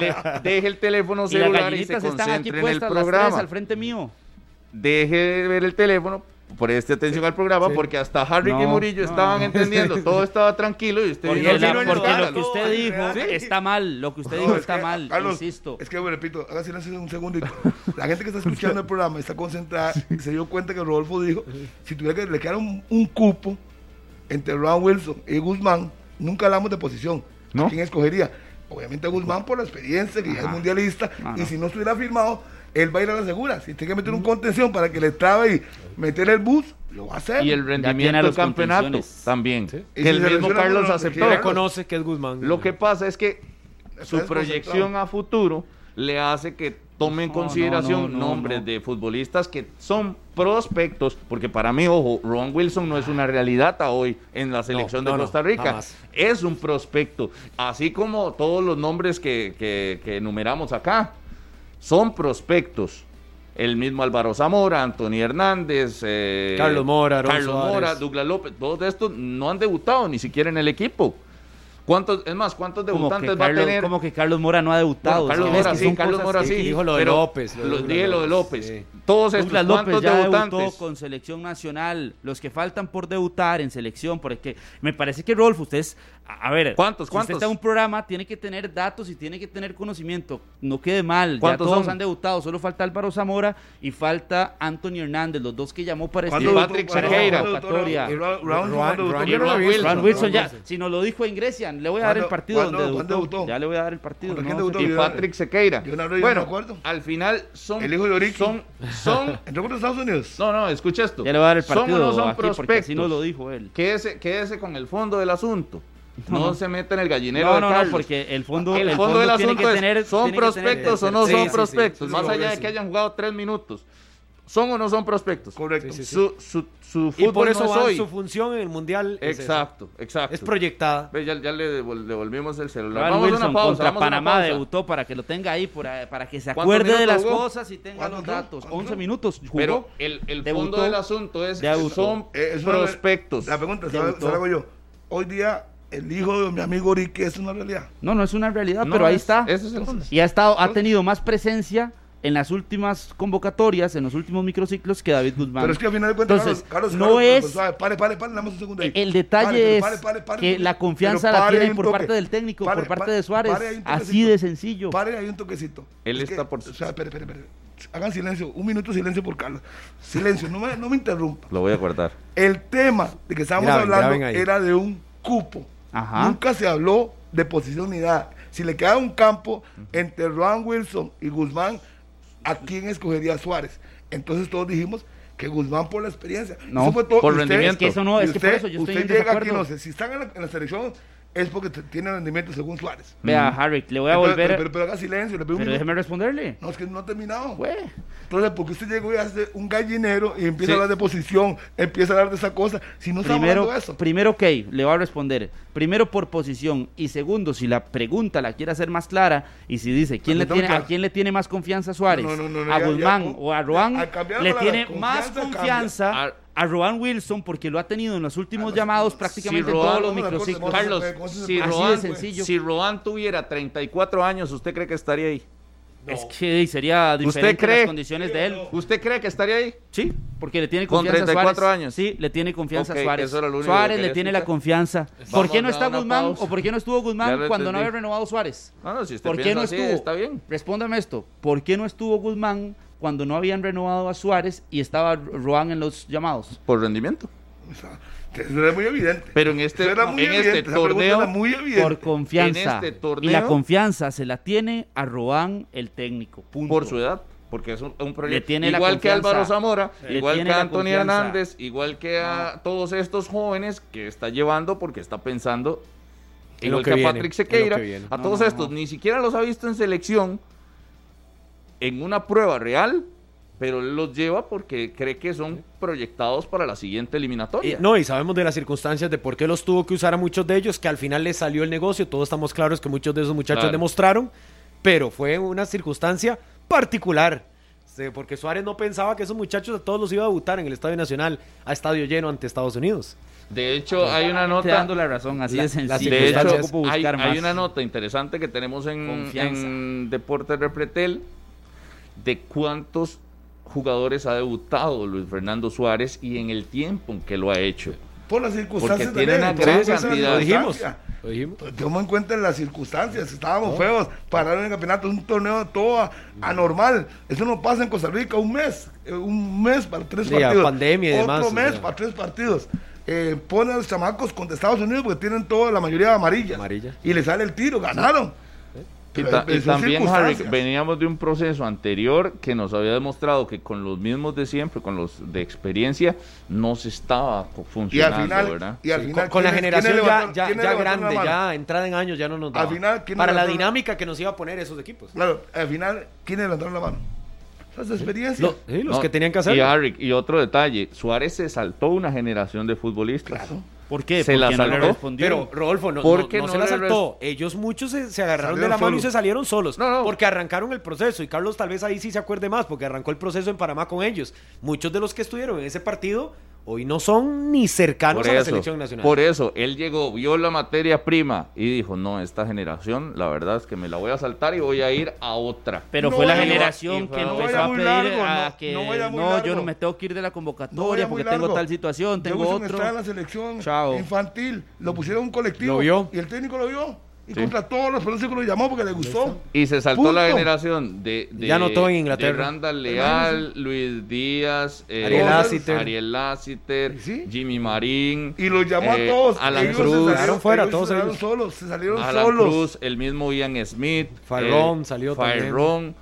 B: le- deje el
E: Y
B: teléfono
E: las
B: celular y, se
E: gallinitas están aquí
B: concentre en el
E: puestas las tres
B: programa.
E: al frente mío.
B: Deje de ver el teléfono, preste atención al programa, porque hasta Harry y
E: No,
B: Murillo estaban entendiendo, todo estaba tranquilo y usted
E: Porque,
B: vino
E: la-
B: aquí.
C: no,
E: porque
C: no,
E: lo que
C: no,
E: usted
C: no,
E: dijo
C: sí.
E: está mal, lo que usted
C: No,
E: dijo
C: es
E: está
C: que,
E: mal,
C: Carlos,
E: insisto.
C: Es que, bueno, repito, haga silencio un segundo. y- La gente que está escuchando el programa está concentrada y se dio cuenta que Rodolfo dijo: si tuviera que le quedara un, un cupo entre Ron Wilson y Guzmán, nunca hablamos de posición.
B: ¿No?
C: ¿A quién escogería? Obviamente a Guzmán por la experiencia, que ya es mundialista.
E: Ah,
C: y
E: no.
C: si no estuviera firmado, él va a ir a la segura. Si tiene que meter un contención para que le trabe y meter el bus, lo va a hacer.
B: Y
E: tiene
B: el
E: a
B: rendimiento
E: los
B: del campeonato
E: contenciones.
B: también. Que
C: Y si
B: el
C: se
B: mismo
C: lesiona
B: Carlos
C: uno, no
B: aceptó.
C: quiere.
D: Reconoce que es Guzmán.
B: Lo que pasa es que su
C: desconcentrado.
B: proyección a futuro le hace que tome en
E: No,
B: consideración
E: no, no, no,
B: nombres
E: no.
B: de futbolistas que son prospectos, porque para mí, ojo, Ron Wilson no es una realidad a hoy en la selección
D: no,
B: de
D: no,
B: Costa Rica.
D: jamás.
B: es un prospecto, así como todos los nombres que, que, que enumeramos acá, son prospectos. El mismo Álvaro Zamora, Anthony Hernández, eh,
D: Carlos Mora, Aaron
B: Carlos
D: Suárez.
B: Mora, Douglas López, todos estos no han debutado ni siquiera en el equipo. ¿Cuántos, es más, ¿cuántos
E: Como
B: debutantes
E: que
B: va
E: Carlos-
B: a tener?
E: como que Carlos Mora no ha debutado.
B: Bueno, Carlos
E: ¿sabes?
B: Mora
E: Es que
B: sí,
E: son
B: Carlos
E: cosas
B: Mora
E: que-
B: sí.
D: dijo lo de
B: pero
D: López, lo de
B: lo-
D: Douglas
B: dije lo de López.
D: López, sí.
B: Todos estos,
E: Douglas López
B: ¿cuántos
E: ya
B: debutantes?
E: debutó con selección nacional. Los que faltan por debutar en selección, porque me parece que Rolfo, ustedes, a a ver,
B: ¿Cuántos,
E: si
B: cuántos?
E: usted está en un programa, tiene que tener datos y tiene que tener conocimiento. No quede mal, ya
B: ¿Cuántos
E: todos
B: son?
E: han debutado, solo falta Álvaro Zamora y falta Anthony Hernández, los dos que llamó para este-
B: ¿Cuántos Patrick
E: para esta
B: Sequeira.
E: convocatoria.
D: Yo no lo he visto.
E: Ron
D: No,
E: Wilson
D: no
E: ya,
D: sé.
E: si nos lo dijo en Grecia, le voy a dar el
C: ¿Cuándo-
E: partido
C: Ah, cuándo-
E: donde debutó.
C: cuándo debutó?
E: Ya le voy a dar el partido.
C: ¿Contra quién
E: no sé
C: debutó?
E: qué.
B: Y
C: Yo-
B: Patrick Sequeira.
C: yo no hablo, yo no me
B: bueno,
C: acuerdo.
B: al final son.
C: El hijo de Orico.
B: Son. son
C: ¿Entró contra Estados Unidos?
B: no, no, escucha esto.
E: Ya le voy a dar el partido.
B: Son o no son
E: aquí, porque
B: prospectos.
E: así nos lo dijo él.
B: Quédese, quédese con el fondo del asunto. No, se meta en el gallinero.
E: No,
B: de
E: no, no,
B: Carlos.
E: porque el fondo,
B: el fondo del
E: tiene que
B: asunto es,
E: tener,
B: ¿son
E: tiene que tener
B: prospectos o
E: certeza.
B: no
D: Sí,
B: son
D: sí, sí.
B: prospectos?
D: Sí,
B: Más
D: sí,
B: allá de
D: sí.
B: que hayan jugado tres minutos. ¿Son o no son prospectos?
C: Correcto.
D: Sí, sí, sí.
B: Su, su, su fútbol
D: Y por eso
B: no es
D: Van,
B: hoy.
D: su función en el mundial es esa.
B: exacto, exacto.
D: es proyectada.
B: Ve, ya, ya le devol- devolvimos el celular.
E: Ron
B: vamos a
E: Wilson
B: una pausa.
E: contra
B: vamos a una
E: Panamá
B: pausa.
E: debutó para que lo tenga ahí, para, para que se
B: ¿Cuántos
E: acuerde de
B: minutos
E: las
B: jugó?
E: cosas y tenga
C: ¿Cuántos
E: los
C: jugó?
E: datos.
C: ¿Cuántos
E: 11
C: jugó?
E: minutos jugó.
B: Pero el, el
E: Debutó.
B: fondo del asunto es
E: Debutó.
B: son
C: Eh, eso no-
B: prospectos.
C: La pregunta, ¿se
E: Debutó.
C: la- se la hago yo? Hoy día, el hijo de mi amigo Orique es una realidad.
E: no, no es una realidad,
B: No,
E: pero ahí
B: es-
E: está.
B: ese es el fondo.
E: Y ha, estado, ha tenido más presencia en las últimas convocatorias, en los últimos microciclos que David Guzmán.
C: Pero es que al final de cuentas,
E: Entonces,
C: Carlos, Carlos,
E: no
C: Carlos,
E: es-
C: pues, suave, pare, pare, pare, damos un segundo ahí.
E: El detalle
C: Pare, pero
E: es
C: pare, pare, pare,
E: que
C: pero-
E: la confianza
C: pero
E: la
C: pare ahí
E: tienen
C: un
E: por
C: toque.
E: parte del técnico,
C: Pare,
E: por parte
C: pare,
E: de Suárez.
C: pare ahí un
E: Así
C: toquecito.
E: de sencillo.
C: Pare ahí un toquecito.
B: Él
C: Es que,
B: está por-
C: o sea, espere, espere, espere. Hagan silencio, un minuto de silencio por Carlos. Silencio, no me, no me interrumpa.
B: Lo voy a guardar.
C: El tema de que estábamos
D: Graben,
C: hablando
D: graben ahí.
C: era de un cupo.
E: Ajá.
C: Nunca se habló de posición ni nada. Si le queda un campo entre Juan Wilson y Guzmán, ¿a quién escogería Suárez? Entonces todos dijimos que Guzmán por la experiencia.
E: No,
C: Eso fue todo.
B: por
C: Y ustedes-
B: rendimiento.
E: Es que eso no,
C: y
E: es que por
C: usted-
E: eso yo estoy en
C: usted llega aquí,
E: desacuerdo.
C: no sé, si están en la, en la selección es porque t- tiene rendimiento según Suárez.
E: Vea, Harry, le voy a
C: Entonces,
E: volver.
C: Pero, pero, pero haga silencio, le pido un
E: Pero
C: minuto.
E: déjeme responderle.
C: No, es que no ha terminado.
E: Güey.
C: Entonces, ¿por qué usted llegó y hace un gallinero y empieza
B: Sí.
C: a hablar de posición, empieza a hablar de esa cosa? Si no estamos
E: Primero,
C: hablando de eso.
E: primero, ok, le voy a responder. Primero por posición y segundo, si la pregunta la quiere hacer más clara y si dice quién le
C: Pregunta muy
E: tiene,
C: clara.
E: a quién le tiene más confianza Suárez,
C: No, no, no, no,
E: a
C: ya- ya,
E: Guzmán
C: con-
E: o a Ruán,
C: al cambiar la
E: le
C: palabra,
E: tiene más
C: confianza,
E: confianza
B: cambia.
E: a Ruán Wilson porque lo ha tenido en los últimos
C: Ah,
E: llamados prácticamente en
B: Roan-
E: todos los
C: vamos a la corte,
E: microciclos.
C: vamos a-
B: Carlos,
C: ¿cómo se pues.
B: si
E: puede? Así de
B: Roan,
E: sencillo.
B: pues, si Roan tuviera 34 años, ¿usted cree que estaría ahí?
E: Es que sería
B: ¿Usted
E: diferente
B: cree?
E: las condiciones de él.
B: ¿Usted cree que estaría ahí?
E: Sí, porque le tiene
B: Con
E: confianza a
B: 34
E: Suárez.
B: años.
E: Sí, le tiene confianza
B: Ok,
E: a Suárez.
B: eso era lo único que
E: Suárez le
B: quería
E: tiene
B: escuchar.
E: la confianza. ¿Por
B: Vamos
E: qué
B: a
E: no está
B: una
E: Guzmán
B: pausa.
E: o por qué no estuvo
B: Ya
E: Guzmán
B: lo
E: cuando no
B: entendí.
E: había renovado Suárez?
B: No, no, si usted
E: ¿Por qué
B: piensa
E: no
B: así,
E: estuvo?
B: está bien.
E: Respóndame esto. ¿Por qué no estuvo Guzmán cuando no habían renovado a Suárez y estaba Roan en los llamados?
B: Por rendimiento.
C: O sea, que eso era muy evidente.
B: Pero en este,
C: Eso era muy
B: en
C: evidente,
B: este
C: esa pregunta era
B: torneo,
C: muy evidente.
E: Por confianza.
B: En este torneo-
E: y la confianza se la tiene a Roan el técnico. punto.
B: por su edad, porque es un, un
E: Le
B: proyecto.
E: tiene la
B: igual que
E: confianza.
B: Álvaro Zamora,
E: Le
B: igual
E: tiene
B: que
E: la
B: Anthony
E: confianza.
B: Hernández, igual que a todos estos jóvenes que está llevando porque está pensando,
D: En
B: igual
D: lo
B: que,
D: que
B: a
D: viene,
B: Patrick
D: en lo que
B: Sequeira,
D: viene.
B: a
E: No,
B: todos
E: no, no.
B: estos, ni siquiera los ha visto en selección en una prueba real. Pero él los lleva porque cree que son proyectados para la siguiente eliminatoria.
D: No, y sabemos de las circunstancias de por qué los tuvo que usar a muchos de ellos, que al final les salió el negocio. Todos estamos claros que muchos de esos muchachos
B: Claro.
D: demostraron, pero fue una circunstancia particular. Sí, Porque Suárez no pensaba que esos muchachos a todos los iba a debutar en el Estadio Nacional a estadio lleno ante Estados Unidos.
B: De hecho, hay una
E: Pues, Te
B: nota.
E: dando la razón, así
D: La-
E: de
D: las
E: sencillo.
B: De
E: Ya
B: hecho,
D: circunstancias.
E: no ocupo
B: hay,
E: buscar
B: hay
E: más.
B: una nota interesante que tenemos en,
E: Confianza.
B: en Deportes Repretel de cuántos jugadores ha debutado Luis Fernando Suárez y en el tiempo en que lo ha hecho.
C: por las circunstancias
B: Porque tiene
C: también,
B: una
C: por
B: gran
C: las circunstancias
B: cantidad.
C: de
D: Lo
C: la
D: dijimos.
C: distancia.
D: Lo dijimos.
C: Pues, Toma en cuenta las circunstancias, estábamos feos, pararon el campeonato, es un torneo todo a- anormal. Eso no pasa en Costa Rica, un mes, eh, un mes para tres
D: Sí, a
C: partidos.
D: pandemia y
C: Otro
D: demás, o
C: mes
D: sea.
C: para tres partidos. Eh, pone a los chamacos contra Estados Unidos porque tienen toda la mayoría amarilla.
D: Amarilla.
C: Y le sale el tiro, ganaron.
B: Y,
C: Pero
B: ta-
C: es-
B: y
C: son
B: también, Harry,
C: circunstancias.
B: veníamos de un proceso anterior que nos había demostrado que con los mismos de siempre, con los de experiencia, no se estaba
C: Y
B: co-
C: al
B: funcionando,
C: final,
B: ¿verdad?
C: y al
D: Sí,
C: final
D: con, con la
C: ¿quiénes-
D: generación
C: quiénes
D: ya,
C: levantaron-
D: ya,
C: quiénes
D: ya
C: levantaron la
D: grande,
C: mano?
D: ya entrada en años, ya no nos da.
C: Al final, ¿quién
D: Para
C: levantó
D: la
C: la- Pues,
D: dinámica que nos iba a poner esos equipos.
C: Claro, al final, ¿quiénes levantaron la mano? Esas experiencias.
D: Lo- sí, los
B: No,
D: que tenían que
B: Y,
D: hacer.
B: Harry, y otro detalle, Suárez se saltó una generación de futbolistas.
C: Claro.
E: ¿Por qué?
B: Se
E: Porque
B: la
E: no le
B: saltó,
E: respondió.
D: Pero Rodolfo no,
B: ¿Por
D: no-
B: qué
D: no
B: no
D: se la
B: le
D: saltó. Ellos muchos se, se agarraron de
C: Salieron
D: la mano y
C: solos.
D: se salieron solos.
B: No, no.
D: Porque arrancaron el proceso. Y Carlos tal vez ahí sí se acuerde más, porque arrancó el proceso en Panamá con ellos. Muchos de los que estuvieron en ese partido
F: hoy no son ni cercanos
B: Por
F: a la
B: eso,
F: selección nacional.
B: por eso, él llegó, vio la materia prima y dijo, no, esta generación, la verdad es que me la voy a saltar y voy a ir a otra.
E: Pero
C: No
E: fue la
C: vaya-
E: generación
B: y fue-
E: que
B: no
E: empezó
C: vaya
E: a
C: muy
E: pedir
D: Eh,
C: largo,
E: a
C: no-
E: que
C: no
E: no,
C: vaya muy
E: yo no
C: largo.
E: me tengo que ir de la
C: No
E: convocatoria
C: vaya muy
E: porque tengo
C: largo.
E: tal situación, tengo
C: Jefferson
E: otro.
C: Estrada en la selección
E: Chao.
C: infantil, lo pusieron en un colectivo.
D: Lo vio.
C: Y el técnico lo vio. Y
B: Sí.
C: contra todos los pronósticos lo llamó porque le gustó.
B: Y se saltó la
C: Punto.
B: generación de, de-
D: Ya anotó en Inglaterra.
B: de Randall Leal, Luis Díaz, eh,
D: Ariel
C: Lassiter.
B: Ariel Lassiter,
C: Sí.
B: Jimmy Marín,
C: Y los llamó
B: eh,
C: a todos.
B: Alan
C: Ellos
B: Cruz.
C: Se
D: Quedaron
C: salieron
D: fuera,
C: ellos
D: todos
C: se salieron
D: ellos.
C: solos. Se salieron
B: Alan
C: solos.
B: Cruz, el mismo Ian Smith, eh,
D: Farrón salió también.
B: Farrón,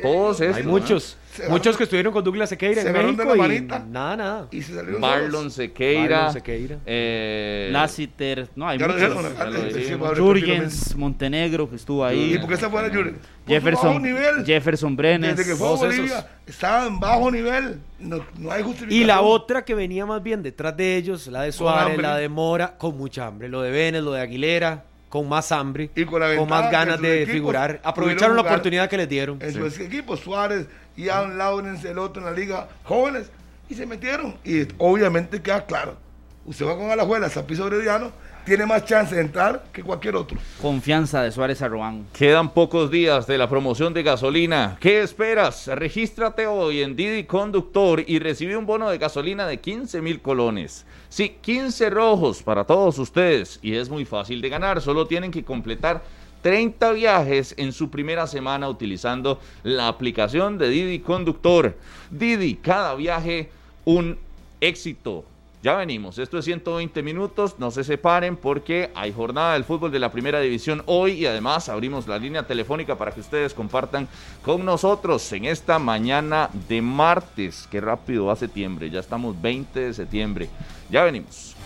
B: todos estos,
D: Hay
B: ¿no?
D: muchos.
C: Se
D: Muchos que estuvieron con Douglas Sequeira
C: Se
D: en
C: agarraron de
D: México
C: la
D: y
C: manita.
D: nada, nada.
C: Y se salieron
B: Marlon
C: solos.
B: Sequeira,
D: Marlon Sequeira.
B: eh,
E: Lassiter, no, hay
C: Ya lo
E: muchos.
C: dijeron,
B: ya lo
C: antes,
B: dijimos.
C: sí, Pablo Espino
E: Jurgens, Montenegro, que estuvo
C: Mendes. ¿Y
E: ahí.
C: por qué está fuera Jürgen? Puso bajo
E: Jefferson,
C: Pues, nivel.
E: Jefferson Brenes.
C: Desde que fue a
D: todos
C: Bolivia,
D: esos.
C: estaba en bajo nivel. No, no hay justificación.
F: Y la otra que venía más bien detrás de ellos, la de Suárez,
C: hambre.
F: la de Mora, con mucha hambre. Lo de Vélez, lo de Aguilera, con más hambre,
C: Y con la ventaja
F: más
C: que
F: ganas
C: sus
F: de
C: equipos
F: figurar.
C: pudieron
F: Aprovecharon la
C: jugar.
F: oportunidad que les dieron.
C: En su equipo, Suárez, Ian Lawrence, el otro en la liga, jóvenes, y se metieron. Y obviamente queda claro, usted va con Alajuela, Zapiso Brediano, tiene más chance de entrar que cualquier otro.
E: Confianza de Suárez Arroán.
B: Quedan pocos días de la promoción de gasolina. ¿Qué esperas? Regístrate hoy en Didi Conductor y recibe un bono de gasolina de 15 mil colones. Sí, 15 rojos para todos ustedes y es muy fácil de ganar. Solo tienen que completar 30 viajes en su primera semana utilizando la aplicación de Didi Conductor. Didi, cada viaje un éxito. Ya venimos, esto es 120 minutos, no se separen porque hay jornada del fútbol de la primera división hoy y además abrimos la línea telefónica para que ustedes compartan con nosotros en esta mañana de martes. Qué rápido va septiembre, ya estamos 20 de septiembre. Ya venimos.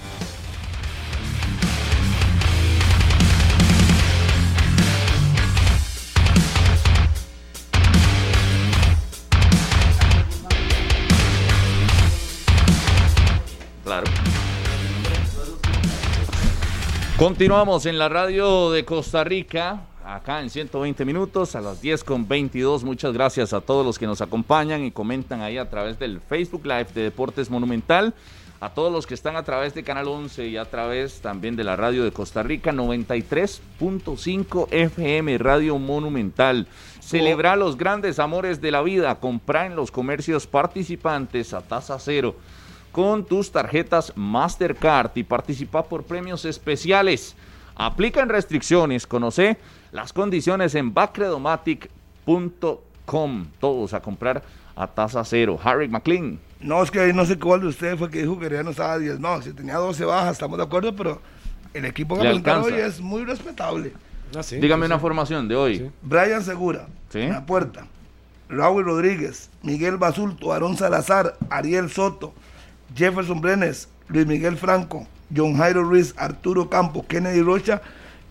B: Claro. Continuamos en la radio de Costa Rica, acá en 120 minutos, a las 10 con 22. Muchas gracias a todos los que nos acompañan y comentan ahí a través del Facebook Live de Deportes Monumental. A todos los que están a través de Canal 11 y a través también de la radio de Costa Rica, 93.5 FM Radio Monumental. Celebra los grandes amores de la vida. Compra en los comercios participantes a tasa cero con tus tarjetas Mastercard y participa por premios especiales. Aplican restricciones, conoce las condiciones en bacredomatic.com. Todos a comprar a tasa cero. Harry McLean.
C: No, es que ahí no sé cuál de ustedes fue que dijo que ya no estaba 10, no, si tenía 12 bajas, estamos de acuerdo, pero el equipo que
B: Le
C: presentaron hoy
B: alcanza.
C: es muy respetable.
F: Ah, sí,
B: Dígame
F: sí,
B: una
F: sí.
B: formación de hoy.
F: Sí.
C: Brian Segura,
B: Sí.
E: ¿Eh?
C: en la puerta. Raúl Rodríguez, Miguel Basulto, Aarón Salazar, Ariel Soto, Jefferson Brenes, Luis Miguel Franco, John Jairo Ruiz, Arturo Campo, Kennedy Rocha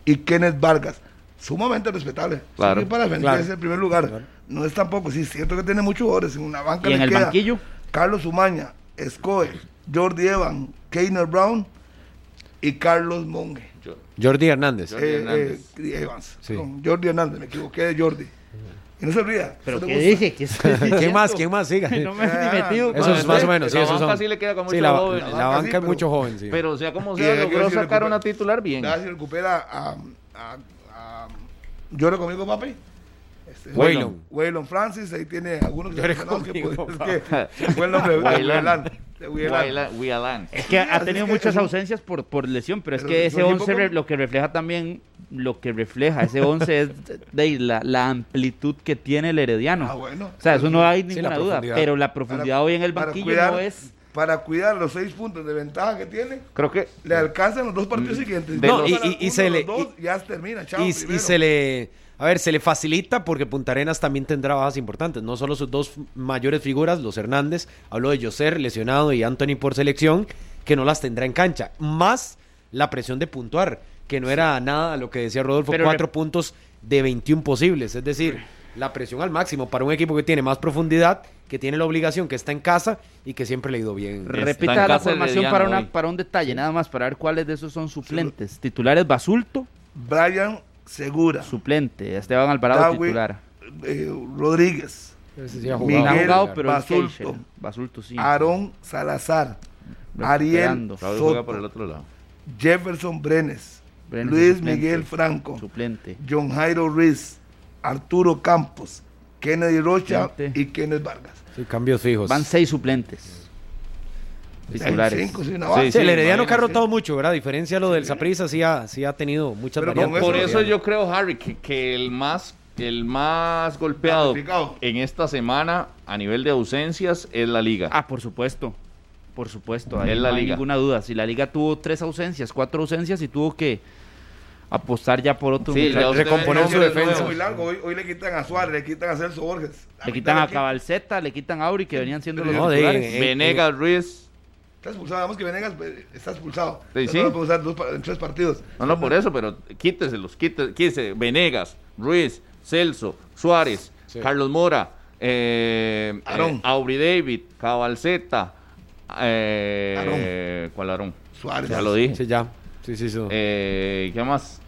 C: y Kenneth Vargas. Sumamente respetable.
B: Claro.
C: Sí, para defenderse en primer lugar. No es tampoco, sí, es cierto que tiene muchos jugadores. En una banca
E: ¿Y
C: le
E: en el
C: queda
E: banquillo?
C: Carlos Umaña, Escoe, Jordi Evan, Keiner Brown y Carlos Monge.
D: Jordi Hernández.
B: Jordi
C: Eh,
B: Hernández.
C: eh, Evans.
D: Sí.
C: Con Jordi Hernández, me equivoqué de Jordi. Y no se ría.
E: ¿Pero
C: eso
E: qué
C: le gusta.
E: dije? ¿Qué estoy
D: ¿Quién
E: diciendo?
D: más? ¿Quién más? Siga.
E: No me he
C: Ah,
E: metido.
D: Eso es
E: con-
D: más o menos. sí,
B: La
D: esos
B: banca
D: son.
B: sí le queda con
D: Sí,
B: mucho
D: la,
B: joven.
D: la
C: La banca
D: banca
C: sí,
D: es
C: pero-
D: mucho joven, sí.
B: Pero sea como
C: Y
B: sea,
C: hay que
B: logró
C: decirle
B: sacar
C: recupera-
B: una titular bien.
C: Ya se recupera a, a, a- Llora conmigo, papi. Este,
D: Waylon.
C: Waylon Francis, ahí tiene algunos que
D: Llora
C: se conocen,
D: conmigo,
C: pues, es
B: papá.
C: que fue el nombre de
B: Waylon.
C: Waylon, de Waylon.
B: Wayland- Wayland.
E: Es que
C: Sí,
E: ha
C: así
E: tenido
C: es que
E: muchas
C: es un-
E: ausencias por, por lesión, pero es
C: Pero
E: que
C: es un
E: ese
C: equipo
E: 11 re-
C: con-
E: lo que refleja también, lo que refleja ese 11 es de la, la amplitud que tiene el Herediano.
C: Ah, bueno.
E: O sea, eso no hay
D: Sí, la
E: ninguna duda,
D: profundidad.
E: pero la
C: Para-
E: profundidad hoy en el
C: para
E: banquillo
C: cuidar-
E: no es...
C: Para cuidar los seis puntos de ventaja que tiene,
B: Creo que
C: le alcanzan los dos partidos siguientes.
D: No,
C: Dos
D: y-
C: para
D: y- y
C: uno,
D: se
C: los
D: le-
C: dos, ya se termina, chao.
D: y, y
C: primero.
D: se le a ver se le facilita porque Punta Arenas también tendrá bajas importantes no solo sus dos mayores figuras los Hernández habló de Joser lesionado y Anthony por selección que no las tendrá en cancha más la presión de puntuar que no era nada lo que decía Rodolfo
E: Pero
D: cuatro
E: rep-
D: puntos de 21 posibles es decir la presión al máximo para un equipo que tiene más profundidad que tiene la obligación que está en casa y que siempre le ha ido bien
B: Está en
E: Repita la
B: casa
E: formación
B: Herediano
E: para,
B: hoy.
E: una, para un detalle, nada más, para ver cuáles de esos son suplentes. Titulares Basulto,
C: Brian Segura,
E: suplente. Esteban Alvarado,
C: Dawi-
E: titular.
C: eh, Rodríguez,
D: Ese sí ha
C: Miguel
E: ha jugado, pero es
C: Basulto.
E: Keisher. Basulto, sí.
C: Aarón Salazar, Ariel
E: recuperando.
B: Claudio
C: Soto,
B: juega por el otro lado.
C: Jefferson Brenes,
E: Brenes,
C: Luis
E: suplente.
C: Miguel Franco,
E: Suplente.
C: John Jairo Ruiz, Arturo Campos, Kennedy Rocha
E: Suplente.
C: y Kenneth Vargas.
D: Sí, cambios fijos.
E: Van seis suplentes. Titulares.
C: Cinco, sí, una
B: Sí,
C: base.
D: Sí, el Herediano
B: imagínense.
D: que ha rotado mucho, ¿verdad? A diferencia de lo del Saprissa, sí ha, sí ha tenido muchas
C: Pero con
D: variantes.
B: Por
C: Eso
B: eso yo creo, Harry, que, que el más el más golpeado
C: Damnificado.
B: en esta semana a nivel de ausencias es la liga.
E: Ah, por supuesto. Por supuesto. Ahí
B: Es
E: no
B: la
E: hay
B: liga.
E: ninguna duda. Si la liga tuvo tres ausencias, cuatro ausencias y tuvo que apostar ya por otro.
B: Sí,
E: muchacho.
B: ya usted
D: recomponer
B: ve
D: su
B: nombres
D: defensa.
C: Es
B: nuevos.
C: muy largo. Hoy, hoy le quitan a Suárez, le quitan a Celso Borges.
E: Le quitan a
C: Aquí-
E: Cabalceta, le quitan a Auri, que venían siendo los
D: No, de- eh,
E: titulares.
C: eh,
D: en- en-
B: Venegas, Ruiz.
C: Está expulsado. Vamos que Venegas eh, está expulsado.
B: Sí, sí.
C: No lo puede usar dos pa- en tres partidos.
B: No, no, por eso, pero quíteselos, quíteselos, quíteselos. Venegas, Ruiz, Celso, Suárez, Carlos Mora, eh, eh,
C: Aarón.
B: Aubry David, Cabalceta, eh, ¿cuál Aarón?
C: Suárez.
B: Ya lo dije.
D: Sí, ya. Sí, sí, sí.
B: Eh, ¿Qué más?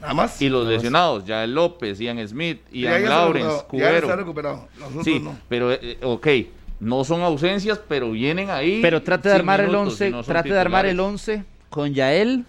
C: Nada más.
B: Y los lesionados, Jael López, Ian Smith, Ian
C: ya
B: Lawrence,
C: Ya está
B: Cubero.
C: recuperado. Nosotros
B: Sí,
C: no.
B: pero, eh, eh, ok, no son ausencias, pero vienen ahí.
E: Pero trate de
B: sin
E: armar el
B: minutos, y
E: 11,
B: no son
E: trate de armar el
B: titulares.
E: 11 con Yael,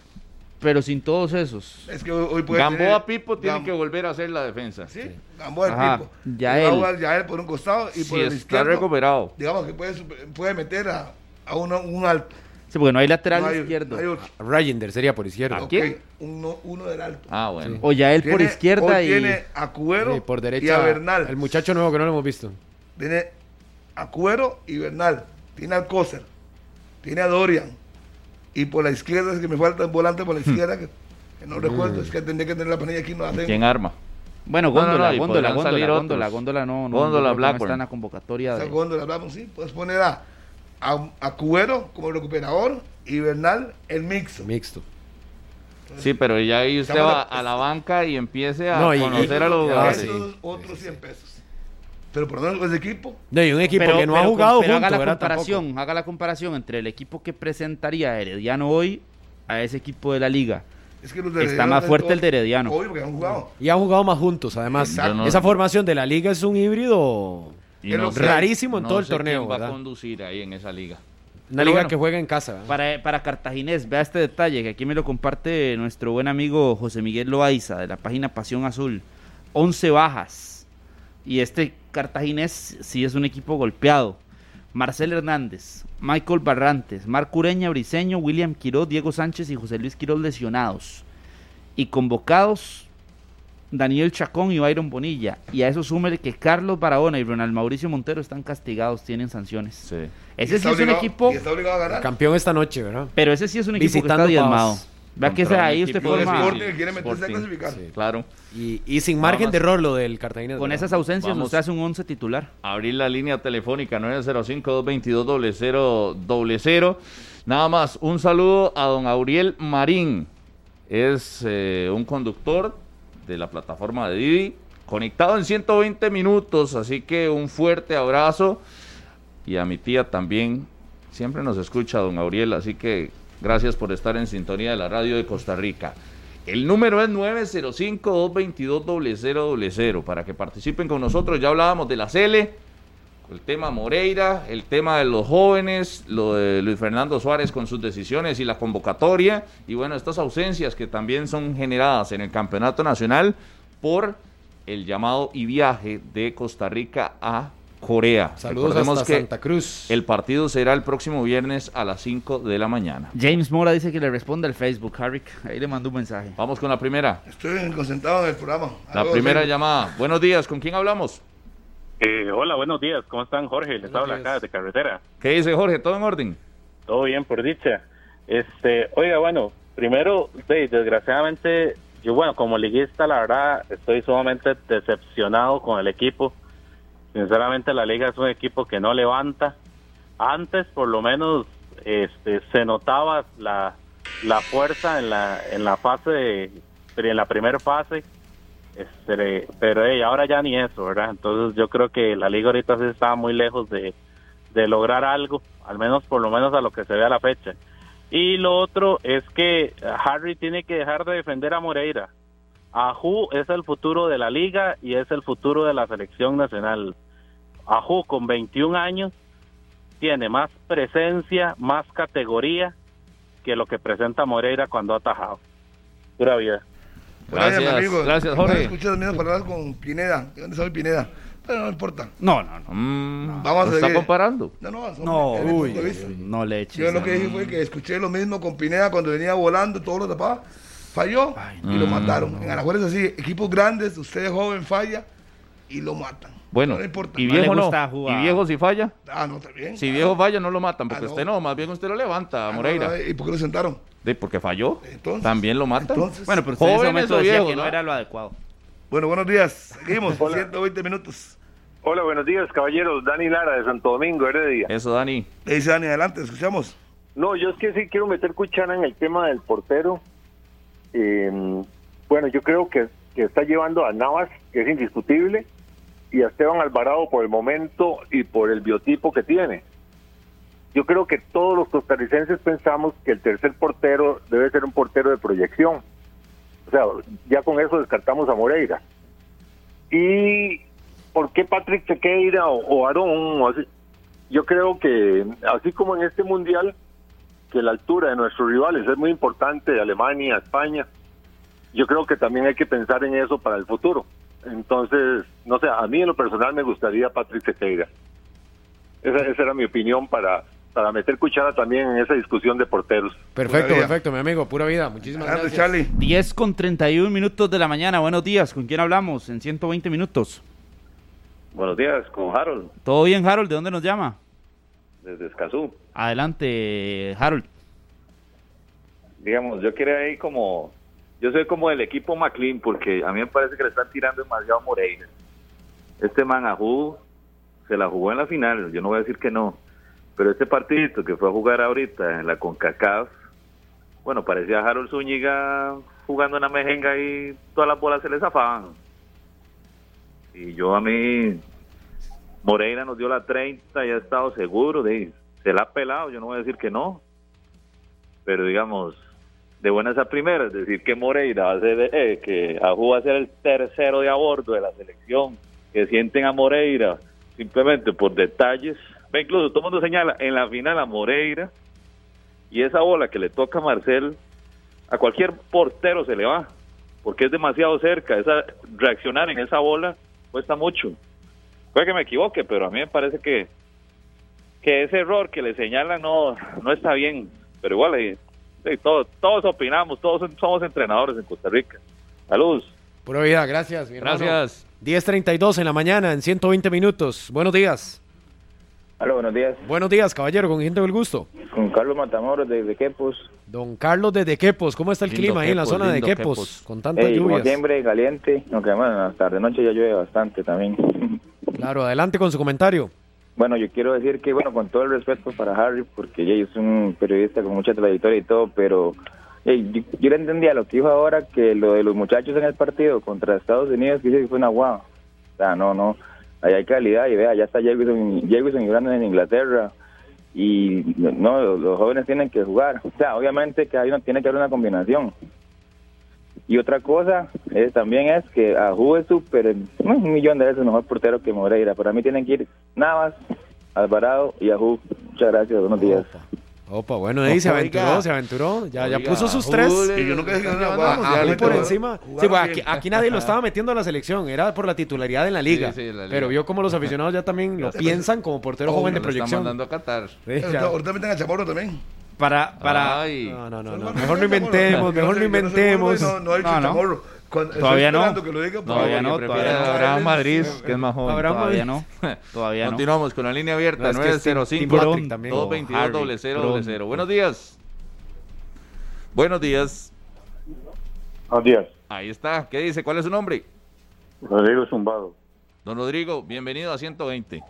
E: pero sin todos esos.
C: Es que hoy, hoy puede
B: Gamboa
C: tener-
B: Pipo tiene
C: Gam-
B: que volver a hacer la defensa.
C: Sí, Gamboa el
E: Ajá,
C: Pipo.
E: ya él.
C: Gamboa, ya él por un costado y
B: Si
C: por el
B: está
C: izquierdo.
B: recuperado.
C: Digamos que puede, super- puede meter a, a uno, un alto.
E: Sí, porque no hay lateral
C: No hay-
E: izquierdo.
C: no hay otro.
D: Rajender sería por izquierda.
C: Ok,
B: quién?
C: Uno, uno del alto.
B: Ah, bueno.
E: O Yael por
C: Tiene-
E: izquierda
C: hoy
E: y.
C: Tiene a Cubero
D: Sí, por
C: y a
D: derecha,
C: Bernal.
D: el muchacho nuevo que no lo hemos visto.
C: Tiene a Cuero y Bernal. Tiene a Coser. Tiene a Dorian. Y por la izquierda es que me falta el volante por la
B: Hmm.
C: izquierda que, que no recuerdo. Es que tendría que tener la panilla aquí no la tengo.
B: ¿Quién arma?
E: Bueno,
B: No, no,
E: góndola,
B: no, y
E: góndola,
B: podrán
E: góndola,
B: salir otros.
E: góndola, góndola, no, no,
B: Góndola,
E: no, creo que no
B: Blackburn.
E: está en la convocatoria
C: O sea,
E: de-
C: cuando le hablamos, sí, puedes poner a, a, a Cubero como recuperador y Bernal el mixo.
D: Mixto.
B: Sí, pero ya ahí usted
C: Estamos
B: va
C: la-
B: a la banca y empiece a
D: No, y-
B: conocer a los
D: Ah,
B: jugadores.
D: sí.
C: Esos otros 100 pesos. Pero por lo menos ese equipo,
D: No, y un equipo que no ha
E: con-
D: jugado
E: pero
D: junto,
E: haga la
D: ¿verdad? Tampoco.
E: comparación, haga la comparación entre el equipo que presentaría Herediano hoy a ese equipo de la liga.
C: es que los
E: Está
C: Herediano Oh,
E: más fuerte
C: todo-
E: el de Herediano.
C: Obvio, porque han jugado.
D: Y ha jugado más juntos, además.
B: Yo no-
D: Esa formación de la liga es un híbrido.
B: Y
C: Es lo
B: sé-
D: rarísimo en
B: no
D: todo el
B: sé
D: torneo,
B: quién va a
D: ¿verdad?
B: conducir ahí en esa liga.
D: Una liga que juega en casa. ¿verdad?
E: Para, para Cartaginés, vea este detalle que aquí me lo comparte nuestro buen amigo José Miguel Loaiza de la página Pasión Azul. 11 bajas. Y este Cartaginés sí es un equipo golpeado. Marcel Hernández, Michael Barrantes, Marco Ureña Briseño, William Quiroz, Diego Sánchez y José Luis Quiroz lesionados. Y convocados Daniel Chacón y Byron Bonilla. Y a eso súmele que Carlos Barahona y Ronald Mauricio Montero están castigados, tienen sanciones.
B: Sí.
E: Ese
C: Y está
E: sí es un
C: obligado-
E: equipo
C: y está obligado a ganar.
D: Campeón esta noche, ¿verdad?
E: pero ese sí es un equipo
D: Visitando
E: que está diezmado.
D: Pavas.
E: Vea que ese
B: Contra un
E: ahí usted
B: equipo de
E: forma.
C: Sporting que quiere meterse a
B: Sporting.
C: clasificar.
B: Sí, Claro.
D: Y, y sin margen
B: más. este-
D: de error lo del Cartagena.
E: Con
D: ¿verdad?
E: esas ausencias
B: Vamos.
E: usted hace un 11 titular.
B: Abrir la línea telefónica 905-222-0000. Nada más, un saludo a don Auriel Marín. Es eh, un conductor de la plataforma de Didi, conectado en 120 minutos, así que un fuerte abrazo. Y a mi tía también, siempre nos escucha don Auriel, así que gracias por estar en sintonía de la radio de Costa Rica. El número es 905-222-0000 para que participen con nosotros. Ya hablábamos de la Cele, el tema Moreira, el tema de los jóvenes, lo de Luis Fernando Suárez con sus decisiones y la convocatoria, y bueno, estas ausencias que también son generadas en el campeonato nacional por el llamado y viaje de Costa Rica a Corea.
D: Saludos
B: Recordemos
D: hasta
B: que
D: Santa Cruz.
B: el partido será el próximo viernes a las 5 de la mañana.
E: James Mora dice que le responda al Facebook, Harrick. Ahí le mandó un mensaje.
B: Vamos con la primera.
C: Estoy concentrado en el programa.
B: La
C: Algo
B: primera
C: así.
B: llamada. Buenos días, ¿con quién hablamos?
G: Eh, hola, buenos días. ¿Cómo están, Jorge? Les
D: Buenos
G: habla
D: días.
G: acá de carretera.
B: ¿Qué dice Jorge? ¿Todo en orden?
G: Todo bien, por dicha. Este, oiga, bueno, primero, sí, desgraciadamente, yo, bueno, como liguista, la verdad, estoy sumamente decepcionado con el equipo. Sinceramente, la liga es un equipo que no levanta. Antes, por lo menos, este, se notaba la, la fuerza en la, en la fase, de- en la primera fase. Este, pero hey, ahora ya ni eso, ¿verdad? Entonces yo creo que la liga ahorita sí está muy lejos de, de lograr algo, al menos por lo menos a lo que se ve a la fecha. Y lo otro es que Harry tiene que dejar de defender a Moreira. Ajú es el futuro de la liga y es el futuro de la selección nacional. Ajú con 21 años tiene más presencia, más categoría que lo que presenta Moreira cuando ha atajado. Pura vida.
B: Gracias,
C: Brian, amigo,
B: gracias,
C: no
B: Jorge.
C: Escucho las mismas palabras con Pineda. ¿De dónde sale Pineda? Pero no importa.
E: No, no, no.
B: Mm,
C: Vamos a
B: ¿lo está
C: seguir.
B: comparando?
C: No, no, son-
E: No,
C: es mi punto
E: uy,
C: de vista.
E: uy, no le eches. eh.
C: Yo lo que dije fue que escuché lo mismo con Pineda cuando venía volando, todo lo tapaba, falló y lo mataron. En Alajuela es así, equipos grandes, usted joven falla y lo matan.
B: Bueno,
C: no le importa.
B: y
E: No le
B: viejo no.
E: gusta jugar.
B: Y viejo si falla.
C: Ah, no, también.
B: Si viejo falla, no lo matan, porque
C: Ah, no.
B: usted no, más bien usted lo levanta,
C: Ah, no,
B: Moreira.
C: no, ¿Y por qué lo sentaron?
B: De porque falló.
C: Entonces,
B: También lo matan.
C: entonces.
E: Bueno, pero usted en ese
B: Jóvenes
E: momento
B: o
E: decía
B: viejos,
E: que no
B: ¿no?
E: era lo adecuado.
C: Bueno, buenos días. Seguimos,
H: Hola.
C: 120 minutos.
H: Hola, buenos días, caballeros. Dani Lara, de Santo Domingo, Heredia.
B: Eso, Dani.
C: Le dice Dani, adelante, escuchamos.
H: No, yo es que sí quiero meter cuchara en el tema del portero. Eh, bueno, yo creo que, que está llevando a Navas, que es indiscutible, y a Esteban Alvarado por el momento y por el biotipo que tiene. Yo creo que todos los costarricenses pensamos que el tercer portero debe ser un portero de proyección. O sea, ya con eso descartamos a Moreira. ¿Y por qué Patrick Sequeira o, o Aarón? o así? Yo creo que, así como en este mundial, que la altura de nuestros rivales es muy importante, de Alemania, España, yo creo que también hay que pensar en eso para el futuro. Entonces, no sé, a mí en lo personal me gustaría Patrick Sequeira. Esa, esa era mi opinión para, para meter cuchara también en esa discusión de porteros.
D: Perfecto,
C: vida.
D: perfecto, mi amigo. Pura vida. Muchísimas
C: Adelante,
D: gracias.
C: Charlie.
E: 10 con 31 minutos de la mañana. Buenos días. ¿Con quién hablamos? En 120 minutos.
H: Buenos días, con Harold,
E: ¿Todo bien, Harold? ¿De dónde nos llama?
H: desde Escazú.
E: Adelante, Harold.
H: digamos, yo quiero ahí como, yo soy como el equipo McLean porque a mí me parece que le están tirando demasiado a Moreira. Este Manajú se la jugó en la final, yo no voy a decir que no, pero este partidito que fue a jugar ahorita en la CONCACAF, bueno, parecía Harold Zúñiga jugando en la mejenga y todas las bolas se le zafaban. Y yo a mí, Moreira nos dio la 30 y ha estado seguro, de, se la ha pelado, yo no voy a decir que no, pero digamos, de buenas a primeras, decir que Moreira va a ser, eh, que Ajú va a ser el tercero de a bordo de la selección, que sienten a Moreira simplemente por detalles. Ve, incluso todo el mundo señala en la final a Moreira y esa bola que le toca a Marcel, a cualquier portero se le va, porque es demasiado cerca. Esa, reaccionar en esa bola cuesta mucho. Puede que me equivoque, pero a mí me parece que, que ese error que le señalan no, no está bien. Pero igual, eh, eh, todos, todos opinamos, todos somos entrenadores en Costa Rica. Saludos.
D: Pura vida, gracias, mi hermano.
B: Gracias.
D: 10.32 en la mañana, en 120 minutos. Buenos días.
I: Hola, buenos días.
D: Buenos días, caballero, con gente del gusto.
I: Con Carlos Matamoros desde Quepos.
D: Don Carlos desde Quepos, ¿cómo está el
B: Lindo
D: clima ahí en la
B: Quepos,
D: zona de
B: lindo
D: Quepos?
B: Quepos.
D: Con tantas
I: Hey, como
D: lluvias.
I: siempre, caliente. Aunque bueno, hasta de noche ya llueve bastante también.
D: Claro, adelante con su comentario.
I: bueno, yo quiero decir que, bueno, con todo el respeto para Harry, porque ella es un periodista con mucha trayectoria y todo, pero hey, yo, yo le entendía lo que dijo ahora, que lo de los muchachos en el partido contra Estados Unidos, que dice que fue una guau. O sea, no, no. Ahí hay calidad y vea, ya está Jefferson Jefferson y Brandon en Inglaterra. Y no, los, los jóvenes tienen que jugar. O sea, obviamente que hay una, tiene que haber una combinación. Y otra cosa eh, también es que Ajú es súper, eh, un millón de veces mejor portero que Moreira. Para mí tienen que ir Navas, Alvarado y Ajú. Muchas gracias, buenos días.
D: Opa, bueno, ahí se
B: Opa,
D: aventuró,
B: oiga.
D: se aventuró. Ya, ya
B: Oiga,
D: puso sus tres.
B: Jule,
C: Y yo no creo que
B: están
C: no,
B: llevando
C: ah,
B: los
C: ah,
D: Muy
B: dientes,
D: por
C: jugaron-
B: ¿no?
D: encima.
C: jugaron
D: Sí, pues, aquí,
C: bien.
D: aquí nadie lo estaba metiendo a la selección, era por la titularidad en la liga.
B: Sí, sí, la liga.
D: Pero vio cómo los aficionados ya también lo piensan como
C: Oh,
D: portero
B: Oh, Lo
D: joven de
B: están
D: proyección.
B: mandando a Qatar.
D: Sí,
C: Ahorita-
D: ya.
C: Eh, Ahorita meten a Chamorro también.
E: Para, para.
B: Ay.
D: No, no, no,
C: Solo
D: no.
C: van a
D: Mejor no
C: meter a Chamorro. Yo
D: inventemos, mejor
C: sé-
D: no
C: yo sé cómo
D: inventemos.
C: es, No, no ha dicho
E: No, no.
C: Chamorro. Cuando- estoy
E: Todavía no.
C: esperando que lo diga, porque-
E: Todavía no,
B: Oye,
E: todavía
B: prefiero
E: no.
B: Abraham Madrid, que es más joven.
D: Abraham
E: Todavía
D: Madrid.
E: no. Todavía no.
B: Continuamos con la línea abierta,
D: No, es que es Tim-
B: 905
D: Tim
B: 222
D: Patrick también.
B: 22 00 Buenos días. Buenos días.
H: Buenos días,
B: Ahí está. ¿Qué dice? ¿Cuál es su nombre?
H: Rodrigo Zumbado.
B: Don Rodrigo, bienvenido a 120.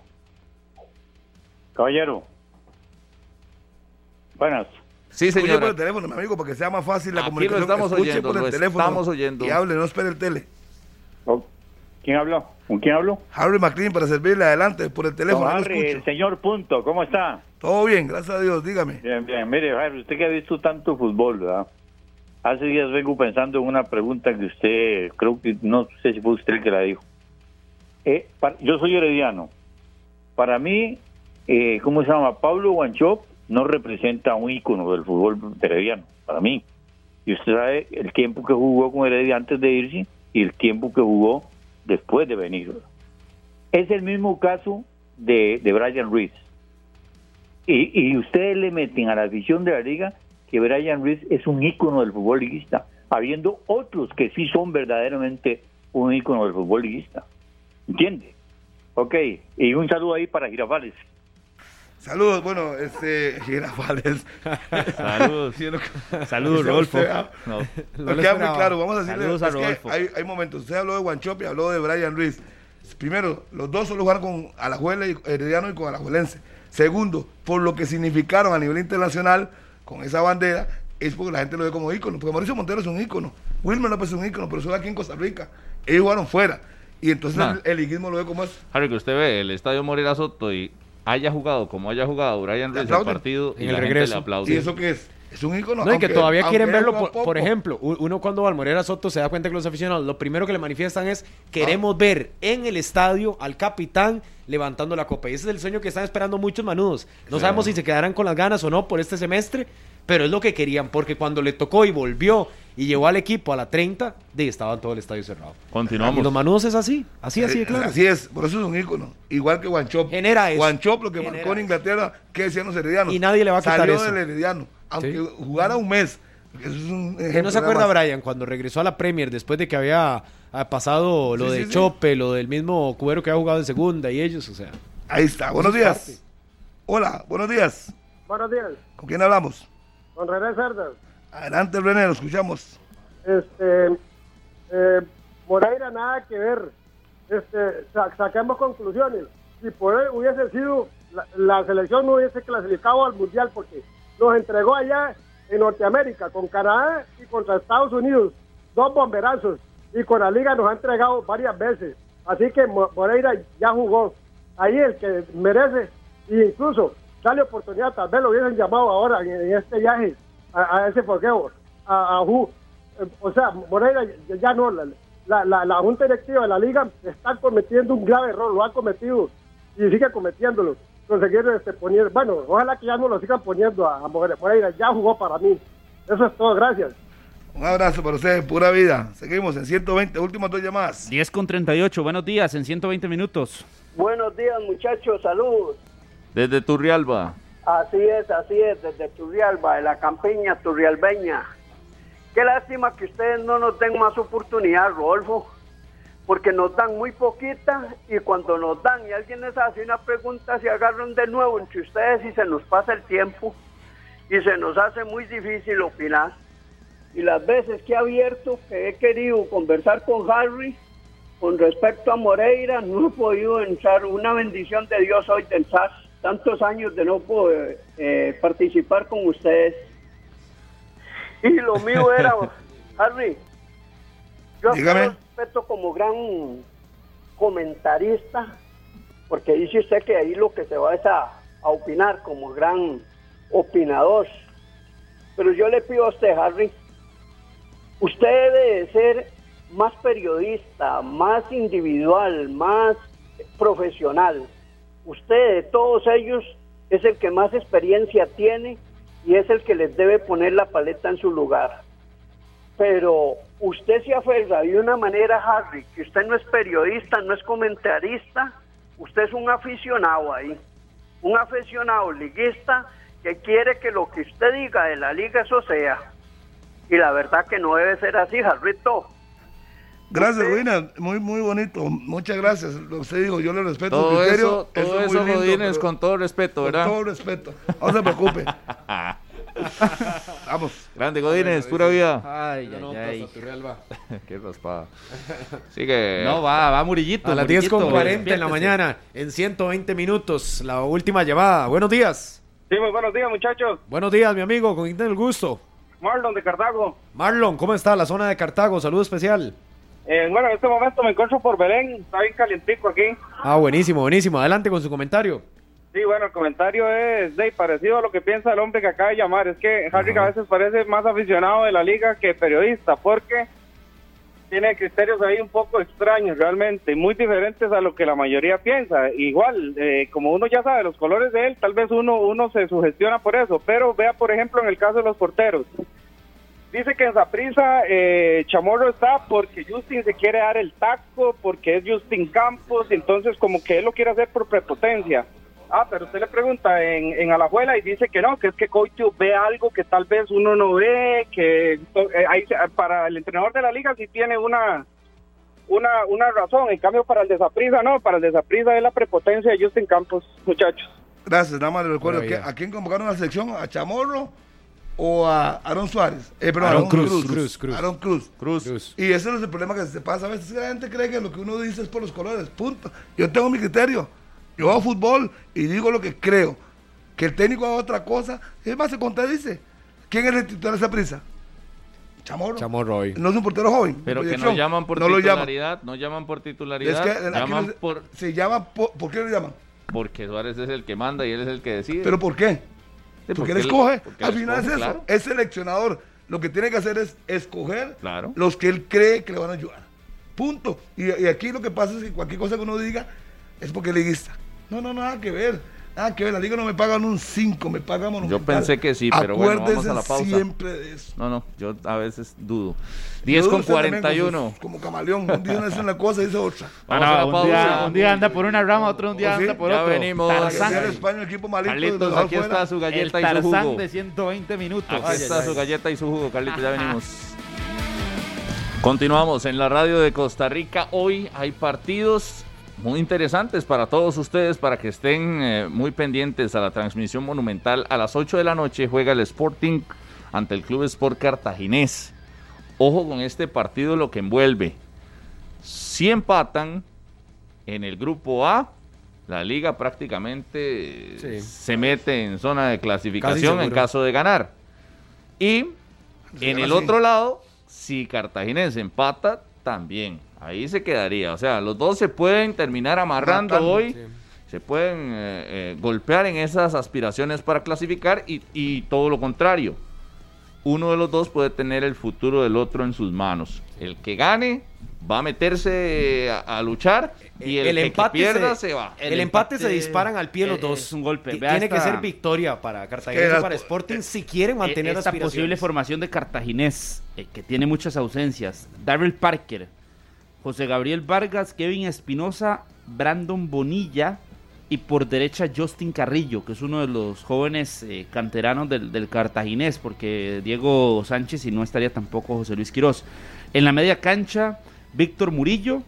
H: Caballero. Buenas.
B: Sí,
C: Escuche por
B: señor.
C: el teléfono, mi amigo, para que sea más fácil la
B: Aquí lo
C: comunicación.
B: estamos
C: Escuche
B: oyendo,
C: por el
B: lo
C: teléfono
B: estamos oyendo.
C: Y hable, no espere el tele.
H: Oh, ¿Quién habla? ¿Con quién hablo?
C: Harry McLean para servirle adelante por el teléfono. lo
H: el
C: escucho.
H: señor Punto, ¿cómo está?
C: Todo bien, gracias a Dios, dígame.
H: Bien, bien. Mire, Jairo, usted que ha visto tanto fútbol, ¿verdad? Hace días vengo pensando en una pregunta que usted, creo que, no sé si fue usted el que la dijo. Eh, pa- yo soy herediano. Para mí,
J: eh, ¿cómo se llama? Pablo Guanchop no representa a un ícono del fútbol herediano, para mí. Y usted sabe el tiempo que jugó con Heredia antes de irse y el tiempo que jugó después de venir. Es el mismo caso de, de Brian Ruiz. Y, y ustedes le meten a la afición de la liga que Brian Ruiz es un ícono del fútbol liguista, habiendo otros que sí son verdaderamente un ícono del fútbol liguista. ¿Entiende? Ok, y un saludo ahí para Girafales.
C: Saludos, bueno, este, Girafales.
E: Saludos.
C: Sí, lo que-
E: Saludos,
C: Usted-
E: Rodolfo.
C: usted- ah,
E: No.
C: Nos queda muy claro, vamos a decirle.
E: Saludos a
C: es que
E: Rodolfo.
C: hay, hay momentos, usted habló de Guanchope y habló de Brian Ruiz. Primero, los dos solo jugaron con Alajuela y Herediano y con Alajuelense. Segundo, por lo que significaron a nivel internacional con esa bandera, es porque la gente lo ve como ícono. Porque Mauricio Montero es un ícono, Wilmer López es un ícono, pero solo aquí en Costa Rica. Ellos jugaron fuera. Y entonces
B: Nah.
C: el, el liguismo lo ve como es.
B: Harry, que usted ve el estadio Morera Soto y haya jugado como haya jugado Brian Ruiz el
C: aplauden.
B: partido y
D: En
B: el
D: el
B: la
D: regreso.
B: gente le aplaude.
C: ¿Y eso qué es? Es un ícono.
D: No, y que
C: aunque-
D: todavía
C: aunque
D: quieren
C: haya
D: verlo,
C: jugado
D: por, por
C: poco.
D: ejemplo, u- uno cuando va al Morera Soto se da cuenta que los aficionados lo primero que le manifiestan es queremos
C: Ah.
D: ver en el estadio al capitán levantando la copa. Y ese es el sueño que están esperando muchos manudos. No sabemos si se quedarán con las ganas o no por este semestre, pero es lo que querían, porque cuando le tocó y volvió y llevó al equipo a la 30, de, estaba todo el estadio cerrado. Y los
B: Continuamos.
D: manudos es así, así, así de
C: Eh,
D: claro.
C: Así es, por eso es un ícono. Igual que Guanchop.
D: Genera eso.
C: Guanchop lo que
D: Genera
C: marcó en Inglaterra, que decían los heredianos.
D: Y nadie le va a quitar
C: Salió
D: eso.
C: del herediano, aunque
D: Sí.
C: jugara un mes. Eso es un
D: Que
C: ejemplo
D: no se acuerda
C: nada más.
D: Brian cuando regresó a la Premier después de que había ah, pasado lo
C: Sí,
D: de
C: sí, sí.
D: Chope, lo del mismo cubero que había jugado en segunda y ellos, o sea.
C: Ahí está, buenos
K: Eso es
C: días. Hola, buenos días.
K: Buenos días,
C: ¿Con quién hablamos?
K: don René Cerdas.
C: Adelante, René, lo escuchamos.
K: Este, eh, Moreira, nada que ver. Este, sa- saquemos conclusiones. Si por él hubiese sido, la, la selección no hubiese clasificado al Mundial porque nos entregó allá en Norteamérica, con Canadá y contra Estados Unidos, dos bomberazos. Y con la liga nos ha entregado varias veces. Así que Mo- Moreira ya jugó. Ahí el que merece, e incluso darle oportunidad, tal vez lo hubiesen llamado ahora en, en este viaje a, a ese foqueo, a, a Ju- eh, o sea, Moreira ya- ya no, la, la, la, la Junta Directiva de la Liga está cometiendo un grave error, lo ha cometido y sigue cometiéndolo. Conseguir este, poner, bueno, ojalá que ya no lo sigan poniendo a, a More- Moreira, ya jugó para mí. Eso es todo, gracias.
C: Un abrazo para ustedes, pura vida. Seguimos en 120, últimas dos llamadas.
E: 10 con 38, buenos días, en 120 minutos.
L: Buenos días, muchachos, saludos.
B: Desde Turrialba.
L: Así es, así es, desde Turrialba, de la campiña turrialbeña. Qué lástima que ustedes no nos den más oportunidad, Rodolfo, porque nos dan muy poquita y cuando nos dan y alguien les hace una pregunta, se agarran de nuevo entre ustedes y se nos pasa el tiempo y se nos hace muy difícil opinar. Y las veces que he abierto, que he querido conversar con Harry, con respecto a Moreira, no he podido entrar. Una bendición de Dios hoy de entrar. Tantos años de no poder eh, participar con ustedes. Y lo mío era, Harry, yo
C: Dígame.
L: lo respeto como gran comentarista, porque dice usted que ahí lo que se va es a, a opinar como gran opinador. Pero yo le pido a usted, Harry, usted debe de ser más periodista, más individual, más profesional. Usted de todos ellos es el que más experiencia tiene y es el que les debe poner la paleta en su lugar. Pero usted se aferra de una manera, Harry, que usted no es periodista, no es comentarista, usted es un aficionado ahí, un aficionado liguista que quiere que lo que usted diga de la liga eso sea. Y la verdad que no debe ser así, Jarrito.
C: Gracias, Ruina. Muy, muy bonito. Muchas gracias. Lo que usted dijo, yo le respeto su
B: Todo
C: criterio.
B: eso, todo
C: es muy
B: eso,
C: lindo,
B: Godínez,
C: pero-
B: con todo respeto,
C: con
B: ¿verdad?
C: todo respeto. No se preocupe. Vamos.
B: Grande Godínez, pura vida.
E: Ay, ay, ay.
B: Qué raspada. Sigue.
E: No, va, va Ah, Murillito.
D: A las
E: Murillito,
D: 10 con
E: güey,
D: 40 en la
E: despiértese.
D: mañana, en 120 minutos, la última llamada. Buenos días.
K: Sí, muy buenos días, muchachos.
D: Buenos días, mi amigo, con quien tengo el gusto.
K: Marlon de Cartago.
D: Marlon, ¿cómo está la zona de Cartago? Saludo especial.
K: bueno, en este momento me encuentro por Belén, está bien calientico aquí.
D: Ah, buenísimo, buenísimo. Adelante con su comentario.
K: Sí, bueno, el comentario es de, parecido a lo que piensa el hombre que acaba de llamar. Es que Harry a veces parece más aficionado de la liga que periodista, porque
M: tiene criterios ahí un poco extraños realmente, muy diferentes a lo que la mayoría piensa. Igual, eh, como uno ya sabe los colores de él, tal vez uno, uno se sugestiona por eso, pero vea por ejemplo en el caso de los porteros. Dice que en Zaprisa eh, Chamorro está porque Justin se quiere dar el taco, porque es Justin Campos, y entonces como que él lo quiere hacer por prepotencia. Ah, pero usted le pregunta en, en Alajuela y dice que no, que es que Coitio ve algo que tal vez uno no ve, que to- eh, ahí se- para el entrenador de la liga sí tiene una, una, una razón, en cambio para el de Zaprisa no, para el de Zaprisa es la prepotencia de Justin Campos, muchachos.
C: Gracias, nada más le recuerdo
M: Buena
C: que- a quién convocaron a la selección, a Chamorro o a Aarón Suárez. Eh, perdón,
D: Aarón
C: Aarón
D: Cruz,
C: Cruz.
D: Cruz, Cruz.
C: Aarón Cruz. Y ese es el problema que se pasa a veces. que La gente cree que lo que uno dice es por los colores. Punto. Yo tengo mi criterio. Yo hago fútbol y digo lo que creo. Que el técnico haga otra cosa. Es más, se contradice. ¿Quién es el titular de esa prisa? Chamorro.
D: Chamorro hoy.
C: No es un portero joven.
B: Pero que no
C: proyección.
B: llaman por
C: No lo llaman.
B: titularidad, no llaman por
C: Es
B: titularidad,
C: que aquí
B: llaman
C: no se-
B: por,
C: se llama. po- ¿Por qué lo llaman?
B: porque Suárez es el que manda y él es el que decide.
C: ¿Pero por qué?
B: Sí,
C: porque
B: porque
C: él
B: él-
C: escoge.
B: porque él
C: Al final es
B: escoge,
C: eso.
B: claro.
C: Es seleccionador. Lo que tiene que hacer es escoger
B: Claro.
C: los que él cree que le van a ayudar. Punto. Y, y aquí lo que pasa es que cualquier cosa que uno diga es porque es liguista. No, no, nada que ver. Nada que ver. La liga no me pagan un 5, me pagan monumental.
B: Yo pensé que sí, pero bueno, vamos
C: Acuérdese
B: a la pausa.
C: siempre de eso.
B: No, no, yo a veces dudo.
C: Yo
B: 10
C: veo
B: con
C: usted también con sus-
B: 41.
C: Como camaleón. Un día uno dice una cosa y dice otra.
B: Vamos a la
E: Ah, un, día,
B: pausa.
E: un día anda por una rama, otro un día
B: Sí,
E: anda por
B: ya
E: otro.
B: venimos.
E: Tarzán.
B: Que sea el
C: España, equipo malito,
B: Carlitos,
C: lo dejó
B: aquí
C: fuera.
B: está su galleta
E: El
B: y su
E: Tarzán
B: jugo.
E: de 120 minutos.
B: Aquí
E: Ay,
B: está
E: ay,
B: su
E: ay.
B: galleta y su jugo, Carlitos, ya venimos. Continuamos en la radio de Costa Rica. Hoy hay partidos muy interesantes para todos ustedes, para que estén eh, muy pendientes a la transmisión monumental. A las 8 de la noche juega el Sporting ante el Club Sport Cartaginés. Ojo con este partido, lo que envuelve. Si empatan en el grupo A, la liga prácticamente eh, se mete en zona de clasificación en
D: seguro.
B: caso de ganar. Y en
D: gana
B: el
D: así.
B: otro lado, si Cartaginense empata, también. Ahí se quedaría. O sea, los dos se pueden terminar amarrando
D: Matando,
B: hoy.
D: sí.
B: Se pueden eh, eh, golpear en esas aspiraciones para clasificar y, y todo lo contrario. Uno de los dos puede tener el futuro del otro en sus manos. El que gane va a meterse a, a luchar y el, que- que pierda se, va.
D: El, empate, se disparan al pie los
E: es-
D: dos.
E: es un golpe.
D: Ti-
E: Vea
D: Tiene que
E: esta-
D: ser victoria para Cartagena y para
C: eh,
D: Sporting si quieren mantener
E: Eh, esta
D: aspiraciones.
E: posible formación de Cartaginés, eh, que tiene muchas ausencias. Darrell Parker, José Gabriel Vargas, Kevin Espinosa, Brandon Bonilla y por derecha Justin Carrillo, que es uno de los jóvenes eh, canteranos del, del Cartaginés, porque Diego Sánchez y no estaría tampoco José Luis Quirós. En la media cancha, Víctor Murillo,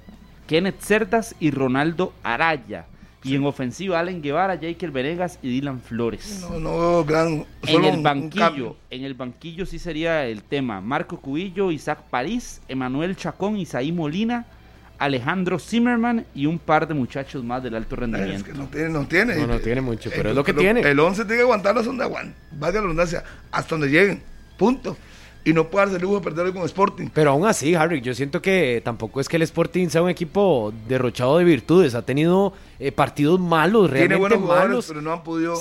E: Kenneth Cerdas y Ronaldo Araya. Y en ofensiva, Allen Guevara, Jaikel Venegas y Dylan Flores.
C: No, no veo gran.
E: En
C: solo un-
E: el
C: un
E: banquillo,
C: cambio.
E: en el banquillo sí sería el tema. Marco Cubillo, Isaac París, Emanuel Chacón, Isaí Molina, Alejandro Zimmerman y un par de muchachos más del alto rendimiento.
C: Es que no tiene, no tiene.
E: No, no tiene mucho, pero es lo que tiene.
C: El 11 tiene que aguantarlos donde aguantan, valga la redundancia, hasta donde lleguen, punto. Y no puede darse el lujo de perder hoy con Sporting.
D: Pero aún así, Harry, yo siento que eh, tampoco es que el Sporting sea un equipo derrochado de virtudes. Ha tenido eh, partidos malos,
C: Tiene
D: realmente
C: buenos jugadores,
D: malos.
C: pero no han podido.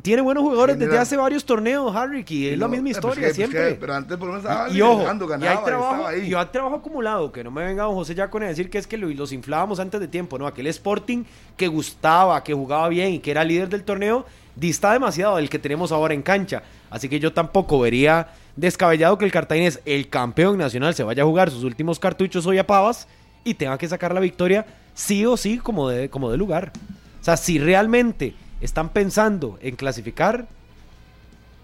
D: Tiene buenos jugadores desde
C: General.
D: hace varios torneos, Harry, y es la
C: no,
D: misma
C: eh, pues
D: historia
C: que- pues
D: siempre.
C: que- pero antes por lo menos estaba
D: y ojo,
C: liderando,
D: y hay
C: ganaba,
D: trabajo,
C: estaba ahí.
D: y hay trabajo acumulado, que no me venga don José Yacone a decir que es que lo- los inflábamos antes de tiempo, no, aquel Sporting que gustaba, que jugaba bien y que era líder del torneo, dista demasiado del que tenemos ahora en cancha, así que yo tampoco vería descabellado que el Cartaginés, el campeón nacional, se vaya a jugar sus últimos cartuchos hoy a Pavas y tenga que sacar la victoria sí o sí como de, como de lugar. O sea, si realmente están pensando en clasificar,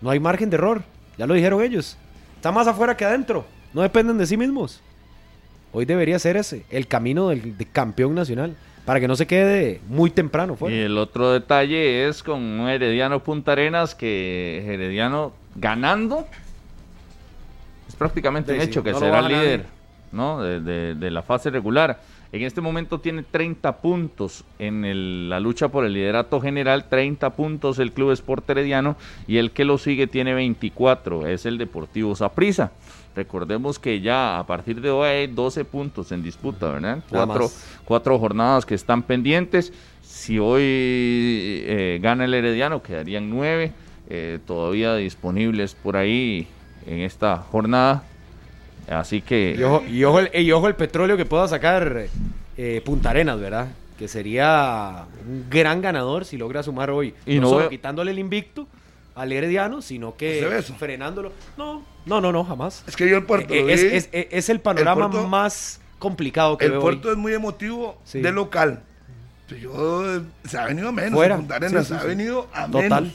D: no hay margen de error. Ya lo dijeron ellos. Está más afuera que adentro. No dependen de sí mismos. Hoy debería ser ese, el camino del de campeón nacional. Para que no se quede muy temprano fuera.
B: Y el otro detalle es con un Herediano Punta Arenas que Herediano ganando es prácticamente
D: Sí,
B: un
D: sí,
B: hecho que
D: no lo
B: será
D: baja nadie.
B: líder ¿no? de, de- de la fase regular. En este momento tiene 30 puntos en el- la lucha por el liderato general, 30 puntos el Club Sport Herediano y el que lo sigue tiene 24, es el Deportivo Saprissa. Recordemos que ya a partir de hoy hay 12 puntos en disputa, ¿verdad?
D: Nada
B: Cuatro,
D: más.
B: cuatro jornadas que están pendientes. Si hoy eh, gana el Herediano, quedarían nueve eh, todavía disponibles por ahí en esta jornada. Así que.
D: Y ojo, y ojo el, y ojo el petróleo que pueda sacar eh, Punta Arenas, ¿verdad? Que sería un gran ganador si logra sumar hoy.
B: Y
D: no,
B: no
D: solo
B: veo-
D: quitándole el invicto al Herediano, sino
C: ¿Se ve
D: que
C: eso?
D: frenándolo. No, no, no, no, jamás.
C: Es que yo el puerto.
D: Eh,
C: lo
D: es,
C: vi.
D: es- eh, es el panorama
C: puerto-
D: más complicado que
C: El
D: veo hoy.
C: puerto es muy emotivo
D: Sí.
C: de local. Pero Yo, eh, se ha venido a menos.
D: Fuera.
C: Punta Arenas,
D: Sí, sí,
C: se
D: sí.
C: ha venido a menos.
D: Total.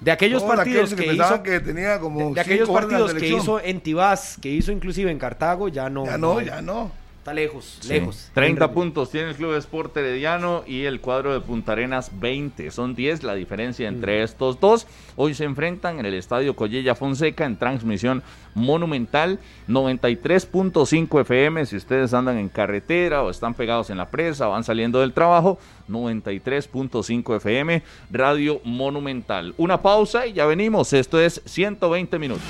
D: De aquellos
C: Todos
D: partidos
C: aquellos
D: que,
C: pensaban
D: hizo,
C: que tenía como
D: de,
C: cinco
D: aquellos
C: horas la
D: partidos que
C: selección.
D: hizo en Tibás, que hizo inclusive en Cartago, ya no.
C: Ya no, ya no.
D: Está lejos,
B: Sí.
D: lejos.
B: 30 puntos tiene el Club Esporte Herediano y el cuadro de Punta Arenas 20. Son 10 la diferencia entre estos dos. Hoy se enfrentan en el Estadio Collella Fonseca en transmisión monumental 93.5 FM. Si ustedes andan en carretera o están pegados en la presa, van saliendo del trabajo, 93.5 FM, Radio Monumental. Una pausa y ya venimos. Esto es 120 minutos.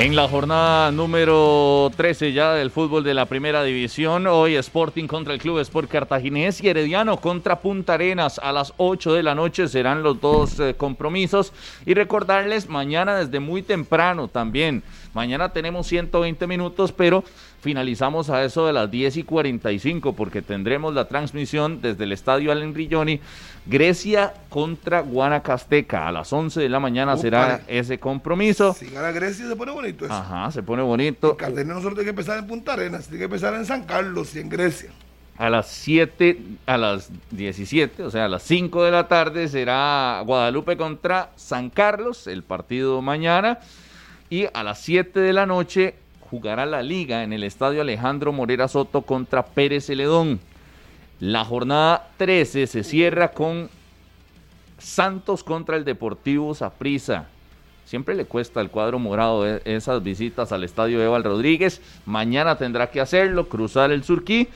B: En la jornada número 13 ya del fútbol de la primera división, hoy Sporting contra el Club Sport Cartaginés y Herediano contra Punta Arenas a las 8 de la noche serán los dos eh, compromisos. Y recordarles, mañana desde muy temprano también, mañana tenemos 120 minutos, pero finalizamos a eso de las 10 y 45 porque tendremos la transmisión desde el estadio Allen Rilloni, Grecia contra Guanacasteca. A las 11 de la mañana será ese compromiso.
C: Si gana Grecia se pone bonito eso.
B: Ajá, se pone bonito.
C: Cartagena nosotros tiene que empezar en Punta Arenas, tiene que empezar en San Carlos y en Grecia.
B: A las 7, a las 17, o sea, a las 5 de la tarde será Guadalupe contra San Carlos, el partido mañana. Y a las 7 de la noche jugará la liga en el estadio Alejandro Morera Soto contra Pérez Celedón. La jornada 13 se cierra con Santos contra el Deportivo Saprissa. Siempre le cuesta al cuadro morado e- esas visitas al estadio Eval Rodríguez. Mañana tendrá que hacerlo, cruzar el Surquí,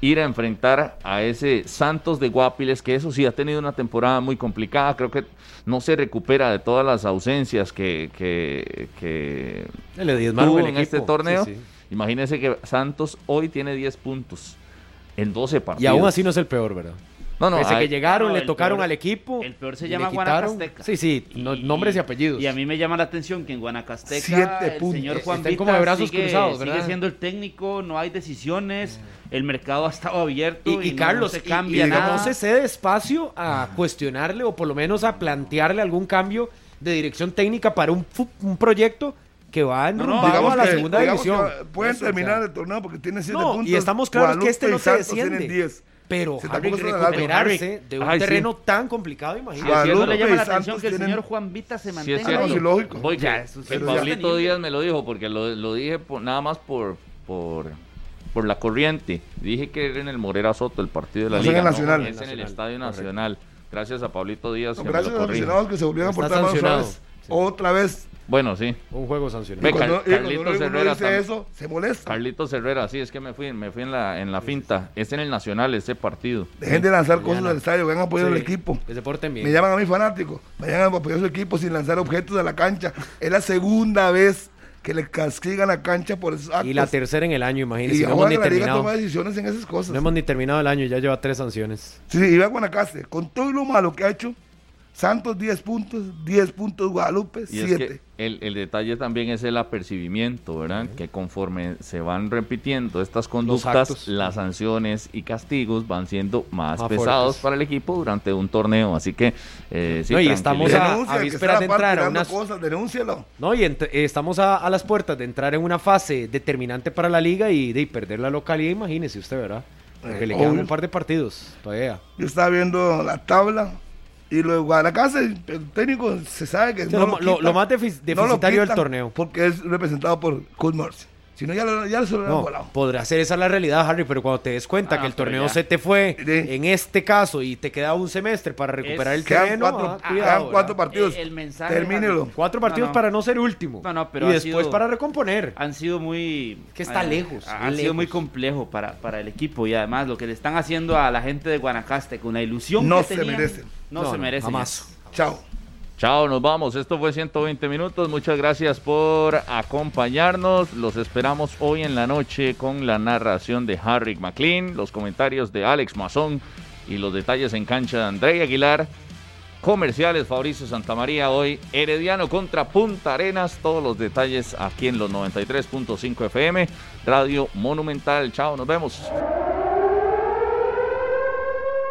B: ir a enfrentar a ese Santos de Guapiles, que eso sí ha tenido una temporada muy complicada. Creo que no se recupera de todas las ausencias que, que, que
D: Se le diezmaron
B: tuvo
D: el
B: en
D: equipo.
B: este torneo.
D: Sí, sí.
B: Imagínense que Santos hoy tiene 10 puntos en 12 partidos.
D: Y aún así no es el peor, ¿verdad?
B: No, no,
D: Pese
B: hay-
D: que llegaron,
E: No,
D: le
E: el
D: tocaron
E: peor-
D: al equipo.
E: El peor se
D: y
E: llama
D: le quitaron.
E: Guanacasteca.
D: Sí, sí, no- nombres y apellidos.
E: Y a mí me llama la atención que en Guanacasteca
D: Siete
E: el
D: puntos.
E: señor Juan
D: Están
E: Vita
D: como de brazos
E: sigue,
D: cruzados,
E: sigue
D: ¿verdad? Mm.
E: siendo el técnico, no hay decisiones, el mercado ha estado abierto y,
D: Y, y
E: no-
D: Carlos,
E: no se
D: y-
E: cambia
D: y
E: nada.
D: no se cede espacio a cuestionarle o por lo menos a plantearle algún cambio de dirección técnica para un, fu- un proyecto que va en a la
C: que-
D: segunda
C: digamos
D: división.
C: que pueden
D: Eso, o sea,
C: terminar el torneo porque tienen 7
D: no,
C: puntos.
D: y estamos claros que este
C: Guadalupe
D: no
C: y
D: se
C: Santos tienen
D: desciende.
C: 10.
D: Pero
C: Se
D: Harry,
C: tampoco son alargos.
D: recuperarse de un
B: Ay, sí.
D: terreno tan complicado, imagínate.
E: A eso le
C: Guadalupe
E: llama
C: y
E: la atención
C: Santos
E: que el
C: tienen-
E: señor Juan Vita se
B: Sí, es
E: mantenga
B: cierto.
E: ahí.
C: lógico.
B: Voy que
E: Ya, eso sí
B: el
E: es
B: Pablito
E: sostenible.
B: Díaz me lo dijo porque lo, lo dije por- nada más por, por, por la corriente. Dije que era en el Morera Soto el partido de la
C: No es en
B: Liga.
C: el Nacional.
B: es en el Estadio Nacional. Gracias a Pablito Díaz. que me lo
C: Gracias a los
B: corrige.
C: aficionados que se volvieron a
D: Está
C: portar más otra
D: sancionado.
C: vez. Otra vez.
B: Bueno, sí.
D: Un juego sancionado.
B: Ve,
C: Y cuando,
B: Car-
C: y cuando
B: Carlitos
C: uno- uno
B: Herrera
C: dice
B: tam-
C: eso, se molesta.
B: Carlitos Herrera, sí, es que me fui, me fui en la, en la finta. Es en el Nacional ese partido.
C: Dejen de lanzar
D: Mañana.
C: cosas al estadio, van a apoyar al
D: Sí,
C: equipo.
D: Que se porten bien.
C: Me llaman a mí fanáticos, vayan a apoyar a su equipo sin lanzar objetos a la cancha. Es la segunda vez que le castigan la cancha por esos actos.
D: Y la tercera en el año, imagínense.
C: Y
D: no hemos
C: ahora
D: ni
C: la liga toma
D: terminado.
C: decisiones en esas cosas.
D: No hemos ni terminado el año, ya lleva tres sanciones.
C: Sí, sí, iba a Guanacaste. Con todo lo malo que ha hecho, Santos 10 puntos, 10 puntos Guadalupe,
B: Y
C: 7.
B: es que el, el detalle también es el apercibimiento, ¿verdad? Que conforme se van repitiendo estas
D: actos.
B: conductas, las sanciones y castigos van siendo más,
D: Más
B: pesados
D: fuertes.
B: para el equipo durante un torneo. Así que, eh, sí,
D: No, y
B: tranquilidad.
D: estamos a-
C: Denuncia, que
D: vísperas
C: está
D: de
C: la parte
D: entrar a
C: dando
D: unas-
C: cosas, denúncialo.
D: No, y ent- eh, estamos a, a las puertas de entrar en una fase determinante para la liga y de y perder la localidad, imagínese usted, ¿verdad? Porque le
C: Eh,
D: quedan
C: obvio.
D: un par de partidos todavía.
C: Yo estaba viendo la tabla y lo de Guanacaste, el técnico se sabe que
D: Sí,
C: no
D: lo
C: lo,
D: ma- lo-
C: quitan.
D: lo más defici-
C: No lo
D: deficitario del
C: quitan
D: torneo.
C: Porque es representado por Kurt Morse. Si no, ya, lo- ya se lo han
D: No,
C: volado.
D: podrá ser esa la realidad, Harry, pero cuando te des cuenta
E: Ah,
D: que el
E: pero
D: torneo
E: ya.
D: se te fue,
C: Sí.
D: en este caso, y te queda un semestre para recuperar
E: Es-
D: el
C: Quedan
D: terreno,
C: cuatro,
D: ah,
C: quedan
D: cuidado, ¿verdad?
C: cuatro partidos.
E: Eh, el mensaje,
C: Termínelo.
E: Javi.
D: Cuatro partidos
E: No, no.
D: para no ser último.
E: No, no, pero
D: y
E: ha
D: después
E: sido-
D: para recomponer.
E: han sido muy Ah,
D: Que está lejos,
E: ha sido
D: lejos.
E: muy complejo para, para el equipo y además lo que le están haciendo a la gente de Guanacaste con la ilusión
C: No
E: que
C: se
E: tenían,
C: merecen.
E: no,
D: No,
E: se
D: no,
E: merecen
D: jamás.
C: Chao.
B: Chao, nos vamos. Esto fue 120 minutos. Muchas gracias por acompañarnos. Los esperamos hoy en la noche con la narración de Harry McLean, los comentarios de Alex Mazón y los detalles en cancha de André Aguilar. comerciales. Fabricio Santamaría hoy, Herediano contra Punta Arenas. Todos los detalles aquí en los 93.5 FM, Radio Monumental. Chao, nos vemos.